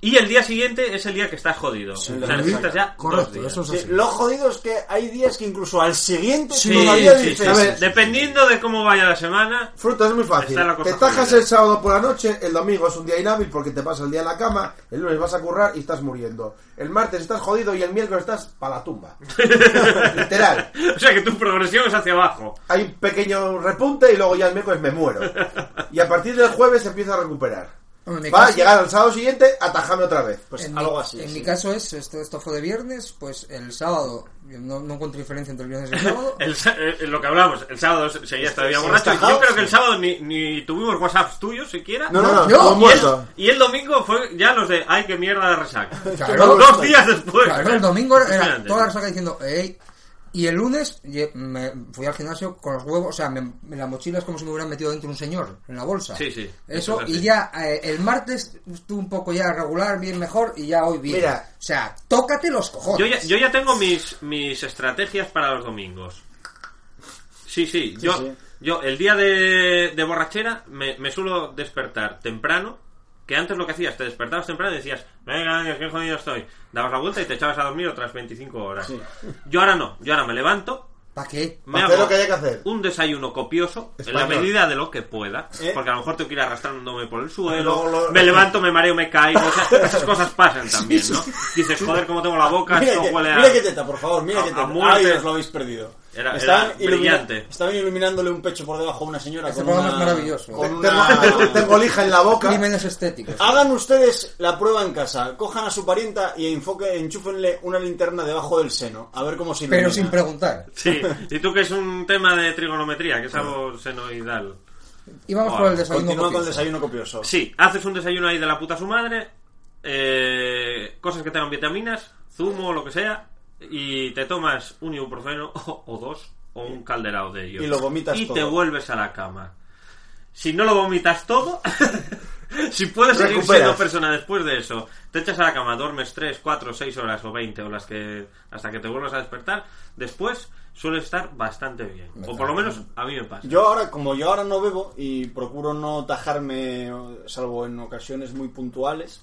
S5: Y el día siguiente es el día que estás jodido. o sea,
S4: la
S5: necesitas
S4: resaca.
S5: ya dos
S3: Correcto,
S5: días.
S3: eso es
S4: Sí,
S3: así.
S4: lo jodido es que hay días que incluso al siguiente
S5: Sí,
S4: todavía
S5: sí,
S4: dices,
S5: sí,
S8: a
S5: sí.
S8: ver,
S5: Dependiendo de cómo vaya la semana,
S8: Fruta es muy fácil.
S5: Está la cosa
S8: Te tajas
S5: jodida.
S8: el sábado por la noche, el domingo es un día inhábil porque te pasas el día en la cama, el lunes vas a currar y estás muriendo. El martes estás jodido y el miércoles estás para la tumba. Literal.
S5: o sea que tu progresión es hacia abajo.
S8: Hay un pequeño repunte y luego ya el miércoles me muero. Y a partir del jueves se empieza a recuperar.
S3: Hombre, mi
S8: Va a
S3: caso-
S8: llegar al sábado siguiente, atajame otra vez.
S4: pues
S3: en
S4: algo
S3: mi,
S4: así.
S3: En
S4: sí.
S3: mi caso es, esto, esto fue de viernes, pues el sábado, yo no, no encuentro diferencia entre el viernes y el sábado.
S5: El sa- eh, lo que hablamos, el sábado se-
S3: Este,
S5: seguías todavía
S4: sí,
S5: borracho.
S4: está
S5: Yo creo que el
S4: sí.
S5: sábado ni, ni tuvimos WhatsApps tuyos siquiera.
S8: No, no, no,
S3: yo-
S8: todo
S5: y, el,
S8: muerto.
S5: y el domingo fue ya los de, ay, qué mierda la resaca.
S3: Claro.
S5: Dos días después.
S3: Claro, el domingo era- era
S5: Imagínate.
S3: toda la resaca diciendo, ¡ey! Y el lunes ye- me fui al gimnasio con los huevos, o sea, me, me- la mochila es como si me hubieran metido dentro un señor, en la bolsa.
S5: Sí, sí,
S3: Eso,
S5: eso es así.
S3: y ya eh, el martes estuve un poco ya regular, bien mejor, y ya hoy bien.
S8: Mira.
S3: O sea, tócate los cojones.
S5: Yo ya, yo ya tengo mis, mis estrategias para los domingos. Sí, sí. Yo,
S4: sí.
S5: yo el día de, de borrachera me, me suelo despertar temprano. Que antes lo que hacías, te despertabas temprano y decías, venga, Dios, qué jodido estoy. Dabas la vuelta y te echabas a dormir otras 25 horas.
S4: Sí.
S5: Yo ahora no. Yo ahora me levanto,
S3: ¿Para qué?
S5: me
S8: Hacer
S5: hago
S8: lo que haya que hacer.
S5: un desayuno copioso en
S8: Español.
S5: la medida de lo que pueda.
S4: ¿Eh?
S5: Porque a lo mejor tengo que ir arrastrándome por el suelo.
S4: Luego lo-
S5: Me levanto, me mareo, me caigo. o sea, esas cosas pasan también, ¿no? Dices, joder, cómo tengo la boca,
S4: Mira,
S5: esto
S4: que,
S5: huele a...
S4: mira que teta, por favor, mira
S5: a-
S4: que
S5: a
S4: teta.
S5: muerte.
S4: Ay, os lo habéis perdido.
S5: Era,
S4: Estaban,
S5: era
S4: ilumina-
S5: brillante.
S4: estaban iluminándole un pecho por debajo a una señora.
S3: Este
S4: con
S3: programa
S4: una-
S3: es maravilloso.
S4: con
S8: Tengo,
S4: una-
S8: tengo lija en la boca.
S3: Crímenes estéticos.
S4: Hagan ustedes la prueba en casa. Cojan a su parienta y enfoque, enchúfenle una linterna debajo del seno. A ver cómo se ilumina.
S3: Pero sin preguntar.
S5: Sí, y tú que es un tema de trigonometría,
S4: Ah.
S5: que es algo senoidal.
S3: Y vamos
S5: Bueno,
S3: por el desayuno.
S4: Continúa con el
S3: copioso.
S4: desayuno copioso.
S5: Sí, haces un desayuno ahí de la puta su madre, eh, cosas que tengan vitaminas, zumo, lo que sea, y te tomas un ibuprofeno o, o dos o un calderado de ellos.
S4: Y lo vomitas
S5: Y
S4: todo.
S5: te vuelves a la cama. Si no lo vomitas todo, si puedes seguir
S8: Recuperas.
S5: siendo persona después de eso, te echas a la cama, duermes 3, 4, 6 horas o 20 o las que hasta que te vuelvas a despertar, después suele estar bastante bien. O por lo menos a mí me pasa.
S4: Yo ahora, como yo ahora no bebo y procuro no tajarme, salvo en ocasiones muy puntuales,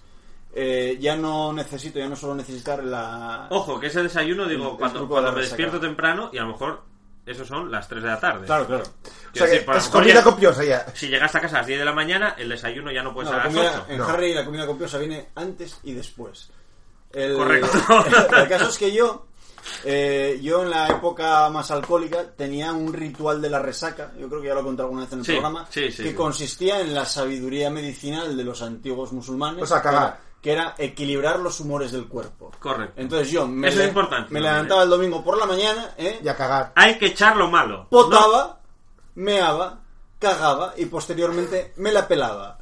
S4: eh, ya no necesito, ya no suelo necesitar la...
S5: Ojo, que ese desayuno, digo,
S4: El- el
S5: cuando,
S4: truco
S5: cuando
S4: de la
S5: me
S4: resaca.
S5: despierto temprano y a lo mejor eso son las 3 de la tarde.
S4: Claro, claro.
S8: O sea
S5: Quiero
S8: que
S5: decir, por lo
S8: es
S5: mejor
S8: comida
S5: ya-
S8: copiosa ya.
S5: Si llegas a casa a las 10 de la mañana, el desayuno ya no puede
S4: No,
S5: ser
S4: la
S5: pues a las
S4: comida-
S5: 8.
S4: en
S8: No.
S4: Harry la comida copiosa viene antes y después. El,
S5: Correcto.
S4: El caso es que yo, eh, yo en la época más alcohólica tenía un ritual de la resaca, yo creo que ya lo he contado alguna vez en el
S5: Sí,
S4: programa,
S5: sí, sí,
S4: que
S5: sí.
S4: consistía en la sabiduría medicinal de los antiguos musulmanes,
S8: O sea, Pues cagar.
S4: que era equilibrar los humores del cuerpo.
S5: Correcto.
S4: Entonces yo me,
S5: Eso es importante,
S4: me
S5: ¿no?
S4: levantaba el domingo por la mañana, ¿eh?
S8: Y a cagar.
S5: Hay que echar lo malo.
S4: potaba, meaba, cagaba y posteriormente me la pelaba.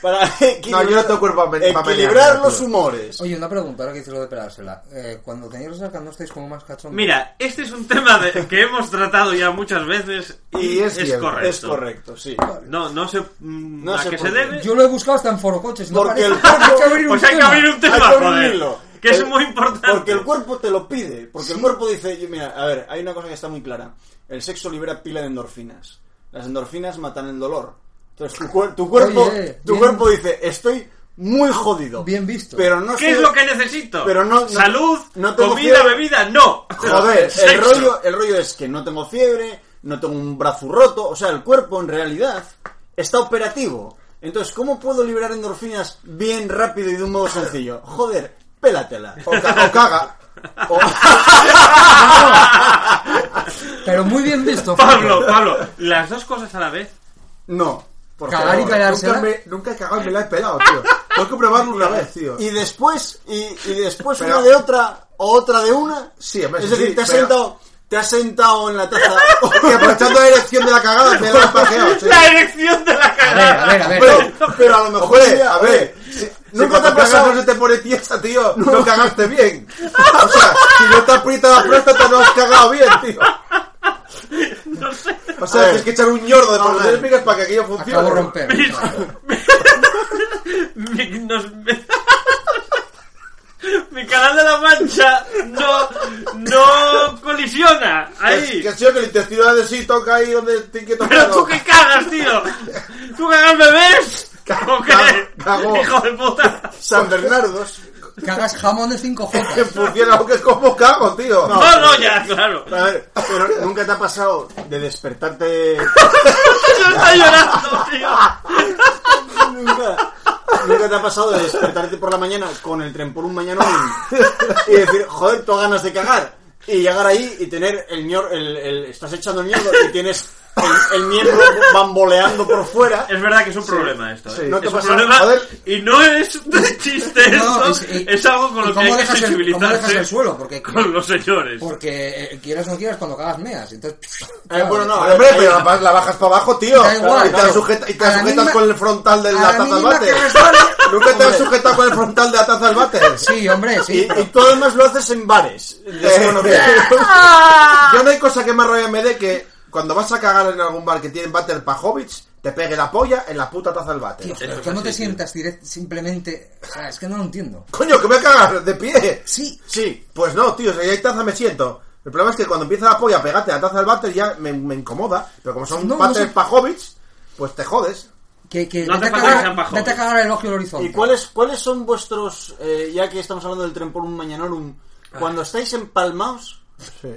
S4: Para equilibrar,
S8: yo no tengo cuerpo pa- pa
S4: equilibrar
S8: menear,
S4: los
S8: tío.
S4: humores.
S3: Oye, una pregunta, ahora que dices lo de pelársela. Eh, cuando tenéis resaca, ¿no estáis como más cachondos?
S5: Mira, este es un tema de- que hemos tratado ya muchas veces y,
S8: Y es
S5: es,
S8: cierto,
S5: correcto.
S4: Es correcto, sí.
S5: No, no sé mm,
S4: No
S5: a
S4: sé
S5: qué
S4: por
S5: se
S4: qué.
S5: debe.
S3: Yo lo he buscado hasta en foro coches. No
S4: Porque el
S3: parece. Hay que abrir un
S5: Pues hay que
S3: tema.
S5: abrir un tema,
S4: Hay que
S5: joder,
S4: abrirlo.
S5: que es
S4: El-
S5: muy importante.
S4: Porque el cuerpo te lo pide. Porque el cuerpo dice, yo- mira, a ver, hay una cosa que está muy clara. El sexo libera pila de endorfinas. Las endorfinas matan el dolor. Entonces tu, cuer- tu cuerpo,
S3: Oye,
S4: tu
S3: bien.
S4: cuerpo dice, estoy muy jodido.
S3: Bien visto.
S4: Pero no
S5: ¿Qué es
S4: estoy-
S5: lo que necesito?
S4: Pero no- no-
S5: Salud,
S4: no tengo
S5: comida,
S4: fiebre.
S5: bebida, no.
S4: Joder, el
S5: Sexo.
S4: rollo, el rollo es que no tengo fiebre, no tengo un brazo roto, o sea, el cuerpo en realidad está operativo. Entonces, ¿cómo puedo liberar endorfinas bien rápido y de un modo sencillo? Joder, pélatela.
S8: O, ca- o caga.
S3: Pero muy bien visto.
S5: Pablo, Pablo, las dos cosas a la vez.
S4: No, por
S3: Cagar y
S4: favor.
S3: cagar.
S8: Nunca, me, nunca he cagado y me la he pelado, tío. Tengo que probarlo una vez, tío.
S4: Y después, y, y después
S8: Pero-
S4: una de otra, o otra de una.
S8: Sí, hombre,
S4: es
S8: sí,
S4: decir, te has
S8: pero-
S4: sentado, te has sentado en la taza.
S8: Y aprovechando la erección de la cagada, me la he pajeado, sí.
S5: La erección de la
S3: A ver,
S5: cagada.
S3: a ver, a ver.
S4: pero, pero a lo mejor un
S8: Hombre,
S4: día-
S8: a ver, si,
S4: nunca
S8: nunca
S4: te ha
S8: te pasado
S4: pasado-
S8: no se te pone tiesa, tío. No. cagaste bien. O sea, si no te aprieta la próstata, no has cagado bien, tío. O sea,
S4: A ver.
S8: tienes que echar un ñordo de
S4: Vamos a ver.
S8: por las para que aquello funcione.
S3: Acabo de romper.
S5: Mi, nos- mi canal de la mancha no, no colisiona ahí.
S3: Pues,
S8: Es que, tío, que el intestino de sí toca ahí donde tiene que tocar.
S5: Pero tú que cagas, tío. ¿Tú cagas bebés? ¿O qué?
S8: cago.
S5: Hijo de puta.
S4: San Bernardos.
S3: Cagas jamones 5J.
S8: Que funciona, aunque es como cago, tío.
S5: No, no, ya, claro.
S4: A ver, pero nunca te ha pasado de despertarte
S5: Se está llorando, tío.
S4: Nunca, nunca te ha pasado de despertarte por la mañana con el tren por un mañana y decir, joder, tú ganas de cagar. Y llegar ahí y tener el ñor, el, el- estás echando el ñordo y tienes el, el miembro bamboleando por fuera.
S8: Eh,
S5: Es verdad que es un problema esto. ¿eh?
S8: sí. No te
S5: es un
S8: pasa-
S5: problema
S8: joder.
S5: y no es de chiste
S3: No,
S5: esto.
S3: y- y-
S5: es algo con
S3: ¿y
S5: lo que
S3: cómo
S5: hay que
S3: dejas el-
S5: sensibilizarse
S3: cómo dejas el suelo? Porque-
S5: con los señores.
S3: Porque eh, quieras o no quieras, cuando cagas meas. Entonces,
S4: Eh, bueno, no, a ver,
S8: Hombre,
S4: ahí-
S8: pero la, la bajas para abajo, tío.
S3: Da igual,
S8: y te
S3: claro.
S8: la sujeta- y te
S3: A
S8: la
S3: la
S8: sujetas
S3: mínima-
S8: con el frontal de
S3: a
S8: la,
S3: la
S8: taza al
S3: mínima
S8: váter.
S3: que resbale.
S8: Nunca te has sujetado con el frontal de la taza al váter.
S3: Sí, hombre, sí.
S4: y, y tú además lo haces en bares.
S8: Desconocido. Yo no hay cosa que más rabia me dé que cuando vas a cagar en algún bar que tienen váter para hobbits, te pegue la polla en la puta taza del váter.
S3: Tío, pero
S5: Eso
S3: que
S5: es
S3: no te
S5: así, tío.
S3: sientas direct- simplemente. O sea, es que no lo entiendo.
S8: Coño, que voy a cagar de pie.
S3: Sí,
S4: Sí.
S8: Pues no, tío, si hay taza me siento. El problema es que cuando empieza la polla a pegarte a la taza del váter ya me, me incomoda. Pero como son
S3: No, no
S8: váter
S3: sé.
S8: para hobbits, pues te jodes.
S3: que, que
S5: No
S3: vete, a
S5: hace falta que
S3: cagar,
S5: sean bajos.
S3: vete a cagar el ojo del horizonte.
S4: ¿Y cuáles, cuáles son vuestros, eh, ya que estamos hablando del tren por un mañanorum, cuando estáis empalmados,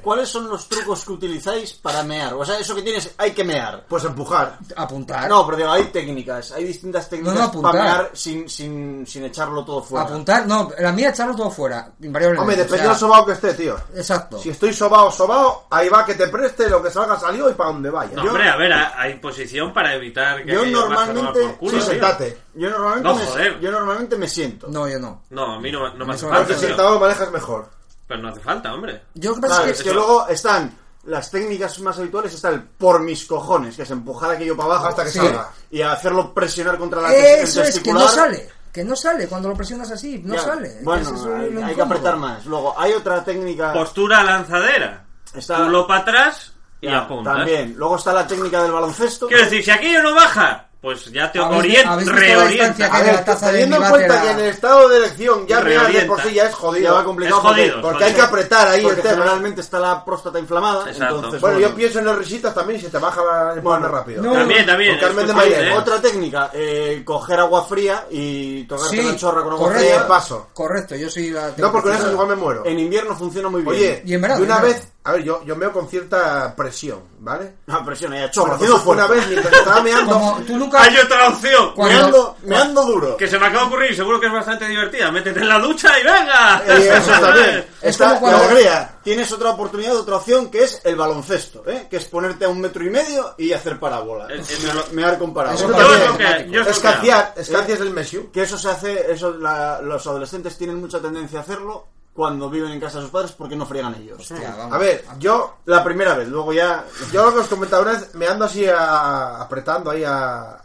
S4: ¿Cuáles son los trucos que utilizáis para mear? O sea, eso que tienes, hay que mear.
S8: Pues empujar.
S3: Apuntar.
S4: No, pero digo, hay técnicas, hay distintas técnicas
S3: No, no, apuntar.
S4: para mear sin, sin, sin echarlo todo fuera.
S3: Apuntar, no, la mía echarlo todo fuera, invariablemente.
S8: Hombre, depende
S3: o sea,
S8: del sobao que esté, tío.
S3: Exacto.
S8: Si estoy sobao, sobao, ahí va que te preste, lo que salga salió y para donde vaya.
S5: No,
S8: Yo-
S5: hombre, a ver, ha- hay posición para evitar que
S4: Yo
S5: aquello más que
S4: normalmente-
S5: tomar por culo,
S8: Sí,
S5: tío.
S8: sentate.
S4: Yo normalmente,
S5: No,
S4: me-
S5: joder.
S4: yo normalmente me siento.
S3: No, yo no.
S5: No, a mí no, no me hace
S3: Eso
S8: Pero
S5: falta.
S8: que
S3: no
S5: tío.
S8: sentado lo manejas mejor.
S5: Pero no hace falta, hombre.
S3: Yo lo que pasa
S4: Claro,
S3: es
S4: es
S3: que...
S4: que luego están las técnicas más habituales, está el por mis cojones, que es empujar aquello para abajo hasta que
S3: Sí.
S4: salga. Y hacerlo presionar contra la
S3: Eso
S4: el
S3: es, que no
S4: testicular.
S3: sale. Que no sale, cuando lo presionas así, no
S4: Ya,
S3: sale.
S4: Bueno,
S3: Eso es lo
S4: hay, hay que
S3: incómodo.
S4: apretar más. Luego, hay otra técnica.
S5: Postura lanzadera.
S4: Ah. Está-
S5: Culo para atrás Pues, y
S4: Ya,
S5: apuntas.
S4: también. Luego está la técnica del baloncesto.
S5: Quiero decir, si aquello no baja, pues ya te
S3: ¿Habéis-
S5: orienta,
S3: habéis visto la distancia
S5: reorienta.
S3: que-
S8: A
S3: de
S8: ver,
S3: la taza de
S8: teniendo en
S3: mi
S8: cuenta
S3: batera.
S8: que en el estado de elección ya mear de
S5: Reorienta.
S8: por sí ya es jodido.
S4: Ya va complicado
S5: Es jodido,
S4: porque-
S5: es
S8: Porque hay que apretar ahí
S4: porque
S8: el tema.
S4: generalmente está la próstata inflamada.
S5: Exacto.
S4: Entonces,
S8: Bueno, yo pienso en las risitas también si te baja
S4: Bueno,
S8: el bueno, rápido.
S3: no.
S5: También, también.
S8: Con Carmen
S5: es
S8: de
S5: posible,
S8: Mairena.
S5: ¿eh?
S4: Otra técnica, eh, coger agua fría y tocarte
S3: Sí,
S4: la chorra con agua
S3: correcto.
S4: fría.
S8: de paso.
S3: Correcto, yo soy la...
S8: No, porque con eso igual me muero.
S4: En invierno funciona muy bien.
S8: Oye,
S3: Y en verano,
S8: yo una
S3: en verano.
S8: vez, a ver, yo, yo meo con cierta presión, ¿vale?
S4: No, presiona ya,
S8: Pero
S4: chorro,
S8: eso
S4: haciendo
S3: pues,
S8: fue
S4: fuerza.
S8: una vez mientras estaba
S3: Como
S8: meando.
S3: tú nunca...
S5: Hay otra opción.
S3: Cuando-
S4: Meando, meando duro.
S5: Que se me acaba de ocurrir, seguro que es bastante divertida. Métete en la ducha y venga.
S8: Eh, eso también.
S3: Es
S4: Está
S3: como cuando-
S4: la alegría. Tienes otra oportunidad, otra opción que es el baloncesto, ¿eh? que es ponerte a un metro y medio y hacer parábola.
S5: El- el-
S4: Me- Mear con parábola. ¿eh?
S3: Eso
S8: Yo
S5: Yo
S8: también.
S5: es lo que. Yo es lo que hago.
S8: Escaciar, escaciar es el mesiu.
S4: Que eso se hace, eso la- los adolescentes tienen mucha tendencia a hacerlo cuando viven en casa de sus padres porque no friegan ellos.
S3: Hostia, vamos.
S8: A ver, yo,
S4: La primera vez, luego ya.
S8: yo lo que os comentaba una vez, me ando así a- apretando ahí a,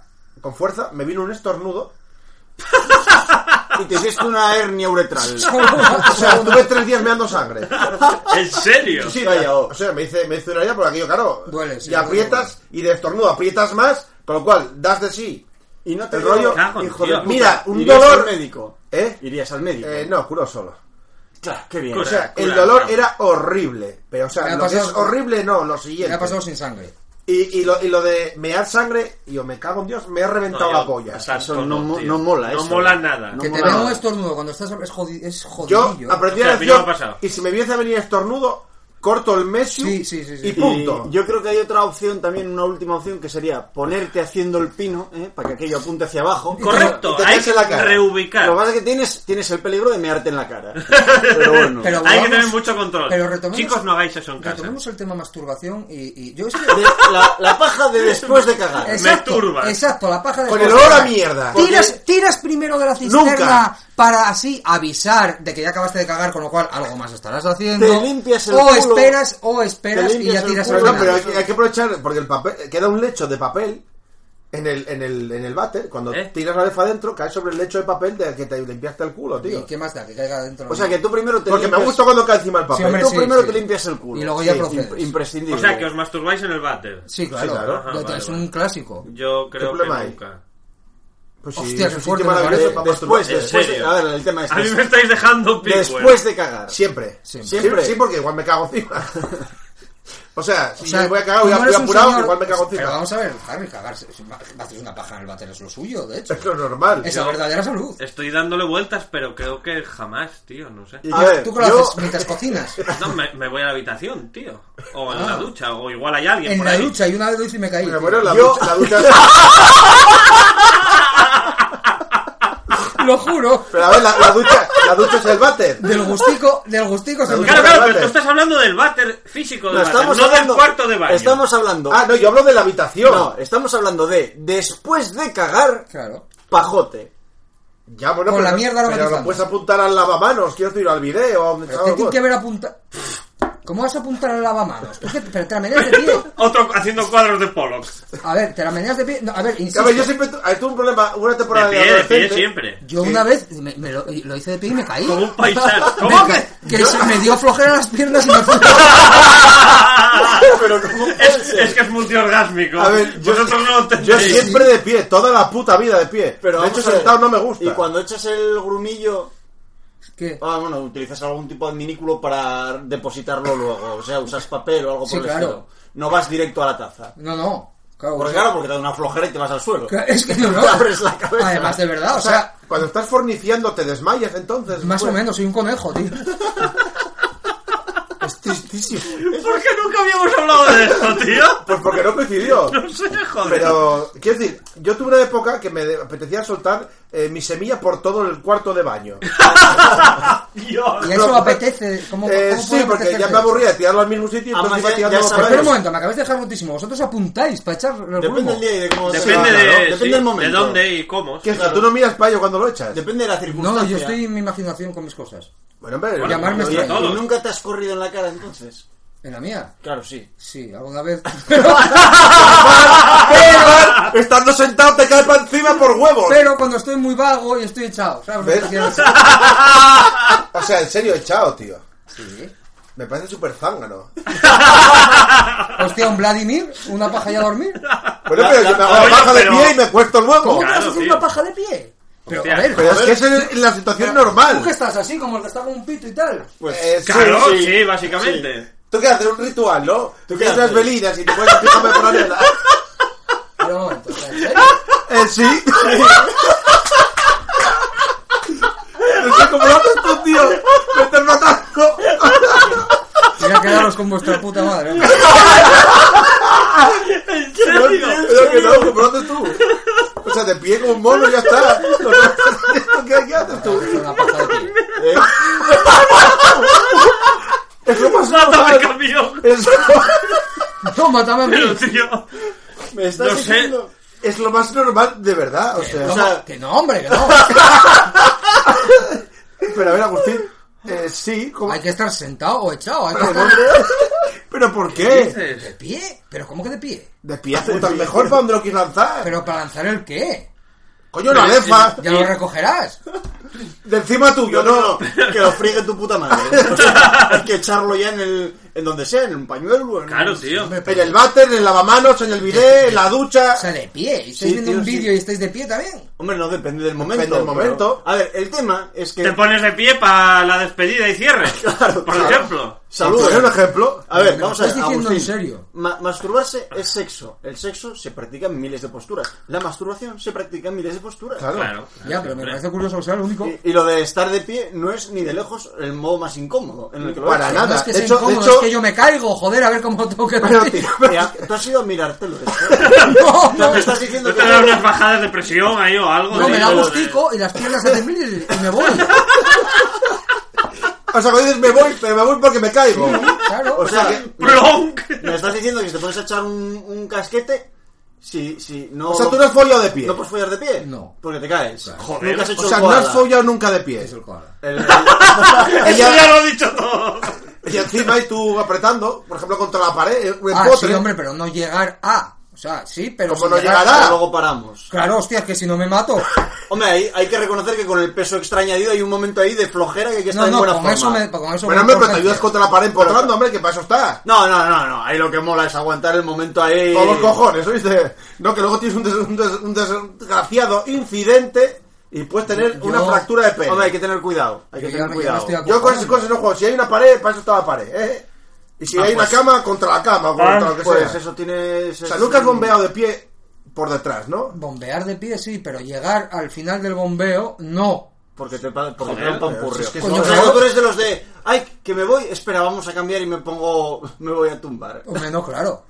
S8: con fuerza, me vino un estornudo.
S4: Y te hiciste una hernia uretral.
S8: O sea, estuve tres días meando sangre.
S5: ¿En serio?
S8: Sí,
S4: Vaya, oh.
S8: o sea, me hice, me hice una herida por aquello, claro.
S3: Duele, sí,
S8: y aprietas, y de estornudo aprietas más, con lo cual das de sí.
S4: Y no te
S8: El rollo-
S5: Cago en
S4: hijo de
S5: Dios.
S4: puta,
S8: Mira, un
S4: irías
S8: dolor-
S4: al médico.
S8: ¿Eh?
S4: Irías al médico.
S8: Eh, no, curo solo.
S4: Claro, qué bien.
S8: O sea,
S5: Cura,
S8: el dolor
S5: cura.
S8: era horrible. Pero, o
S3: Me
S8: sea,
S3: ha
S8: lo que
S3: pasado-
S8: es horrible, no, lo
S3: Me
S8: siguiente.
S3: ha pasado sin sangre.
S8: Y, y, lo, y lo de mear sangre, yo me cago en Dios, me ha
S5: No,
S8: reventado
S5: yo-
S8: la polla.
S5: o sea,
S4: Eso
S5: todo,
S4: no mo-
S5: tío.
S4: no mola
S5: No
S4: eso.
S5: mola nada.
S4: No
S3: Que te
S4: mola.
S3: vea un estornudo cuando estás... Es, jodi- es
S8: Yo
S3: jodidillo. ¿eh?
S8: aprendí
S5: O sea,
S8: la
S5: a mí no me ha
S8: lección
S5: pasado.
S8: y si me viese a venir estornudo, corto el mesiu
S3: Sí, sí, sí, sí.
S8: y
S3: Y
S8: punto.
S4: Y yo creo que hay otra opción también, una última opción, que sería ponerte haciendo el pino, ¿eh? para que aquello apunte hacia abajo.
S5: Correcto,
S8: y te
S5: hay
S8: caes en la
S5: que
S8: cara.
S4: Lo que
S5: reubicar.
S4: pasa es que tienes, tienes el peligro de mearte en la cara. Pero bueno.
S3: Pero
S5: Hay que
S3: volvamos-
S5: tener mucho control.
S3: Pero retomemos-
S5: Chicos, no hagáis eso en casa.
S3: Retomemos el tema masturbación y... y yo es que...
S4: De- la, la paja de después de cagar.
S5: Es- turbas.
S3: Exacto, la paja de
S8: Con
S3: la
S8: el
S3: cisterna.
S8: olor a mierda.
S3: Tiras, tiras primero de la cisterna
S8: Nunca.
S3: para así avisar de que ya acabaste de cagar, con lo cual algo más estarás haciendo.
S4: Te limpias el
S3: O
S4: culo.
S3: esperas, o esperas y ya
S4: Te limpias el
S3: tiras
S8: Pero
S4: culo.
S3: al
S8: no,
S3: final.
S8: pero hay, que- hay que aprovechar, porque el papel queda un lecho de papel en el, en el, en el váter. Cuando
S5: ¿Eh?
S8: tiras la lefa adentro, cae sobre el lecho de papel de que te limpiaste el culo,
S3: ¿Y
S8: tío.
S3: qué más da? Que caiga dentro.
S4: O sea que tú primero te
S8: Porque me
S4: limpias,
S8: gusta cuando cae encima el papel.
S3: hombre,
S4: tú
S3: sí,
S4: primero
S3: sí.
S4: te limpias el culo.
S3: Y luego ya
S4: Sí,
S3: procedes.
S4: imp- imprescindible.
S5: O sea, que os masturbáis en el váter.
S3: Sí, claro.
S8: Sí, claro.
S3: Yo-
S5: Ajá,
S3: es
S5: vale,
S3: un
S5: vale.
S3: clásico.
S5: Yo creo que
S8: problema hay?
S5: nunca.
S8: Pues
S3: Hostia,
S8: es
S3: qué
S8: un
S3: fuerte
S8: sitio
S3: me
S8: maravilloso
S3: parece.
S8: para
S4: después,
S8: masturbarse.
S5: ¿En
S4: después de-
S5: serio?
S4: a ver, el tema es
S5: A mí
S4: este.
S5: me estáis dejando pico.
S4: después de cagar.
S8: Siempre.
S3: Siempre.
S8: Siempre. Sí, porque igual me cago encima. o sea, si
S3: O sea,
S8: yo voy a cagar,
S3: tú
S8: voy, a-
S3: no
S8: voy
S3: eres un
S8: apurado,
S3: señor-
S8: igual me cago
S3: Pero
S8: encima.
S3: vamos a ver, Harry, cagarse. si ma- Haces una paja en el váter, es lo suyo, de hecho.
S8: Es lo normal.
S3: Es la verdadera salud.
S5: Estoy dándole vueltas, pero creo que jamás, tío, no sé.
S4: Y
S8: A
S4: yo-
S8: ver,
S3: ¿Tú qué lo
S8: yo-
S3: haces mientras cocinas?
S5: No, me, me voy a la habitación, tío. O en
S3: Ah.
S5: la ducha, o igual hay alguien
S3: En
S5: por
S3: la
S5: ahí.
S3: ducha, y una vez lo hice y me caí.
S8: Pero
S3: tío.
S8: bueno, la,
S4: Yo-
S8: ducha, la ducha
S3: Lo juro.
S8: Pero a ver, la, la ducha, la ducha es el váter.
S3: Del gustico, del gustico se me
S5: Claro, claro, pero
S8: váter.
S5: tú estás hablando del váter físico
S4: No,
S5: del váter, no
S4: hablando-
S5: del cuarto de baño.
S4: Estamos hablando.
S8: Ah, no, yo hablo de la habitación.
S4: no, estamos hablando de después de cagar,
S3: Claro.
S4: pajote.
S8: Ya, bueno,
S3: Con
S8: pero,
S3: la mierda
S8: pero
S3: aromatizante.
S8: lo puedes apuntar al lavamanos, quiero decir, al video, a donde
S3: Pero
S8: estaba
S3: ¿qué
S8: el
S3: tiene
S8: bot.
S3: que ver apuntar? ¿Cómo vas a apuntar al lavamanos? ¿Tú qué? Pero te la meneas de pie.
S5: Otro haciendo cuadros de Pollock.
S3: A ver, te la meneas de pie. No, a ver,
S8: A
S3: insisto.
S8: ver, yo siempre tu- a ver, tuve un problema, una
S5: De
S8: temporada de,
S5: pie, de pie
S8: adolescente.
S5: siempre.
S3: Yo una vez me, me lo, lo hice de pie y me caí.
S5: Como un paisano.
S3: Me
S5: ¿Cómo
S3: ca-
S5: que?
S3: Que se me dio flojera las piernas y me fui.
S8: Pero ¿cómo puede
S5: Es,
S8: ser?
S5: es que es multiorgásmico.
S8: A ver, yo-
S5: Vosotros no lo entendéis.
S8: Yo siempre de pie, toda la puta vida de pie.
S4: Pero
S8: de
S4: vamos
S8: hecho,
S4: a ver,
S8: sentado no me gusta.
S4: Y cuando echas el grumillo,
S3: ¿Qué?
S4: ah, bueno, utilizas algún tipo de minículo para depositarlo luego. O sea, usas papel o algo por
S3: Sí,
S4: el
S3: claro.
S4: estilo. No vas directo a la taza.
S3: No, no. Claro,
S4: Porque
S3: o sea,
S4: claro, porque te da una flojera y te vas al suelo.
S3: que- Es que no, no.
S4: Te abres la cabeza.
S3: Además, de verdad, o
S8: O sea,
S3: sea,
S8: cuando estás forniciando, te desmayas entonces.
S3: más o
S8: pues.
S3: menos, soy un conejo, tío.
S8: Es tristísimo. Es-
S5: ¿Por qué nunca habíamos hablado de esto, tío?
S8: Pues porque no coincidió.
S5: No sé, joder.
S8: Pero, quiero decir, yo tuve una época que me de- apetecía soltar eh, mi semilla por todo el cuarto de baño.
S5: Dios.
S3: Y eso
S8: No,
S3: apetece. ¿Cómo,
S8: Eh,
S3: cómo
S8: sí,
S3: puede
S8: porque ya
S3: apetecerte?
S8: me aburría de tirarlo al mismo sitio,
S3: Ah,
S4: Además,
S8: entonces iba
S4: ya-
S8: tirando
S4: ya
S8: los
S4: sabes-
S3: Espera un
S8: premios.
S3: momento, me acabáis de dejar rotísimo. Vosotros apuntáis para echar el
S4: Depende
S3: grumo.
S4: del día y de cómo se
S5: Depende,
S4: haga,
S5: de,
S4: ¿no?
S5: sí,
S4: Depende del momento.
S5: de dónde y cómo.
S8: ¿Qué es
S4: Claro.
S8: que tú no miras para ello cuando lo echas?
S4: Depende de la circunstancia.
S3: No, yo estoy en mi imaginación con mis cosas.
S8: Bueno, hombre,
S3: Bueno, Llamarme
S4: Oye,
S3: extraño.
S4: Pues ¿Y nunca te has corrido en la cara entonces?
S3: En la mía.
S4: Claro, sí.
S3: Sí, alguna vez.
S8: Estando sentado te cae para encima por huevos.
S3: Pero cuando estoy muy vago y estoy echado, ¿sabes? lo que
S8: ¿Ves?
S3: quiero decir?
S8: O sea, en serio, echado, tío.
S3: Sí.
S8: Me parece súper zángano.
S3: Hostia, un Vladimir, una paja y a dormir.
S8: Bueno, pero yo me hago la
S5: Oye,
S8: paja de
S5: pero-
S8: pie y me cuesto el
S3: ¿Cómo
S8: huevo.
S3: te vas a
S5: Claro,
S3: hacer
S5: tío.
S3: una paja de pie? Pero
S5: Hostia,
S3: a ver,
S8: Pero
S3: a
S8: es
S3: ver,
S8: que es el- la situación
S3: tú que
S8: normal.
S3: estás así, como el que está con un pito y tal.
S8: Eh, sí,
S5: Claro,
S8: sí.
S5: sí, básicamente.
S8: Tú quieres hacer un ritual, ¿no? Tú quieres
S4: haces?
S8: unas velinas y te pones un pijama por la
S3: Pero un momento, o sea, ¿en serio?
S8: Eh, sí. No sé cómo lo haces tú, tío. Me estás matando.
S3: Mira, quedaros con vuestra puta madre. ¿eh?
S8: No, no, pero que no, ¿cómo lo haces tú? O sea, de pie como un mono y ya está. No, no, ¿Qué, qué haces tú?
S3: Una paja de pie.
S8: Es lo más
S5: Mátame
S8: normal.
S5: el camión.
S8: Es lo-
S3: No, mátame a mí.
S5: Pero, tío.
S8: Me estás
S5: No sé.
S8: diciendo- Es lo más normal, de verdad. O sea,
S3: No,
S8: o sea,
S3: que no, hombre, que no.
S8: pero a ver, Agustín. Eh, sí, como...
S3: Hay que estar sentado o echado. Hay que
S8: Pero,
S3: estar
S8: ¿Pero por
S5: ¿Qué
S4: Eh,
S8: qué?
S3: de
S5: dices?
S3: pie. ¿Pero cómo que de pie?
S8: De pie puta, mejor para donde lo quieres lanzar.
S3: ¿Pero para lanzar el qué?
S8: Coño, la lefa.
S3: Ya lo recogerás.
S8: De encima
S4: Yo
S8: tuyo,
S4: no,
S8: no.
S4: que lo friegue tu puta madre. O sea, hay que echarlo ya en el en donde sea, en un pañuelo. En
S5: Claro, tío.
S3: Hombre,
S8: En el váter, en el lavamanos, en el bidet, en la ducha.
S3: O sea, de pie. Y estáis
S4: Sí,
S3: viendo
S4: tío,
S3: un
S4: sí.
S3: vídeo y estáis de pie también.
S4: Hombre, no depende del momento.
S8: Depende del
S4: pero-
S8: momento.
S4: A ver, el tema es que
S5: Te pones de pie para la despedida y cierre. por ejemplo.
S8: Saludos.
S4: saludos.
S8: Es un ejemplo.
S4: A ver,
S3: Me
S4: eh. vamos a
S3: lo estás
S4: ver.
S3: diciendo en
S4: Agustín.
S3: serio.
S4: Ma- masturbarse es sexo. El sexo se practica en miles de posturas. La masturbación se practica en miles de posturas.
S8: Claro.
S5: Claro.
S3: Ya, pero me
S5: siempre.
S3: parece curioso que sea lo único.
S4: Y, y lo de estar de pie no es ni de lejos el modo más incómodo en el que lo
S8: Para
S4: haces.
S8: nada.
S3: No es que
S8: de
S3: sea
S8: hecho- de
S3: incómodo,
S8: hecho-
S3: es que yo me caigo, joder, a ver cómo tengo que
S8: Pero,
S3: decir.
S8: tío,
S4: Mira, Tú has ido a mirártelo. ¿eh? esto.
S3: No,
S4: No
S3: no,
S4: me estás diciendo
S5: ¿No
S4: que
S5: te dan unas bajadas de presión ahí o algo?
S3: no,
S5: de-
S3: me da
S5: de-
S3: gustico y las piernas se hacen mil y me voy.
S8: o sea, cuando dices me voy, pero me voy porque me caigo.
S3: Claro. Ah,
S4: O sea, que
S5: ¡Plonk!
S4: me estás diciendo que si te pones a echar un, un casquete, si, si no.
S8: O sea, tú no has follado de pie.
S4: ¿No puedes follar de pie?
S3: No.
S4: Porque te caes.
S5: Joder.
S4: Nunca has hecho
S8: o sea,
S4: el
S8: no has
S4: koala.
S8: follado nunca de pie.
S3: Es el koala.
S4: El- el-
S5: Eso ya lo he dicho todo.
S8: Y encima y tú apretando, por ejemplo, contra la pared, eh, en
S3: Ah, sí,
S8: potre.
S3: hombre, pero no llegar a. O sea, sí, pero.
S8: Como
S3: sin
S8: no
S3: llegar-
S8: llegará.
S4: Pero luego paramos.
S3: Claro, hostia, es que si no me mato.
S4: Hombre, ahí hay que reconocer que con el peso extra añadido hay un momento ahí de flojera que hay que estar
S3: No,
S4: en
S3: no,
S4: buena
S3: con
S4: forma.
S3: eso me. Con eso me
S8: Bueno, hombre, pero te
S3: urgencia.
S8: ayudas contra la pared empotrando, hombre, que para eso está.
S4: No, no, no, no. Ahí lo que mola es aguantar el momento ahí.
S8: Todos los cojones, ¿oíste? No, que luego tienes un, des- un des- un desgraciado incidente y puedes tener
S3: Yo-
S8: una fractura de pene.
S4: Hombre, hay que tener cuidado. Hay
S3: Yo
S4: que
S3: ya
S4: tener
S3: me- yo
S4: cuidado.
S3: me estoy ac-
S8: Yo con esas cosas no juego. Si hay una pared, para eso está la pared, ¿eh? Y si
S5: Ah,
S8: hay
S5: pues.
S8: una cama, contra la cama, o contra lo que
S4: pues
S8: sea.
S4: eso tiene.
S8: O sea, nunca has bombeado de pie por detrás, ¿no?
S3: Bombear de pie sí, pero llegar al final del bombeo, no.
S4: Porque te, pa- porque te
S5: Joder,
S4: rompa un
S8: pero
S4: purrio.
S8: si es que
S3: Coño,
S4: o sea,
S3: claro.
S4: tú eres de los de. Ay, que me voy. Espera, vamos a cambiar y me pongo. Me voy a tumbar.
S3: Hombre, no, claro.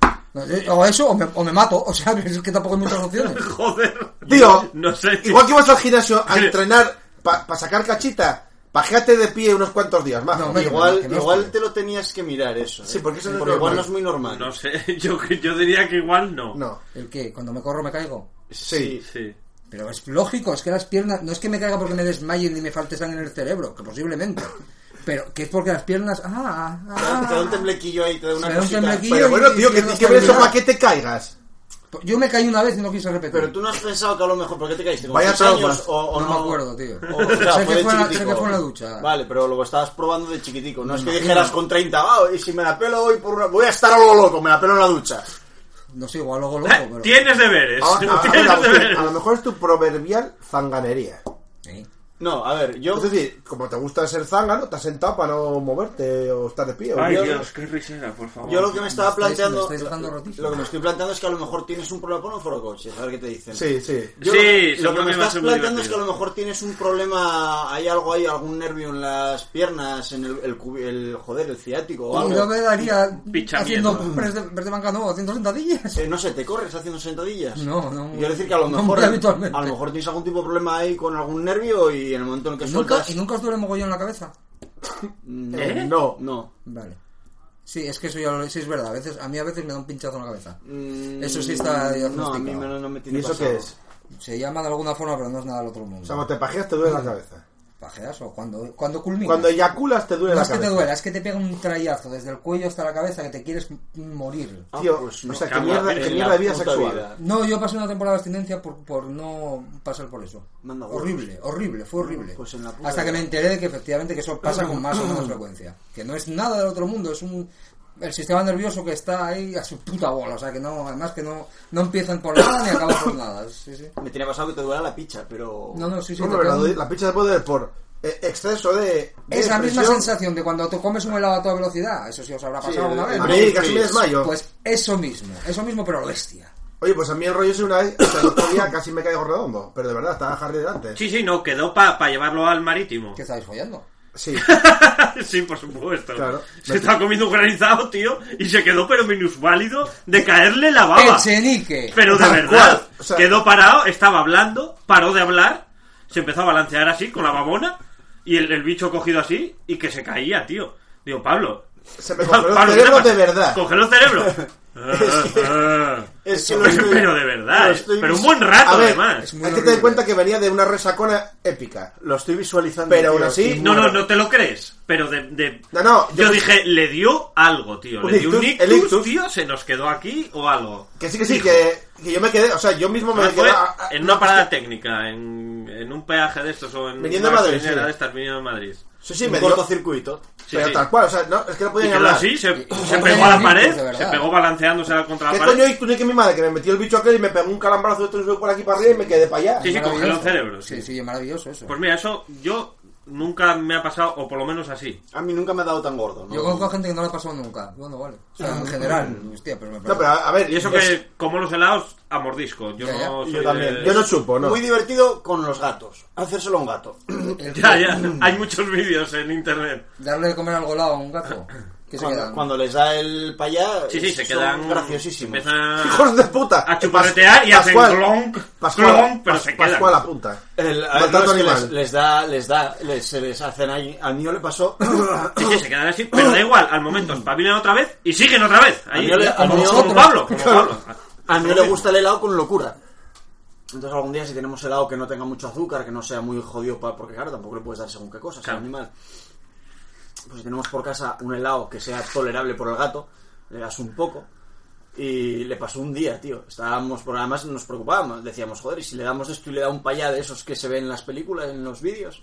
S3: O eso, o me, o me mato. O sea, es que tampoco hay muchas opciones.
S5: Joder.
S8: Tío,
S5: No sé, tío.
S8: igual que vas al gimnasio a entrenar para sacar cachita, pajeate de pie unos cuantos días más.
S3: No, hombre, que
S4: Igual,
S3: que no
S4: igual
S3: está
S4: te lo tenías que mirar eso.
S8: Sí,
S4: ¿eh?
S8: porque eso no es
S4: igual
S8: normal.
S4: no es muy normal.
S5: No sé. Yo, yo diría que igual no.
S8: No,
S3: bien. ¿El qué? ¿Cuando me corro me caigo?
S8: sí.
S5: Sí.
S3: Pero es lógico, es que las piernas. No es que me caiga porque me desmaye ni me falte sangre en el cerebro, que posiblemente. Pero que es porque las piernas. Ah,
S4: Te da- Te da un
S3: ah,
S4: temblequillo ahí, te da una
S3: Me da un
S4: cosita.
S3: temblequillo.
S8: Pero bueno, tío, que, que ver eso para que te caigas.
S3: ah. Yo me caí una vez y no quise repetir.
S4: Pero tú no has pensado que a lo mejor porque te caíste con
S8: Vaya
S4: 6 años
S8: traumas.
S4: o, o
S3: No
S4: no,
S3: me acuerdo, tío.
S4: O, o sea,
S3: Sé
S4: fue
S3: que fue
S4: de
S3: en la- sé
S4: chiquitico.
S3: que fue en la ducha.
S4: Vale, pero lo estabas probando de chiquitico. No es que
S3: imagino.
S4: dijeras con 30, "Ah, y si me la pelo hoy por una... voy a estar a lo loco, me la pelo en la ducha.
S3: No sé, igual luego loco, pero.
S4: Ah,
S5: Ah, Eh,
S8: Ah,
S5: Tienes deberes.
S8: Ahora, a, a-
S5: Tienes
S8: a- a-
S5: deberes.
S8: a lo mejor es tu proverbial zanganería.
S3: Sí.
S4: No, a ver, yo.
S8: Es decir, como te gusta ser zángano, te has sentado para no moverte o estar de pie. o-
S5: Ay,
S4: yo-
S5: Dios, qué risera, por favor.
S4: Yo lo que me estaba
S3: estáis- me
S4: planteando.
S3: estáis dejando rotísimo.
S4: Lo que me estoy planteando es que a lo mejor tienes un problema con un foro coches, a ver qué te dicen.
S8: Sí, sí.
S4: Yo lo,
S5: Sí, seguro
S4: lo que me
S5: que va a
S4: estás
S5: ser muy
S4: planteando es que a
S5: divertido.
S4: lo mejor tienes un problema, hay algo ahí, algún nervio en las piernas, en el, el, cubi- el- joder, el ciático o
S3: Yo
S4: algo.
S3: me daría
S5: Pichamiento.
S3: haciendo press de, press de banca nuevo, haciendo sentadillas.
S4: Eh, no sé, ¿te corres haciendo sentadillas?
S3: No, no.
S4: Quiero decir que a lo
S3: No
S4: mejor,
S3: muy habitualmente.
S4: a lo mejor tienes algún tipo de problema ahí con algún nervio y en el momento en el que
S3: ¿Y nunca,
S4: sueltas... mm,
S3: ¿Y nunca os duele mogollón la cabeza?
S5: ¿Eh?
S4: No, no.
S3: Vale. Sí, es que eso ya lo, sí es verdad. A veces, a mí a veces me da un pinchazo en la cabeza.
S4: Mm,
S3: Eso sí está
S4: No, a mí
S3: diagnosticado.
S4: me- no me tiene
S8: ¿Y eso
S4: pasado.
S8: qué es?
S3: Se llama de alguna forma, pero no es nada del otro mundo.
S8: O sea, cuando te pajeas te duele la cabeza.
S3: Pajeas o cuando, cuando culmina.
S8: Cuando eyaculas te duele
S3: no
S8: la
S3: es que te
S8: cabeza.
S3: duela, es que te pega un trayazo desde el cuello hasta la cabeza que te quieres m- morir.
S4: Ah,
S8: Tío,
S4: pues no.
S8: o sea, qué
S5: Cago
S8: mierda,
S5: en
S8: qué
S5: la
S8: mierda de vida
S4: puta
S8: sexual.
S4: vida.
S3: No, yo pasé una temporada de abstinencia por, por no pasar por eso.
S4: Me han dado
S3: Horrible, horrible, fue horrible.
S4: Pues en la puta
S3: Hasta que
S4: vida.
S3: me enteré de que efectivamente que eso pasa con más o menos frecuencia. Que no es nada del otro mundo, es un el sistema nervioso que está ahí a su puta bola. O sea, que no, además que no, no empiezan por nada ni acaban por nada. Sí, sí.
S4: Me tiene pasado que te duela la picha, pero...
S3: No, no, sí, sí.
S8: No,
S3: te
S8: pero
S3: pega
S8: la,
S3: un-
S8: duele- la picha te puede doler por eh, exceso de, de
S3: Es la misma
S8: presión.
S3: sensación de cuando te comes un helado a toda velocidad. Eso sí os habrá
S8: Sí,
S3: pasado alguna vez.
S8: a
S3: ¿no?
S8: mí casi me
S4: Pues-
S8: desmayo.
S3: Pues eso mismo, eso mismo, pero lo bestia.
S8: Oye, pues a mí el rollo es una vez, o sea, el otro día casi me caigo redondo, pero de verdad, estaba Harry delante.
S5: Sí, sí, no, quedó para llevarlo al marítimo.
S3: ¿Qué estáis follando?
S8: Sí.
S5: sí, por supuesto.
S8: Claro.
S5: Se estaba comiendo un granizado, tío, y se quedó pero minusválido de caerle la baba.
S3: ¡Echenique!
S5: Pero de
S8: Tal
S5: verdad,
S8: cual, o sea-
S5: quedó parado, estaba hablando, paró de hablar, se empezó a balancear así con la babona y el, el bicho cogido así y que se caía, tío. Digo, Pablo.
S8: Se me
S5: Pa-
S8: congeló el
S5: Pablo, ¿qué te
S8: cerebro
S5: pasa?
S8: de verdad.
S5: Congeló el cerebro.
S4: que-
S5: Ah, ah.
S4: Es que lo
S5: Pero-
S4: estoy-
S5: pero de verdad,
S4: lo
S5: eh.
S4: estoy
S5: pero un
S4: vis-
S5: buen rato
S8: A ver,
S5: además.
S3: es muy
S8: Hay que tener
S3: horrible.
S8: en cuenta que venía de una resacona épica.
S4: Lo estoy visualizando.
S8: Pero aún
S4: tío.
S8: así-
S5: No, no, no te lo crees, pero de... de-
S8: No, no,
S5: yo
S8: yo-
S5: dije, le dio algo, tío.
S8: Un
S5: Le dio un
S8: ictus, el
S5: ictus,
S8: ictus.
S5: tío, se nos quedó aquí o algo.
S8: Que sí, que sí,
S5: Hijo,
S8: que, que yo me quedé, o sea, yo mismo me
S5: además
S8: quedé...
S5: Ah, fue
S8: a- a-
S5: en una parada técnica, en, en un peaje de estos o en
S8: Viniendo
S5: una
S8: de Madrid,
S5: gasolinera
S8: sí.
S5: de estas viniendo de Madrid.
S8: Sí, sí,
S4: Un
S8: me dio...
S4: cortocircuito.
S5: Sí,
S8: Pero
S5: sí.
S8: tal cual, o sea, no, es que no podía
S5: Y
S8: ni
S5: quedó
S8: hablar.
S5: así, se,
S3: Y-
S5: se
S3: y-
S5: pegó a la
S3: y-
S5: pared,
S3: de verdad.
S5: se pegegó balanceándose contra la
S8: ¿Qué
S5: pared.
S8: coño tú ni que mi madre? Que me metió el bicho aquel y me pegó un calambrazo de tronco por aquí para arriba y me quedé para allá.
S5: Sí, sí,
S3: Maravilloso.
S5: congeló el cerebro, sí.
S3: Sí, sí, maravilloso eso.
S5: Pues mira, eso yo nunca me ha pasado, o por lo menos así.
S4: A mí nunca me ha dado tan gordo. ¿no?
S3: Yo conozco a gente que no la ha pasado nunca. Bueno, vale. O
S5: Ah.
S3: sea, en general, hostia, pero me
S8: No, pero a, a ver...
S5: Y eso
S8: es-
S5: que como los helados a mordisco. Yo
S3: Ya, ya.
S5: no soy
S4: Yo también.
S5: de-
S8: Yo no chupo, ¿no?
S4: Muy divertido con los gatos. Hacérselo a un gato.
S5: Ya, ya. Hay muchos vídeos en internet.
S3: Darle de comer algo helado a un gato. Que se
S4: Cuando,
S3: quedan.
S4: cuando les da el payá,
S5: Sí, sí, se
S4: son
S5: quedan.
S4: graciosísimos.
S5: empiezan
S8: ¡Hijos de puta!
S5: A chuparretear y hacen
S8: Pascual,
S5: clonk,
S8: Pascual,
S5: clonk, pero
S8: Pas-
S5: se quedan.
S8: Pascual apunta.
S4: El- a ver, no,
S8: Maltrato
S4: es que
S8: animal.
S4: les, les da, les da, les, se les hacen ahí. A Nio le pasó.
S5: Sí, sí, se quedan así, pero da igual, al momento espabilan otra vez y siguen otra vez. Ahí,
S4: A mí le- a mí
S5: como, como
S4: otro.
S5: Pablo, como Pablo.
S4: A Nio le gusta el helado con locura. Entonces algún día si tenemos helado que no tenga mucho azúcar, que no sea muy jodido para, porque claro, tampoco le puedes dar según qué cosas
S5: Claro.
S4: al animal. Pues si tenemos por casa un helado que sea tolerable por el gato, le das un poco. Y le pasó un día, tío. Estábamos, por además nos preocupábamos. Decíamos, joder, y si le damos esto y le da un payá de esos que se ven en las películas, en los vídeos.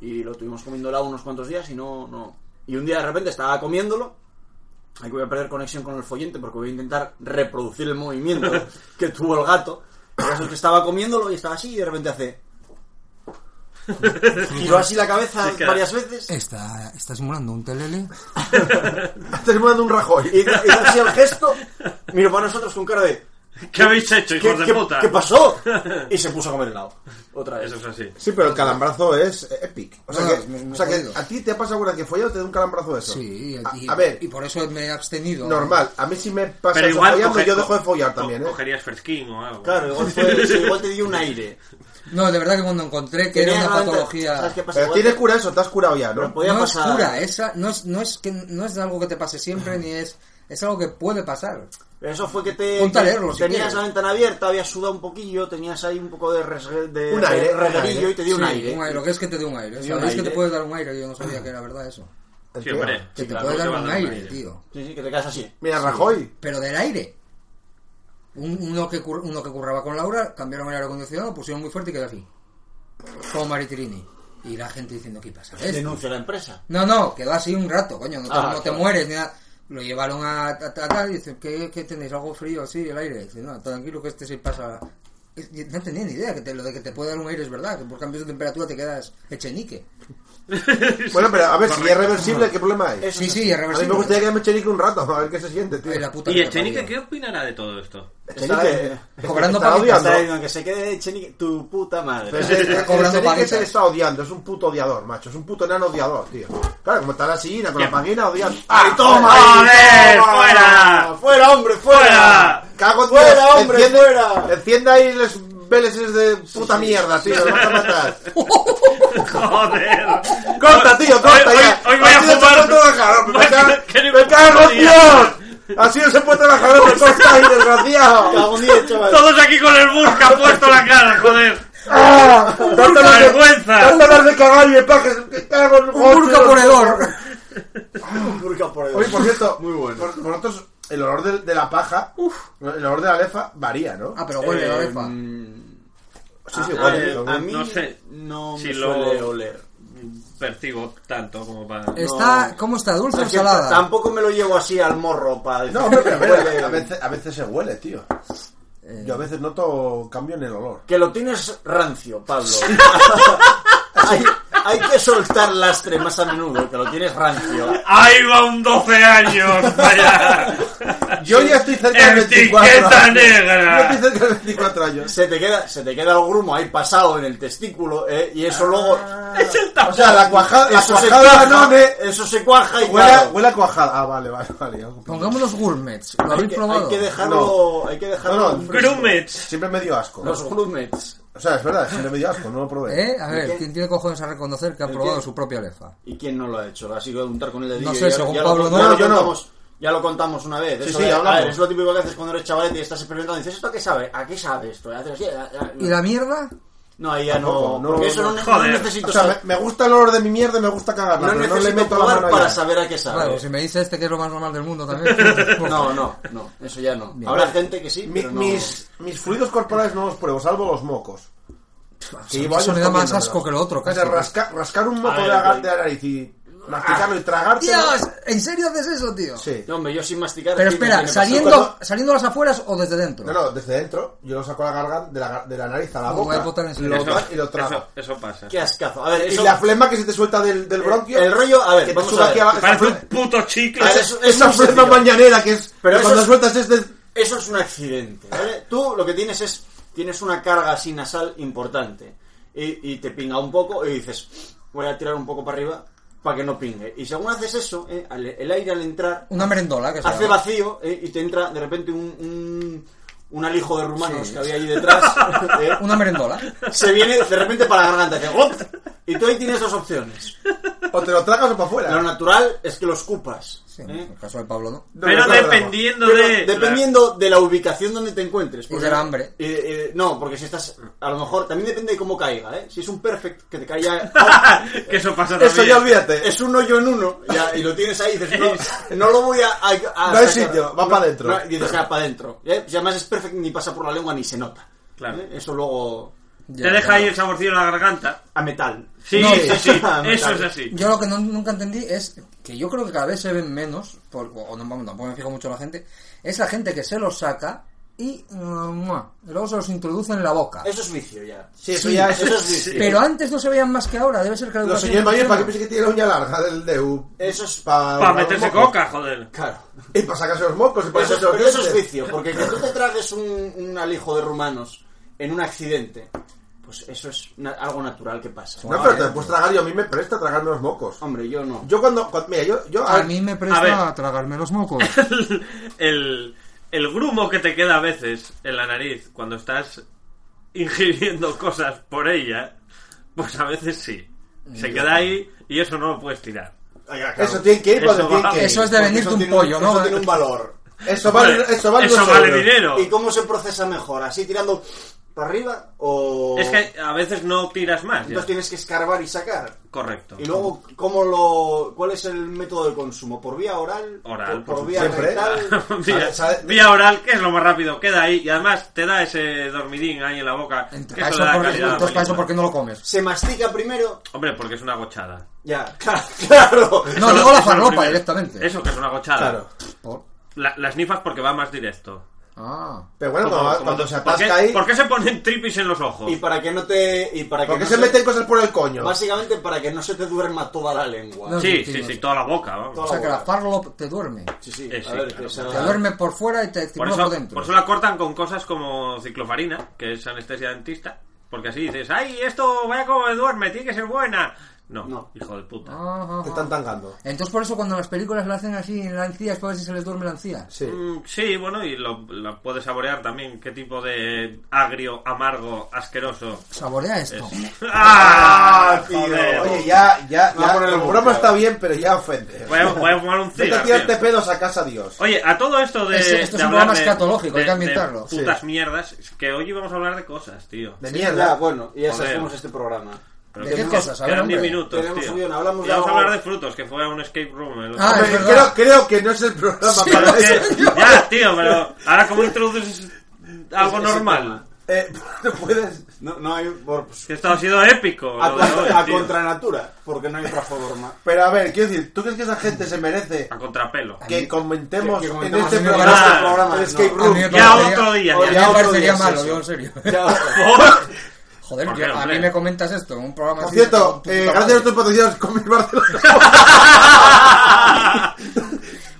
S4: Y lo tuvimos comiendo helado unos cuantos días y no, no. Y un día de repente estaba comiéndolo. Aquí voy a perder conexión con el follente porque voy a intentar reproducir el movimiento que tuvo el gato. El caso es que estaba comiéndolo y estaba así y de repente hace. Giró así la cabeza
S5: Es que-
S4: varias veces.
S3: Está, está simulando un telele.
S8: Estás mudando un Rajoy.
S4: Y hizo hizo así el gesto. Miró para nosotros con cara de.
S5: ¿Qué habéis hecho, hijos de
S4: qué-
S5: puta?
S4: qué pasó? Y se puso a comer helado. Otra vez.
S5: Eso es así.
S8: Sí, pero el calambrazo es eh, epic. O sea,
S3: No,
S8: que,
S3: es muy- muy
S8: o sea que
S3: jodido.
S8: a ti te ha pasado alguna que follado te da un calambrazo de eso.
S3: Sí,
S8: a,
S3: y,
S8: a ver,
S3: y por eso me he abstenido.
S8: normal. A mí sí me pasa
S5: Pero
S8: eso
S5: igual
S8: follando
S5: coge-
S8: yo dejo de follar
S5: co-
S8: también, ¿eh?
S5: Cogerías fresquín o algo.
S4: Claro, igual, fue- sí, igual te dio un aire.
S3: No, de verdad que cuando encontré que
S4: Tenía
S3: era una
S4: realmente-
S3: patología.
S4: ¿Sabes qué pasa?
S8: Pero
S4: Igual
S8: tiene
S4: te-
S8: cura eso, te has curado ya, ¿no?
S4: Pero podía
S3: no
S4: pasar.
S3: es cura, esa, no, es, no, es que, no es algo que te pase siempre, ni es. Es algo que puede pasar.
S4: Pero Eso fue que te
S3: Ponte a leerlo, si
S4: tenías
S3: quieres.
S4: la ventana abierta, habías sudado un poquillo, tenías ahí un poco de, resgue- de
S8: Un aire, un
S4: reguerillo
S8: aire.
S4: y te dio un
S3: Sí,
S4: aire.
S3: Lo que es que te dé un aire.
S4: dio
S3: Sabéis
S4: un
S3: que
S4: aire. Ah.
S3: te puede dar un aire. Yo no sabía que era verdad eso.
S8: El
S5: Sí,
S8: tío.
S5: hombre.
S3: Que
S5: Sí,
S3: te
S5: claro,
S3: puede
S5: te
S3: dar
S5: va a
S3: un
S5: dar un
S3: aire,
S5: aire.
S3: tío.
S4: Sí, sí, que te quedas así.
S8: Mira, Rajoy.
S3: Pero del aire. Un- uno, que cur- uno que curraba con Laura, cambiaron el aire acondicionado, pusieron muy fuerte y quedó así. Como Maritirini. Y la gente diciendo, ¿qué pasa? ¿Ves?
S4: Denuncia a la empresa.
S3: No, no, quedó así un rato, coño, no te,
S4: Ah,
S3: no te
S4: claro.
S3: mueres ni nada. Lo llevaron a a- a- a- y dicen, ¿qué, qué tenéis? ¿Algo frío? Sí, el aire. Dice, no, tranquilo que este se pasa Es- No tenía ni idea que te- lo de que te puede dar un aire es verdad, que por cambios de temperatura te quedas echenique.
S8: Bueno, pero a ver, si es reversible, ¿qué problema hay?
S3: Sí, sí,
S8: A mí me
S3: irreversible.
S8: gustaría quedarme chenique un rato, a ver qué se siente, tío.
S3: Ay, la puta eh.
S5: ¿Y
S3: que te
S5: Echenique
S3: parió.
S5: qué opinará de todo esto?
S8: Chenique,
S3: Está- cobrando
S8: está
S3: paquetes.
S8: odiando.
S4: Está diciendo que se quede Chenique, tu puta madre.
S8: Pero el-
S3: Está cobrando
S8: el Chenique
S3: paguitas.
S8: se le está odiando, es un puto odiador, macho, es un puto enano odiador, tío. Claro, como está la sillina con la Ah, paguina odiando. ¡Ay, toma!
S5: ¡Joder!
S8: toma!
S5: ¡Fuera!
S8: ¡Fuera, hombre, fuera!
S5: ¡Fuera!
S8: ¡Cago en
S4: ¡Fuera,
S8: Dios!
S4: hombre,
S8: Enciende-
S4: fuera!
S8: Enciende ahí los veles de puta mierda, tío, los vas a matar.
S5: ¡Joder!
S8: ¡Corta, tío, corta!
S5: Hoy,
S8: ya.
S5: hoy, hoy voy a
S8: Así no se puede
S5: fumar.
S8: trabajar, hombre,
S5: Voy
S8: ¡Me
S5: a
S8: cago-
S5: tener que ir
S8: me
S5: un
S8: cago
S5: puto
S8: en
S5: día.
S8: Dios! Así no se puede trabajar, hombre, corta Pues ahí, desgraciado!
S4: Cago en diez, chaval.
S5: Todos aquí con el busca puesto la cara, joder.
S8: ¡Ah! ¡Tanto más de-
S5: Vergüenza.
S8: tanto más de cagar y de pajes! ¡Me cago en
S3: Un burka ponedor.
S4: Burka por el-
S8: Oye, por cierto,
S4: Muy bueno.
S8: por- vosotros, el olor de, de la paja, el olor de la lefa varía, ¿no?
S3: Ah, pero huele la
S4: Eh,
S3: lefa.
S4: mm,
S8: sí, sí,
S4: a-
S8: huele.
S4: a-
S8: huele.
S4: A mí
S5: No sé
S4: no
S5: si
S4: me
S5: lo-
S4: suele oler.
S5: Percibo tanto como para...
S3: Está, ¿Cómo está? ¿Dulce o
S4: Es que
S3: salada?
S4: Tampoco me lo llevo así al morro para decir
S8: No, hombre,
S4: que
S8: pero
S4: huele-
S8: a, veces, a veces se huele, tío. Yo a veces noto cambio en el olor.
S4: Que lo tienes rancio, Pablo. hay, hay que soltar lastre más a menudo, que lo tienes rancio.
S5: ¡Ahí va un 12 años! ¡Vaya!
S8: Yo ya estoy cerca de 24
S5: Etiqueta
S8: años.
S5: negra.
S8: Yo estoy cerca de 24 años.
S4: Se te queda, se te queda el grumo ahí pasado en el testículo, ¿eh? y eso luego.
S5: ¡Es el
S8: O
S5: tapón!
S8: sea, Ah, la cuajada, la
S4: eso, se
S8: cuajada
S4: cuaja,
S8: no, ne-
S4: eso se cuaja y
S8: huele, a-
S4: claro,
S8: huele a cuajada. Ah, vale, vale, vale. ya comprendo.
S3: Pongámonos gourmets. ¿Lo
S4: hay,
S3: habéis
S4: que,
S3: probado?
S4: hay que dejarlo. Hay que dejarlo.
S8: No, no,
S4: fresco.
S5: Grumets.
S8: Siempre me dio asco. ¿no?
S4: Los grumets.
S8: O sea, es verdad, siempre me dio asco, no lo probé.
S3: ¿Eh? A ver,
S4: qué?
S3: ¿quién tiene cojones a reconocer que ha probado
S4: qué?
S3: su propia lefa?
S4: ¿Y quién no lo ha hecho? Así que untar con el dedillo.
S3: No sé,
S4: y ya-
S3: según
S4: ya
S3: Pablo,
S4: lo,
S3: no.
S4: ya lo
S8: No, yo no.
S4: contamos- Ya lo contamos una vez.
S8: Sí,
S4: eso
S8: sí,
S4: de- a
S8: hablamos.
S4: ver, es lo típico que haces cuando eres chavalete y estás experimentando. Dices, ¿esto a qué sabe? ¿A qué sabe esto? Y haces así, a- a-
S3: ¿Y la mierda?
S4: No, ahí ya
S8: Tampoco,
S4: no.
S8: no,
S4: porque eso no,
S8: no.
S4: no
S5: Joder.
S4: necesito
S8: O sea,
S4: saber.
S8: me, me gusta el olor de mi mierda y me gusta
S4: No
S8: cagarla, pero no le
S4: necesito
S8: meto la
S4: probar
S8: mano
S4: para
S8: allá.
S4: saber a qué sabe.
S3: Claro, si me dice este que es lo más normal del mundo también. pues,
S4: No, no, no, eso ya no.
S3: Bien.
S4: Habrá gente que sí,
S8: Mi-
S4: pero no.
S8: mis, mis fluidos corporales no los pruebo, salvo los mocos.
S3: eso- pues, eso le da más asco que lo otro,
S8: O sea,
S3: casi.
S8: rasca- rascar un moco
S4: A ver,
S8: de, la,
S4: ok.
S8: de la nariz y masticarlo y tragártelo.
S3: Ah. ¡Dios! ¿En serio haces eso, tío?
S8: Sí.
S4: No, hombre, yo sin masticar.
S3: Pero
S4: aquí me
S3: espera,
S4: tiene
S3: ¿saliendo,
S8: cuando-
S3: ¿saliendo a las afueras o desde dentro?
S8: No, no, desde dentro yo lo saco a la garganta, de la, gar- de la nariz a la
S3: Lo voy a botar
S8: boca,
S3: en
S8: lo
S3: serio.
S8: das y lo
S5: Eso,
S8: trago.
S5: eso pasa.
S4: pasado. Qué ascazo. A ver,
S8: Y
S4: eso. Eh,
S8: la flema que se te suelta del, del bronquio.
S4: el rollo, a ver,
S8: que te
S4: vamos
S8: sube
S4: a ver.
S8: aquí abajo,
S5: Parece
S8: esa,
S5: un
S8: fle-
S5: puto chicle.
S4: A ver, eso-
S8: esa
S4: eso es
S8: flema
S4: sencillo.
S8: mañanera que es.
S4: Pero
S8: Pero
S4: eso
S8: cuando
S4: es-
S8: sueltas es
S3: este
S8: del.
S4: Eso es un accidente, ¿vale? Tú lo que tienes es. Tienes una carga así nasal importante. Y, y te pinga un poco y dices, voy a tirar un poco para arriba para que no pingue. Y según haces eso, eh, al- el aire al entrar
S3: Una merendola que se
S4: hace
S3: llama.
S4: vacío eh, y te entra de repente un, un, un alijo de rumanos que había ahí detrás. eh,
S3: Una merendola.
S4: se viene de repente para la garganta. hace ¡op! Y tú ahí tienes dos opciones.
S8: O te lo tragas o para afuera.
S4: Lo natural es que lo escupas.
S3: Sí,
S4: ¿eh?
S3: en el caso de Pablo no.
S8: No, no,
S5: Pero
S8: no, no.
S5: dependiendo
S4: Pero
S5: de...
S4: dependiendo de la ubicación donde te encuentres.
S3: del hambre.
S4: eh, eh, no, porque si estás. A lo mejor también depende de cómo caiga, ¿eh? Si es un perfect que te caiga.
S5: que eso pasa también.
S8: Eso ya olvídate.
S4: Es un hoyo en uno ya, y lo tienes ahí y dices, no, no lo voy a... a- a
S8: No hay
S4: sacar".
S8: sitio, va
S4: No,
S8: para dentro.
S4: no, y dices, ah, para adentro. ¿eh? Si además es perfect, ni pasa por la lengua ni se nota.
S5: Claro.
S4: ¿eh? Eso luego...
S5: Te deja ahí el saborcillo en la garganta.
S4: A metal.
S5: Sí,
S3: No,
S5: sí, sí.
S8: Ah,
S4: no,
S5: Eso
S4: tal.
S5: es así.
S3: Yo lo que no- nunca entendí es que yo creo que cada vez se ven menos, por- o no, vamos, tampoco me fijo mucho en la gente, es la gente que se los saca y, mm, mua, y luego se los introduce en la boca.
S4: Eso es vicio ya.
S8: Sí, eso
S3: Sí,
S8: ya es.
S4: Eso es vicio.
S3: Pero antes no se veían más que ahora, debe ser que la
S8: Los
S3: educación
S8: señores mayores, ¿para qué
S3: funciona.
S8: piensa que tiene la uña larga del dedo?
S4: Eso es
S8: para
S5: Para meterse coca, joder.
S4: Claro.
S8: Y para sacarse los mocos y para
S4: Pues Eso,
S8: sacarse los
S4: pero eso es
S5: este-
S8: dientes.
S4: vicio, porque que tú te tragues un, un alijo de rumanos en un accidente, pues eso es na- algo natural que pasa.
S8: No, pero te puedes tragar yo. A mí me presta tragarme los mocos.
S4: Hombre, yo no.
S8: Yo cuando... cuando- mira, yo... yo
S3: A mí me presta
S5: ver.
S3: a, tragarme los mocos.
S5: El, el grumo que te queda a veces en la nariz cuando estás ingiriendo cosas por ella, pues a veces sí. Se queda ahí y eso no lo puedes tirar.
S8: Eso tiene que ir
S5: Eso
S8: porque tiene
S5: va-
S8: que ir.
S3: Eso es de
S8: Porque
S3: venirte un
S8: tiene
S3: pollo, ¿no?
S8: Eso tiene un valor. Eso vale,
S5: Hombre,
S8: eso vale,
S5: eso
S8: unos
S5: vale
S8: euros.
S5: dinero.
S4: ¿Y cómo se procesa mejor? ¿Así tirando para arriba o...?
S5: Es que a veces no tiras más. ya.
S4: Entonces tienes que escarbar y sacar.
S5: Correcto.
S4: Y luego, ¿cómo lo, ¿cuál es el método de consumo? ¿Por vía oral?
S5: Oral,
S4: ¿Por, por
S5: por
S4: vía
S8: siempre.
S4: rectal?
S8: Sabe-
S5: vía,
S8: sabe-
S5: vía oral, que es lo más rápido, queda ahí y además te da ese dormidín ahí en la boca.
S3: Entre
S5: que
S3: para
S5: eso
S3: eso,
S5: le da
S3: porque,
S5: calidad a la
S3: entonces para eso,
S5: película.
S3: ¿por qué no lo comes?
S4: ¿Se mastica primero?
S5: Hombre, porque es una gochada.
S4: Ya, claro.
S3: No, digo
S5: Eso lo-
S3: la
S5: eso lo
S3: farlopa
S5: primero.
S3: directamente.
S5: Eso que es una gochada.
S8: Claro.
S3: Por-
S5: La, las nifas porque va más directo.
S1: Ah.
S8: Pero bueno,
S5: Como-
S8: cuando,
S5: como-
S8: cuando se
S5: ¿por qué-
S8: atasca ahí.
S5: ¿Por qué se ponen tripis en los ojos?
S4: Y para que no te. Y para que
S8: ¿Por qué
S4: no
S8: se meten cosas por el coño?
S4: Básicamente para que no se te duerma toda la lengua.
S3: No.
S5: Sí,
S3: sí,
S5: sí,
S3: no
S5: sí,
S3: sé.
S5: toda la boca. vamos.
S4: Toda
S3: O sea que la Farlop te duerme.
S4: Sí, sí, a
S5: Eh, sí,
S4: ver,
S5: claro.
S4: que se
S3: Te duerme por fuera y te
S5: Por
S3: estimula por,
S5: eso,
S3: dentro.
S5: por eso la cortan con cosas como ciclofarina, que es anestesia dentista, porque así dices, ¡ay, esto vaya como me duerme, tiene que ser buena! No,
S4: No.
S5: hijo de puta.
S3: Ajá,
S8: Te
S3: ajá.
S8: están tangando.
S3: Entonces por eso cuando las películas la hacen así en la encía es para ver si se les duerme la encía.
S8: Sí.
S5: Mm, sí, bueno, y lo, la puedes saborear también. ¿Qué tipo de agrio, amargo, asqueroso?
S3: Saborea esto.
S5: ¡Ah,
S4: tío!
S5: joder!
S8: Oye, ya, ya,
S4: Va a
S8: ya.
S4: poner el
S8: El
S4: boca.
S8: broma está bien, pero ya ofende.
S5: Voy a, voy a fumar un
S8: Vete
S5: cigarro.
S8: a tirarte pedos a casa, Dios.
S5: Oye, a todo esto de.
S3: Es- esto es
S5: de
S3: un
S5: hablar
S3: programa
S5: de-
S3: escatológico, hay
S5: de-
S3: que ambientarlo.
S5: de putas mierdas, es que hoy íbamos a hablar de cosas, tío.
S8: De
S4: Sí,
S8: mierda.
S4: ya, bueno, y eso
S5: Joder.
S4: hacemos este programa.
S5: Pero
S3: ¿De
S5: que
S3: qué
S5: no-
S3: cosas? A ver,
S5: Quedan
S3: hombre.
S5: 10 minutos,
S4: Tenemos
S5: tío.
S4: un guión, hablamos
S5: Y
S4: de
S5: vamos a
S4: algo-
S5: hablar de frutos, que fue a un escape room. el otro
S3: Ah,
S8: Hombre,
S3: es verdad.
S8: creo, creo que no es el programa
S3: Sí.
S8: para
S5: Que-
S8: eso.
S5: ya, tío, pero ahora como introduces algo
S4: Ese- ese
S5: normal.
S4: tema.
S8: Eh, no puedes.
S4: No, no hay. por-
S5: Que esto ha sido épico.
S4: a
S5: lo de hoy,
S4: contra, a
S5: tío.
S4: contranatura, porque no hay otra forma.
S8: Pero a ver, quiero decir, ¿tú crees que esa gente se merece
S5: A contrapelo.
S8: que comentemos,
S4: Que- que
S8: en
S4: comentemos
S8: este
S4: en
S3: el
S8: programa,
S5: programa.
S8: el
S4: No.
S8: escape
S4: A
S3: A
S8: room?
S3: mí me
S5: Ya
S3: parecería-
S5: otro día,
S3: a mí
S5: ya
S3: me
S4: otro
S3: parecería
S4: día, sí,
S3: malo,
S4: sí.
S3: yo en serio.
S4: Ya,
S3: Joder,
S5: ¿Por
S3: yo-
S5: qué,
S3: a
S5: hombre?
S3: mí me comentas esto, un programa
S8: Por
S3: así,
S8: cierto,
S3: tu
S8: eh,
S3: puta
S8: gracias a
S3: madre.
S8: tus patrocinadores, con mi Barcelona.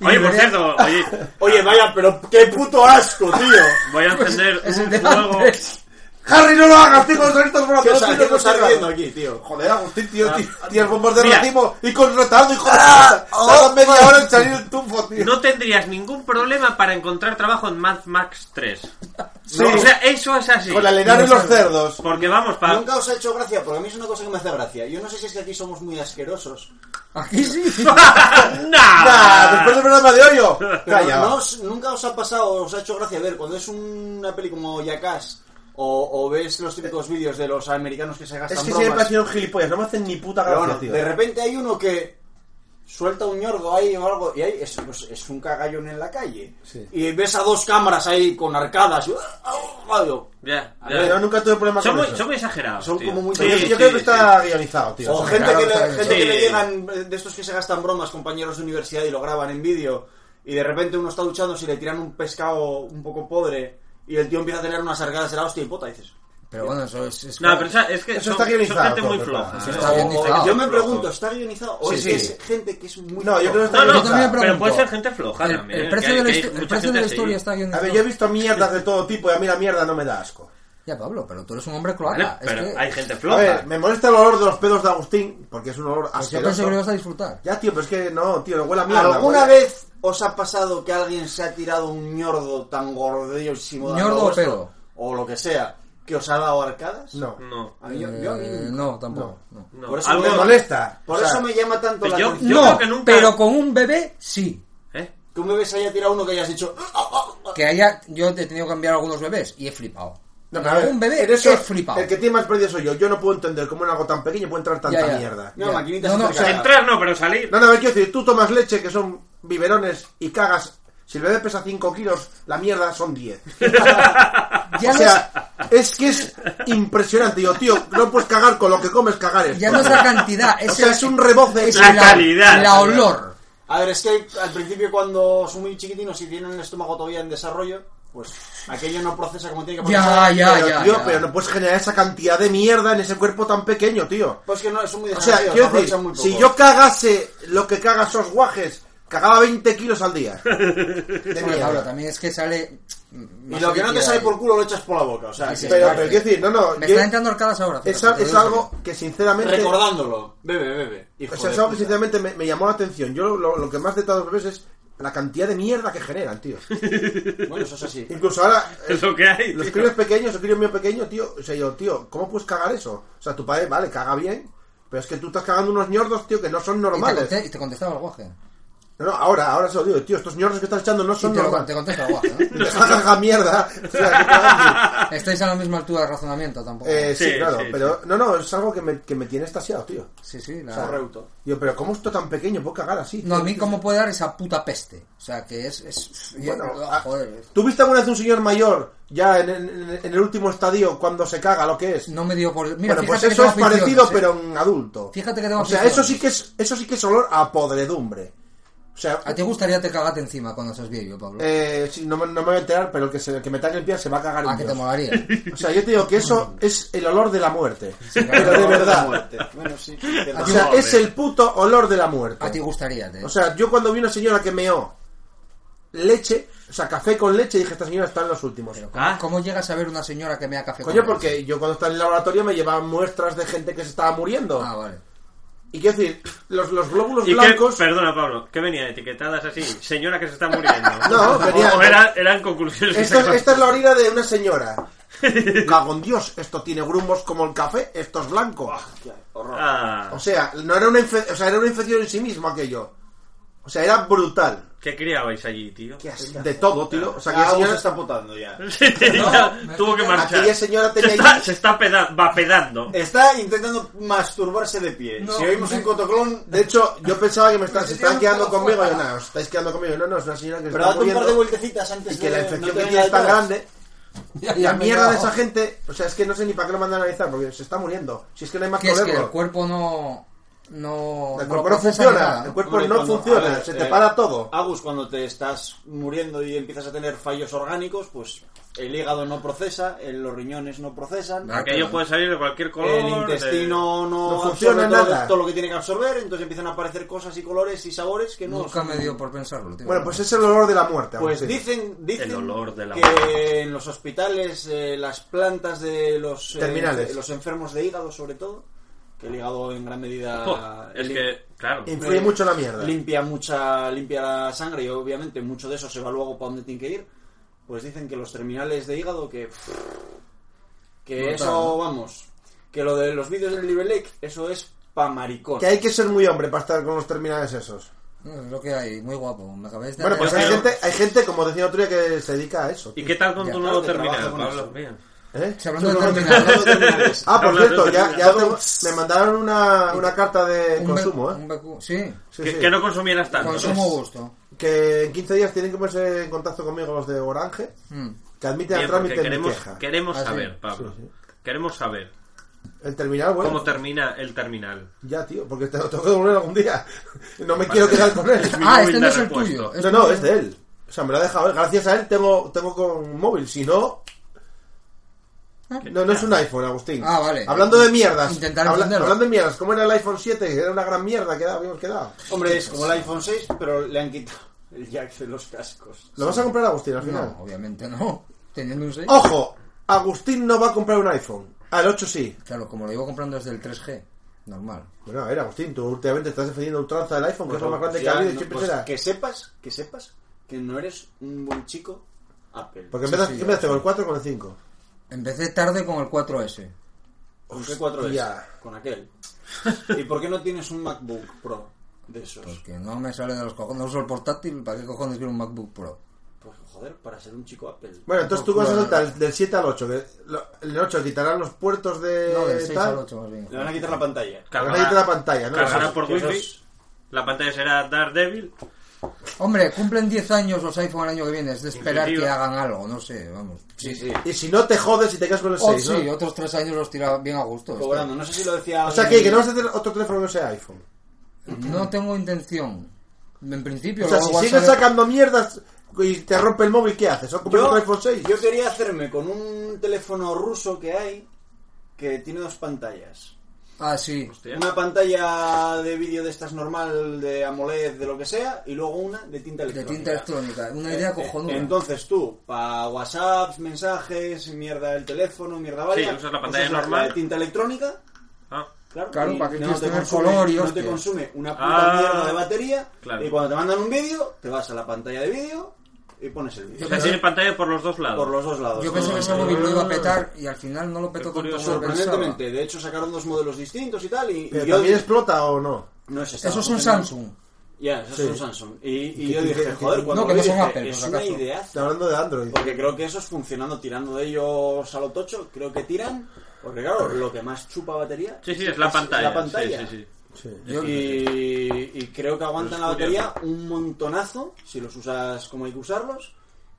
S5: Oye, por
S3: Debería-
S5: cierto, oye,
S4: Oye, vaya, pero qué puto asco, tío.
S5: voy a encender
S3: Pues Es el
S5: un
S3: de
S5: fuego.
S3: antes.
S8: Harry, no lo hagas, tío, con los doritos por la
S4: Tío, o
S8: pelota,
S4: sea, que
S8: tío, no
S4: nos
S8: se haga.
S4: ardiendo aquí, tío.
S8: Joder, Agustín, tío, tío, tío, bombas de
S5: Mira.
S8: racimo y con retardo, hijo de puta. Tardan media hora en salir el tufo, tío.
S5: No tendrías ningún problema para encontrar trabajo en Mad Max 3.
S8: Sí.
S5: O sea, eso es así.
S8: Con la lenar y los cerdos.
S5: Porque vamos, para...
S4: Nunca os ha hecho gracia, porque a mí es una cosa que me hace gracia. Yo no sé si es que aquí somos muy asquerosos.
S3: Aquí sí.
S5: Ah.
S8: Nah, después del programa de hoyo.
S4: Pero
S8: Calla.
S4: no os- nunca os ha pasado, os ha hecho gracia ver cuando es una peli como Yakas o, o ves los típicos vídeos de los americanos que se gastan
S8: Eh, Es que
S4: bromas,
S8: siempre ha sido un gilipollas, no me hacen ni puta
S4: pero
S8: gracia,
S4: bueno,
S8: tío. eh.
S4: de repente hay uno que suelta un ñordo ahí o algo y ahí es, pues, es un cagallón en la calle.
S8: Sí.
S4: Y ves a dos cámaras ahí con arcadas. y- ¡Ah!
S5: Ya, ya.
S8: Yo nunca tuve problema
S5: Son
S8: con
S5: muy,
S8: eso.
S5: son muy exagerados.
S4: Son
S5: tío.
S4: como muy-
S8: Yo- yo creo que está guionizado, tío.
S4: O
S8: Eso
S4: gente,
S3: claro,
S4: que le,
S3: claro.
S4: gente que le
S5: Sí.
S4: llegan, eh, de estos que se gastan bromas, compañeros de universidad y lo graban en vídeo, y de repente uno está duchándose y le tiran un pescado un poco podre, y el tío empieza a tener unas arcadas de la hostia y puta, dices.
S3: Pero bueno, eso es... es
S5: No, pero esa- es que
S8: Eso
S5: son,
S8: está guionizado,
S5: son gente muy
S8: todo,
S5: floja. ¿eh?
S8: eso
S3: está
S5: O- o-
S3: guionizado.
S4: Yo me
S5: flojo.
S4: pregunto, ¿está guionizado? ¿O
S8: Sí,
S4: es
S8: Ah. sí.
S4: que es gente que es muy.
S8: No, yo creo que está
S5: No, no,
S3: Yo también
S8: guionizado.
S3: me
S5: pero
S3: pregunto,
S5: puede ser gente floja
S3: el,
S5: también. ¿eh?
S3: el precio
S5: que-
S3: de la,
S5: que hay
S3: histo- el
S5: mucha
S3: precio de la
S5: gente así.
S3: historia está bien.
S8: A ver, yo he visto mierdas de todo tipo y a mí la mierda no me da asco.
S3: Ya, Pablo, pero tú eres un hombre
S5: Vale,
S3: croata.
S5: pero
S3: es que...
S5: hay gente
S8: A
S5: floja.
S8: ver, me molesta el olor de los pedos de Agustín, porque es un olor
S3: Pues yo pensé que lo
S8: asqueroso.
S3: ibas a disfrutar.
S8: Ya, tío, pero es que no, tío, huele a mierda.
S4: ¿Alguna
S8: huele-
S4: vez os ha pasado que alguien se ha tirado un ñordo tan gordísimo dando
S3: ¿Ñordo o
S4: vuestro,
S3: pedo?
S4: O lo que sea, que os ha dado arcadas?
S8: No.
S5: No.
S4: A mí, yo- yo a mí
S3: Eh,
S4: nunca.
S3: no, tampoco. no.
S5: no.
S4: Por eso
S8: Me
S5: Algo-
S8: molesta.
S4: Por
S8: O sea,
S4: eso me llama tanto
S5: pues
S4: la
S5: yo-
S4: atención.
S5: yo- creo
S3: eh, No,
S5: que nunca-
S3: pero con un bebé sí.
S5: ¿Eh?
S4: Que un bebé se haya tirado uno que hayas dicho. "Ah, ah, ah".
S3: Que haya, yo he tenido que cambiar algunos bebés y he flipado.
S8: No, pero a ver,
S3: algún bebé
S8: en eso,
S3: he flipado.
S8: El que tiene más pérdida soy yo. Yo no puedo entender cómo en algo tan pequeño puede entrar tanta
S3: Ya, ya.
S8: mierda.
S4: No,
S3: Ya.
S4: maquinitas
S3: No, no,
S4: intercaladas.
S3: o
S5: Entrar no, pero salir.
S8: No, no, a ver, quiero decir, tú tomas leche, que son biberones, y cagas. Si el bebé pesa 5 kilos, la mierda son 10.
S3: Ya
S8: o
S3: no
S8: sea, es que es impresionante. Yo, tío, no puedes cagar con lo que comes, cagar esto.
S3: Ya no es la cantidad, es,
S8: O sea,
S3: el-
S8: es un reboce.
S3: es
S5: La calidad.
S3: La olor.
S4: A ver, es que al principio cuando son muy chiquitinos y tienen el estómago todavía en desarrollo, pues aquello no procesa como tiene que
S3: Ya,
S4: procesar.
S3: ya,
S8: pero,
S3: ya.
S8: tío,
S3: ya.
S8: pero no puedes generar esa cantidad de mierda en ese cuerpo tan pequeño, tío.
S4: Pues que no, es muy
S3: Ah,
S8: O sea,
S4: desagradable,
S8: quiero
S4: aprovechan
S8: decir,
S4: muy poco.
S8: si yo cagase lo que caga esos guajes, cagaba 20 kilos al día. De
S3: Bueno, Pablo,
S8: mierda.
S3: también es que sale.
S4: Y lo que no te sale por culo lo echas por la boca, o sea,
S3: Sí, sí,
S4: que-
S8: Pero,
S3: claro.
S8: pero quiero decir, no, no.
S3: Me
S8: yo-
S3: están entrando arcadas ahora.
S8: es,
S3: fíjate, te
S8: es
S3: digo.
S8: algo que sinceramente.
S4: recordándolo. Bebe, bebe. hijo
S8: O sea,
S4: de
S8: es algo que
S4: puta.
S8: sinceramente me, me llamó la atención. Yo lo, lo que más detestado de los bebés es la cantidad de mierda que generan, tío.
S4: Bueno, eso es así.
S8: Incluso ahora. eh,
S5: Es lo que hay.
S8: Los
S5: tío.
S8: críos pequeños, el crío mío pequeño, tío. O sea, yo, tío, ¿cómo puedes cagar eso? O sea, tu padre, vale, caga bien. Pero es que tú estás cagando unos ñordos, tío, que no son
S3: Y te,
S8: normales.
S3: conté- y te contestaba el guaje.
S8: No, no, ahora, ahora se lo digo, tío, estos ñordos que estás echando no
S3: Y
S8: son
S3: te, lo, te
S8: normales.
S3: contesta el guaje. ¿no?
S8: Jajaja, mierda. O sea, que cagan,
S3: Estáis a la misma altura de razonamiento tampoco.
S8: tío. Eh, sí,
S5: Sí,
S8: claro.
S5: sí,
S8: pero no, no, es algo que me, que me tiene estasiado, tío.
S3: sí, sí. la-
S4: Correuto.
S8: Yo, pero ¿cómo esto tan pequeño puedo cagar así?
S3: No, a mí,
S8: tío?
S3: ¿cómo puede dar esa puta peste? O sea, que es. es... yo-
S8: Bueno,
S3: oh,
S8: ah,
S3: joder.
S8: ¿Tú viste alguna vez un señor mayor ya en, en- en el último estadio cuando se caga lo que es?
S3: No me dio por. Mira,
S8: bueno, pues
S3: fíjate que
S8: eso
S3: tengo
S8: es parecido,
S3: aficiones, ¿eh?
S8: pero en adulto.
S3: Fíjate que tengo
S8: O sea,
S3: aficiones.
S8: eso sí que es, eso sí que es olor a podredumbre. O sea,
S3: ¿A ti gustaría te cagate encima cuando seas viejo, Pablo?
S8: eh, sí, no, me, no me voy a enterar, pero el que, se, el que me tague el pie se va a cagar
S3: ¿A
S8: en
S3: Ah, que te
S8: Dios.
S3: molaría?
S8: O sea, yo te digo que eso es el olor de la muerte.
S3: claro.
S8: pero de verdad.
S4: Muerte. Bueno, sí.
S8: O sea, es el puto olor de la muerte.
S3: ¿A ti ¿eh? gustaría? te-
S8: O sea, yo cuando vi una señora que meó leche, o sea, café con leche, dije, esta señora está en los últimos.
S3: Pero ¿cómo,
S5: Ah.
S3: cómo llegas a ver una señora que me ha café con
S8: Coño,
S3: leche?
S8: porque yo cuando estaba en el laboratorio me llevaban muestras de gente que se estaba muriendo.
S3: Ah, vale.
S8: Y quiero decir, los, los glóbulos
S5: ¿Y qué,
S8: blancos...
S5: perdona, Pablo, ¿qué venían etiquetadas así? Señora que se está muriendo.
S8: No, venía-
S5: O era- eran conclusiones.
S8: Esta, esta es la orina de una señora. Cago en Dios, esto tiene grumos como el café, esto es blanco.
S5: Ah,
S8: O sea, no era una infe- o sea, era una infección en sí mismo aquello. O sea, era brutal.
S5: ¿Qué criabais allí, tío?
S8: De todo, tío. O sea, aquella
S4: Ya, Agus
S8: señora,
S4: está putando ya.
S5: Ya tuvo que marchar.
S8: aquella señora
S5: Se
S8: tenía...
S5: está, se está peda- va pedando.
S4: Está intentando masturbarse de pie.
S3: No,
S4: si oímos
S3: me-
S4: un cotoclón,
S8: De hecho, yo pensaba que me, está-
S3: Me
S8: se
S3: estoy
S8: están
S3: tirando
S8: quedando
S3: todo
S8: conmigo.
S3: fuera.
S8: Yo, nada, os estáis quedando conmigo. No, no, es una señora que se
S4: pero
S8: está
S4: date un par de
S8: muriendo
S4: vueltecitas antes
S8: y
S4: de
S8: que la
S4: no
S8: infección
S4: te
S8: que
S4: venga
S8: tiene es tan
S4: detrás.
S8: grande.
S3: Ya- ya
S8: La
S3: me he
S8: mierda de
S3: dado.
S8: esa gente, o sea, es que no sé ni para qué lo mandan a analizar, porque se está muriendo. Si es que no hay más
S3: Que es que
S8: problema.
S3: el cuerpo no... No,
S8: El
S3: no lo
S8: cuerpo no
S3: procesa ni nada,
S8: funciona,
S3: ¿no?
S8: el cuerpo
S4: Hombre,
S8: no
S4: cuando- a
S8: funciona,
S4: ver,
S8: se te
S4: eh,
S8: para todo.
S4: Agus, cuando te estás muriendo y empiezas a tener fallos orgánicos, pues el hígado no procesa, el- los riñones no procesan,
S3: Vale.
S5: Aquello puede salir de cualquier color.
S4: el intestino no,
S8: No
S4: absorbe
S8: funciona
S4: todo, lo que-
S8: nada.
S4: todo lo que tiene que absorber, entonces empiezan a aparecer cosas y colores y sabores que no.
S3: Nunca
S4: son-
S3: me dio por pensarlo, tío.
S8: Bueno, pues es el olor de la muerte.
S4: Pues
S8: aún así.
S4: dicen, dicen
S5: El olor de la
S4: que
S5: muerte.
S4: en los hospitales eh, las plantas de los eh,
S8: Terminales.
S4: de los enfermos de hígado sobre todo, que el hígado en gran medida
S5: de- Oh, es
S4: lim-
S5: que, claro.
S8: Influye mucho la mierda.
S4: limpia mucha limpia la sangre y obviamente mucho de eso se va luego para donde tiene que ir. Pues dicen que los terminales de hígado que que
S3: Brutal,
S4: eso
S3: ¿no?
S4: vamos, que lo de los vídeos del Libre Lake eso es pa maricón.
S8: Que hay que ser muy hombre para estar con los terminales esos.
S3: No, Mm, es lo que hay, muy guapo. Me acabáis de...
S8: Bueno, pues
S5: Yo
S8: hay
S5: creo-
S8: gente, hay gente, como decía otro día, que se dedica a eso.
S5: ¿Y qué tal con
S3: Ya,
S5: tu
S3: claro,
S5: nuevo
S4: que trabaja
S5: terminal,
S4: con
S5: Pablo?
S4: eso.
S5: Bien.
S8: ¿Eh?
S3: Si hablando de
S8: Solo-
S3: terminales.
S8: Ah, por
S5: Hablando
S8: cierto,
S5: de
S8: ya, ya
S5: terminales.
S8: tengo- me mandaron una, una carta de
S3: Un
S8: consumo,
S3: be-
S8: ¿eh?
S3: un becu- Sí,
S8: Sí,
S5: que,
S8: sí.
S5: que no consumieras tanto.
S3: consumo gusto.
S8: Que en 15 días tienen que ponerse en contacto conmigo los de Orange,
S3: Hmm.
S8: que admiten
S5: Bien,
S8: al
S5: porque
S8: trámite mi
S5: queremos,
S8: queja.
S5: queremos
S3: Ah, sí.
S5: saber, Pablo. Queremos saber
S8: El terminal, bueno,
S5: cómo termina el terminal.
S8: ya, tío, porque te lo tengo que devolver algún día. No me quiero quedar con él.
S5: Mi
S3: Ah,
S5: móvil
S3: este
S5: da
S3: no es el
S5: repuesto.
S3: tuyo.
S8: No, este, no, es de él. O sea, me lo ha dejado él. Gracias a él tengo, tengo con móvil. Si no. No, no es un iPhone, Agustín.
S3: Ah, vale.
S8: Hablando de mierdas.
S3: Intentar
S8: habla-
S3: entenderlo.
S8: hablando de mierdas. ¿Cómo era el iPhone 7? Era una gran mierda que da- habíamos quedado.
S4: Hombre, es como el iPhone 6, pero le han quitado el jack de los cascos.
S8: ¿Lo vas a comprar, Agustín, al final?
S3: No, obviamente no. Teniendo un 6.
S8: ¡Ojo! Agustín no va a comprar un iPhone. Al 8 sí.
S3: Claro, como lo llevo comprando desde el 3G. Normal.
S8: Bueno, a ver, Agustín, tú últimamente estás defendiendo ultranza del iPhone, que es lo más grande que ha
S4: Ya,
S8: habido y
S4: no,
S8: siempre
S4: pues,
S8: será.
S4: que sepas, que sepas que no eres un buen chico Apple.
S8: Porque
S3: Sí,
S8: empezaste
S3: sí,
S8: ¿qué empezaste con el 4 o con el 5.
S3: Empecé tarde con el 4S.
S4: ¿Con qué 4 es?
S8: Hostia.
S4: Con aquel. ¿Y por qué no tienes un MacBook Pro de esos?
S8: Pues-
S3: Porque no me sale de los cojones. No uso el portátil. ¿Para qué cojones quiero un MacBook Pro?
S4: Pues joder, para ser un chico Apple.
S8: Bueno, entonces tú vas a saltar del 7 al 8. Que lo- el 8 quitarán los puertos de.
S3: No, del 6
S8: Eh, tal.
S3: al 8 más bien.
S4: Le van a quitar la pantalla.
S8: Ahora hay otra pantalla, ¿no?
S5: cargará
S8: Eso-
S5: por
S4: eso
S5: wifi.
S4: es-
S5: La pantalla será Daredevil.
S3: Hombre, cumplen 10 años los iPhone el año que viene. Es de esperar
S5: Intuitivo.
S3: que hagan algo. No sé, vamos.
S4: Sí, sí.
S8: Y si no te jodes y te quedas con el
S3: O
S8: 6, ¿no?
S3: Oh, sí, otros 3 años los tira bien a gusto.
S4: Cobrando. No sé si lo decía.
S8: O sea, que, que no vas a tener otro teléfono que no sea iPhone.
S3: No tengo intención. En principio,
S8: O sea,
S3: luego
S8: si
S3: vas a
S8: sigues
S3: ver-
S8: sacando mierdas y te rompe el móvil, ¿qué haces? ¿O compras
S4: Yo,
S8: un iPhone 6?
S4: yo quería hacerme con un teléfono ruso que hay que tiene dos pantallas.
S3: Ah, sí.
S5: Hostia.
S4: Una pantalla de vídeo de estas normal, de AMOLED, de lo que sea, y luego una de tinta
S3: De
S4: electrónica.
S3: tinta electrónica. Una idea
S4: Eh, eh,
S3: cojonuda.
S4: Entonces tú, para WhatsApp, mensajes, mierda del teléfono, mierda varia.
S5: usas la pantalla
S4: usas
S5: normal.
S4: de tinta electrónica,
S5: Ah,
S4: claro.
S3: Claro,
S4: y
S3: ¿para qué
S4: no
S3: quieres
S4: te
S3: tener
S4: consume-
S3: color y
S4: No
S3: hostias?
S4: te consume una puta
S5: Ah,
S4: mierda de batería.
S5: claro.
S4: Y cuando te mandan un vídeo, te vas a la pantalla de vídeo y pones el vídeo.
S5: o sea, tiene pantalla por los dos lados.
S4: Por los dos lados.
S3: Yo pensé que ese móvil lo iba a petar y al final no lo petó tanto
S5: Qué curioso.
S3: como pensaba.
S4: Sorprendentemente. De hecho, sacaron dos modelos distintos y tal. Y,
S8: ¿Pero
S4: y yo
S8: también
S4: dije-
S8: explota o no?
S4: No se estaba
S3: Esos son
S4: funcionando.
S3: Samsung.
S4: Ya, esos
S8: Sí.
S4: son Samsung. Y, y
S8: ¿Qué
S4: yo
S8: tiene-
S4: dije,
S8: qué
S4: joder,
S8: tiene?
S4: cuando
S3: No, que no
S4: lo vi,
S3: son
S4: dije,
S3: Apple,
S4: es
S3: por
S4: una
S3: acaso.
S4: ideaza.
S8: Estoy hablando de Android.
S4: Porque creo que esos funcionando, tirando de ellos a lo tocho, creo que tiran. Porque claro, lo que más chupa batería
S5: Sí, sí, es la pantalla.
S4: la pantalla.
S5: Sí, sí, sí.
S8: Sí.
S3: Yo- eh,
S4: Y, y creo que aguantan la batería un montonazo si los usas como hay que usarlos.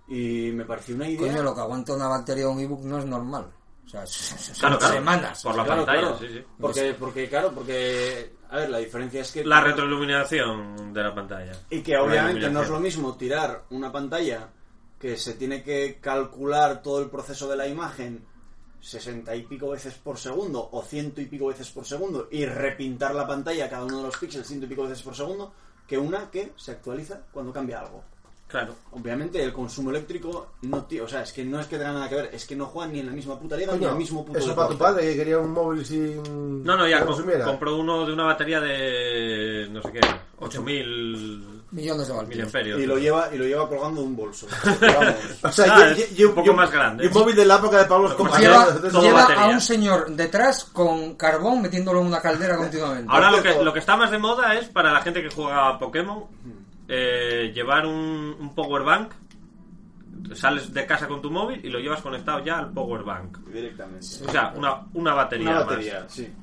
S4: Y me pareció una idea.
S3: Coño, lo que aguanta una batería de un ebook no es normal. O sea, son
S5: Claro, claro.
S3: semanas.
S5: Por la
S6: Claro,
S5: pantalla,
S6: claro.
S5: sí, sí.
S6: Porque, porque, claro, porque. A ver, la diferencia es que.
S5: La retroiluminación de la pantalla.
S4: Y que
S5: La
S4: obviamente no es lo
S5: iluminación.
S4: mismo tirar una pantalla que se tiene que calcular todo el proceso de la imagen 60 y pico veces por segundo o ciento y pico veces por segundo y repintar la pantalla cada uno de los píxeles ciento y pico veces por segundo que una que se actualiza cuando cambia algo.
S5: Claro.
S4: Obviamente el consumo eléctrico no tío, o sea, es que no es que tenga nada que ver, es que no juegan ni en la misma puta liga ni en
S8: Coño,
S4: el mismo puto
S8: eso para tu
S4: deporte.
S8: padre que quería un móvil sin.
S5: No, no, ya
S8: que
S5: co-
S8: consumiera.
S5: compró uno de una batería de. no sé qué, 8000
S3: Millones de voltios.
S5: miliamperios.
S4: y lo lleva y lo lleva colgando de un bolso. Vamos.
S8: O sea,
S5: Ah,
S8: yo-
S5: es
S8: yo-
S5: un poco
S8: yo-
S5: más grande. Pues
S8: Y un móvil de la época de Pablo Escobar.
S3: Lleva,
S8: Entonces,
S5: todo
S3: lleva
S5: batería.
S3: a un señor detrás con carbón metiéndolo en una caldera continuamente.
S5: Ahora lo que, lo que está más de moda es para la gente que juega a Pokémon eh, llevar un, un power bank. Sales de casa con tu móvil y lo llevas conectado ya al power bank.
S4: directamente.
S5: O sea, una, una batería,
S4: Una
S5: más.
S4: batería, sí.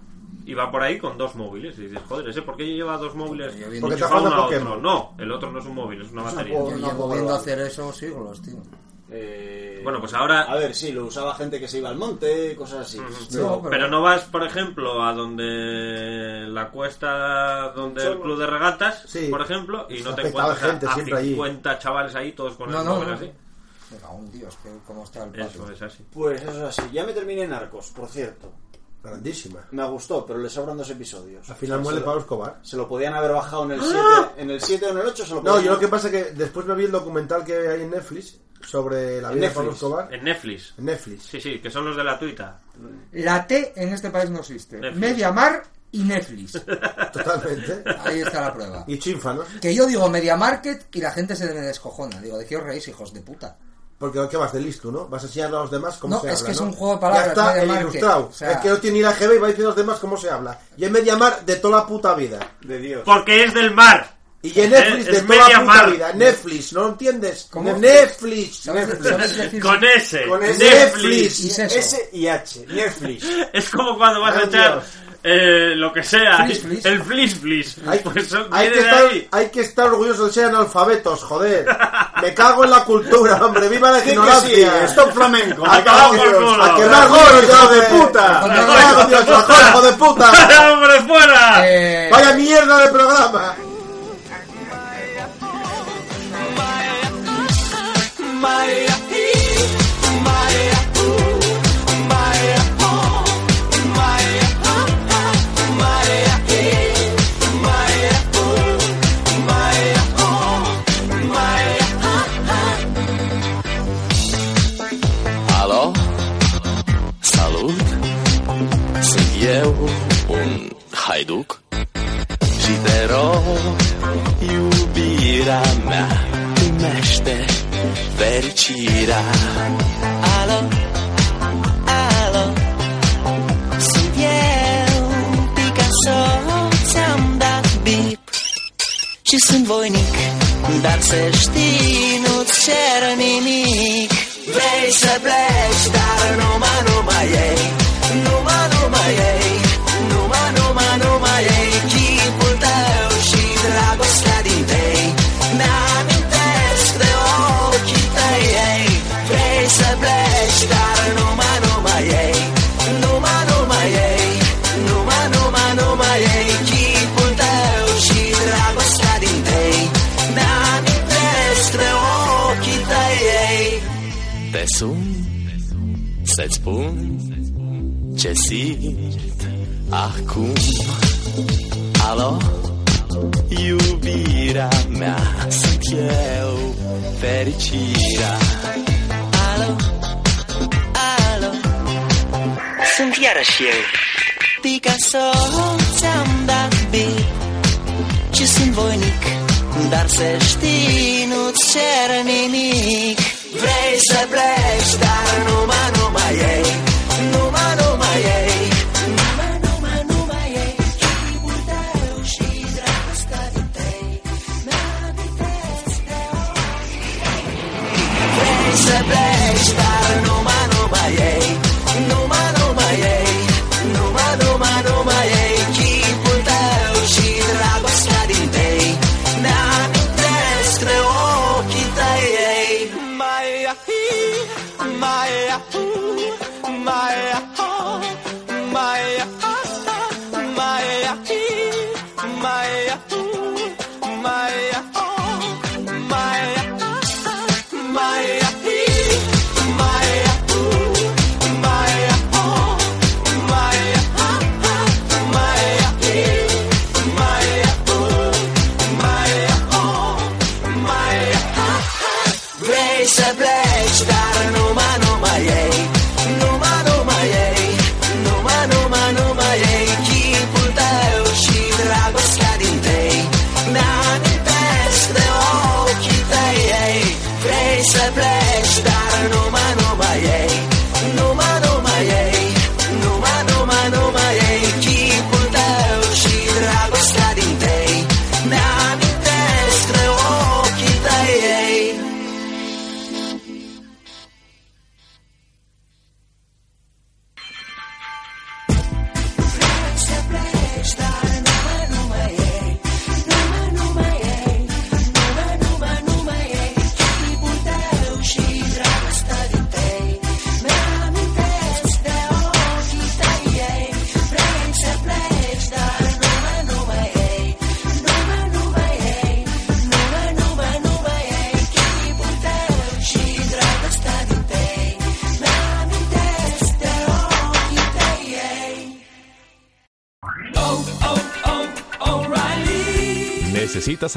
S5: Y va por ahí con dos móviles. Y dices, joder, ese, ¿por qué lleva dos móviles?
S3: Porque
S5: enchufado
S8: está jugando
S5: uno a
S8: Pokémon.
S5: otro? No, el otro no es un móvil, es una batería.
S4: porra.
S3: Yo
S4: No,
S3: llevo
S4: no,
S3: viendo
S4: no.
S3: hacer eso siglos, tío.
S4: Eh,
S5: Bueno, pues ahora-
S4: A ver, sí, lo usaba gente que se iba al monte, cosas así.
S3: No,
S5: Pero no vas, por ejemplo, a donde la cuesta, donde el club de regatas,
S8: Sí.
S5: por ejemplo, y no te
S8: Afectaba
S5: encuentras a-
S8: gente
S5: a,
S8: siempre allí.
S5: 50 chavales ahí todos con
S3: No,
S5: el
S3: no,
S5: móvil
S3: no.
S5: así.
S3: Venga, un dios, que cómo está el patio.
S5: Eso es así.
S4: Pues eso es así. Ya me terminé en Arcos, por cierto.
S8: Grandísima.
S4: Me gustó, pero le sobran dos episodios.
S8: Al final muere
S4: se, lo,
S8: Pablo Escobar.
S4: se lo podían haber bajado en el 7 en el 7 o en el 8, se lo
S8: No,
S4: podían-
S8: yo lo que pasa es que después me vi el documental que hay en Netflix sobre la
S4: En
S8: vida de
S4: Netflix.
S8: Pablo Escobar.
S5: En Netflix.
S8: En Netflix.
S5: Sí, sí, que son los de la tuita.
S3: La T en este país no existe.
S5: Netflix.
S3: Mediamar y Netflix.
S8: Totalmente.
S3: Ahí está la prueba.
S8: Y chínfanos.
S3: Que yo digo Media Market y la gente se me descojona. Digo, ¿de qué os reís, hijos de puta?
S8: Porque ¿qué vas de listo, no? Vas a enseñar a los demás cómo
S3: No,
S8: se
S3: es
S8: habla.
S3: que es
S8: ¿no?
S3: un juego de palabras,
S8: Ya está
S3: Media
S8: el
S3: Market,
S8: ilustrado.
S3: o sea-
S8: El que no tiene ni la GB y va diciendo a los demás cómo se habla. Y en Mediamar de toda la puta vida.
S4: de Dios.
S5: Porque es del mar.
S8: Y en Netflix
S5: Es-
S8: de
S5: es
S8: toda la puta
S5: Mediamar.
S8: vida. Netflix, ¿no lo entiendes?
S3: ¿Cómo?
S8: Netflix.
S3: ¿Sabes,
S8: Netflix.
S3: sabes decir-
S5: Con ese.
S8: Con ese.
S5: Netflix.
S3: Y seso.
S4: S y H, Netflix.
S5: Es como cuando vas a
S8: Ay,
S5: echar
S8: Dios.
S5: eh, lo que sea.
S3: Flis, flis.
S5: El flis flis.
S8: Hay,
S5: Pues eso
S8: hay que
S5: viene de
S8: estar,
S5: ahí.
S8: hay que estar orgulloso de ser analfabetos, joder. Me cago en la cultura, hombre. ¡Viva la
S4: Sí que
S8: ignorancia!
S4: sí, stop flamenco.
S8: ¡A
S5: A cagar por
S8: caballos!
S5: culo.
S8: ¡A quemar gorros, hijo de puta!
S3: A
S8: ¡A
S3: quemar
S8: cagar,
S3: gorros.
S8: Dios, a joder, hijo de puta!
S5: ¡Fuera, hombre, fuera!
S3: Eh,
S8: ¡Vaya mierda de programa!
S9: Aló, salut, soy yo un haiduc. Si te iubirea mea primește fericirea. Alo, alo, sunt eu, Picasso, ți-am dat bip și sunt voinic. Dar să știi, nu-ți cer nimic Vrei să pleci, dar numai, numai ei Numai, numai ei Numai, numai, numai ei Chipul tău și dragostea din tei Mi-amintesc de ochii tăi ei Vrei să pleci, dar numai, numai ei Numai, numai ei Numai, numai, numai ei Chipul tău și dragostea din tei Mi-amintesc de ochii tăi ei te sun Să-ți spun ce simt acum Alo, iubirea mea Sunt eu, fericirea Alo, alo Sunt iarăși eu Picasso, ți-am dat bip și sunt voinic Dar să știi, nu-ți cer nimic Vrei să pleci, dar numai, numai ei Numai, numai ei Numai, numai, numai ei Chipul tău și dragostea din tei Mi-amintesc de ochii tăi. Vrei să pleci, dar numai, numai ei Numai, numai ei Numai, numai, numai ei Chipul tău și dragostea din tei Mi-amintesc de ochii tăi Mai ahi, mai ahu, mai ahu é é
S8: ¿Necesitas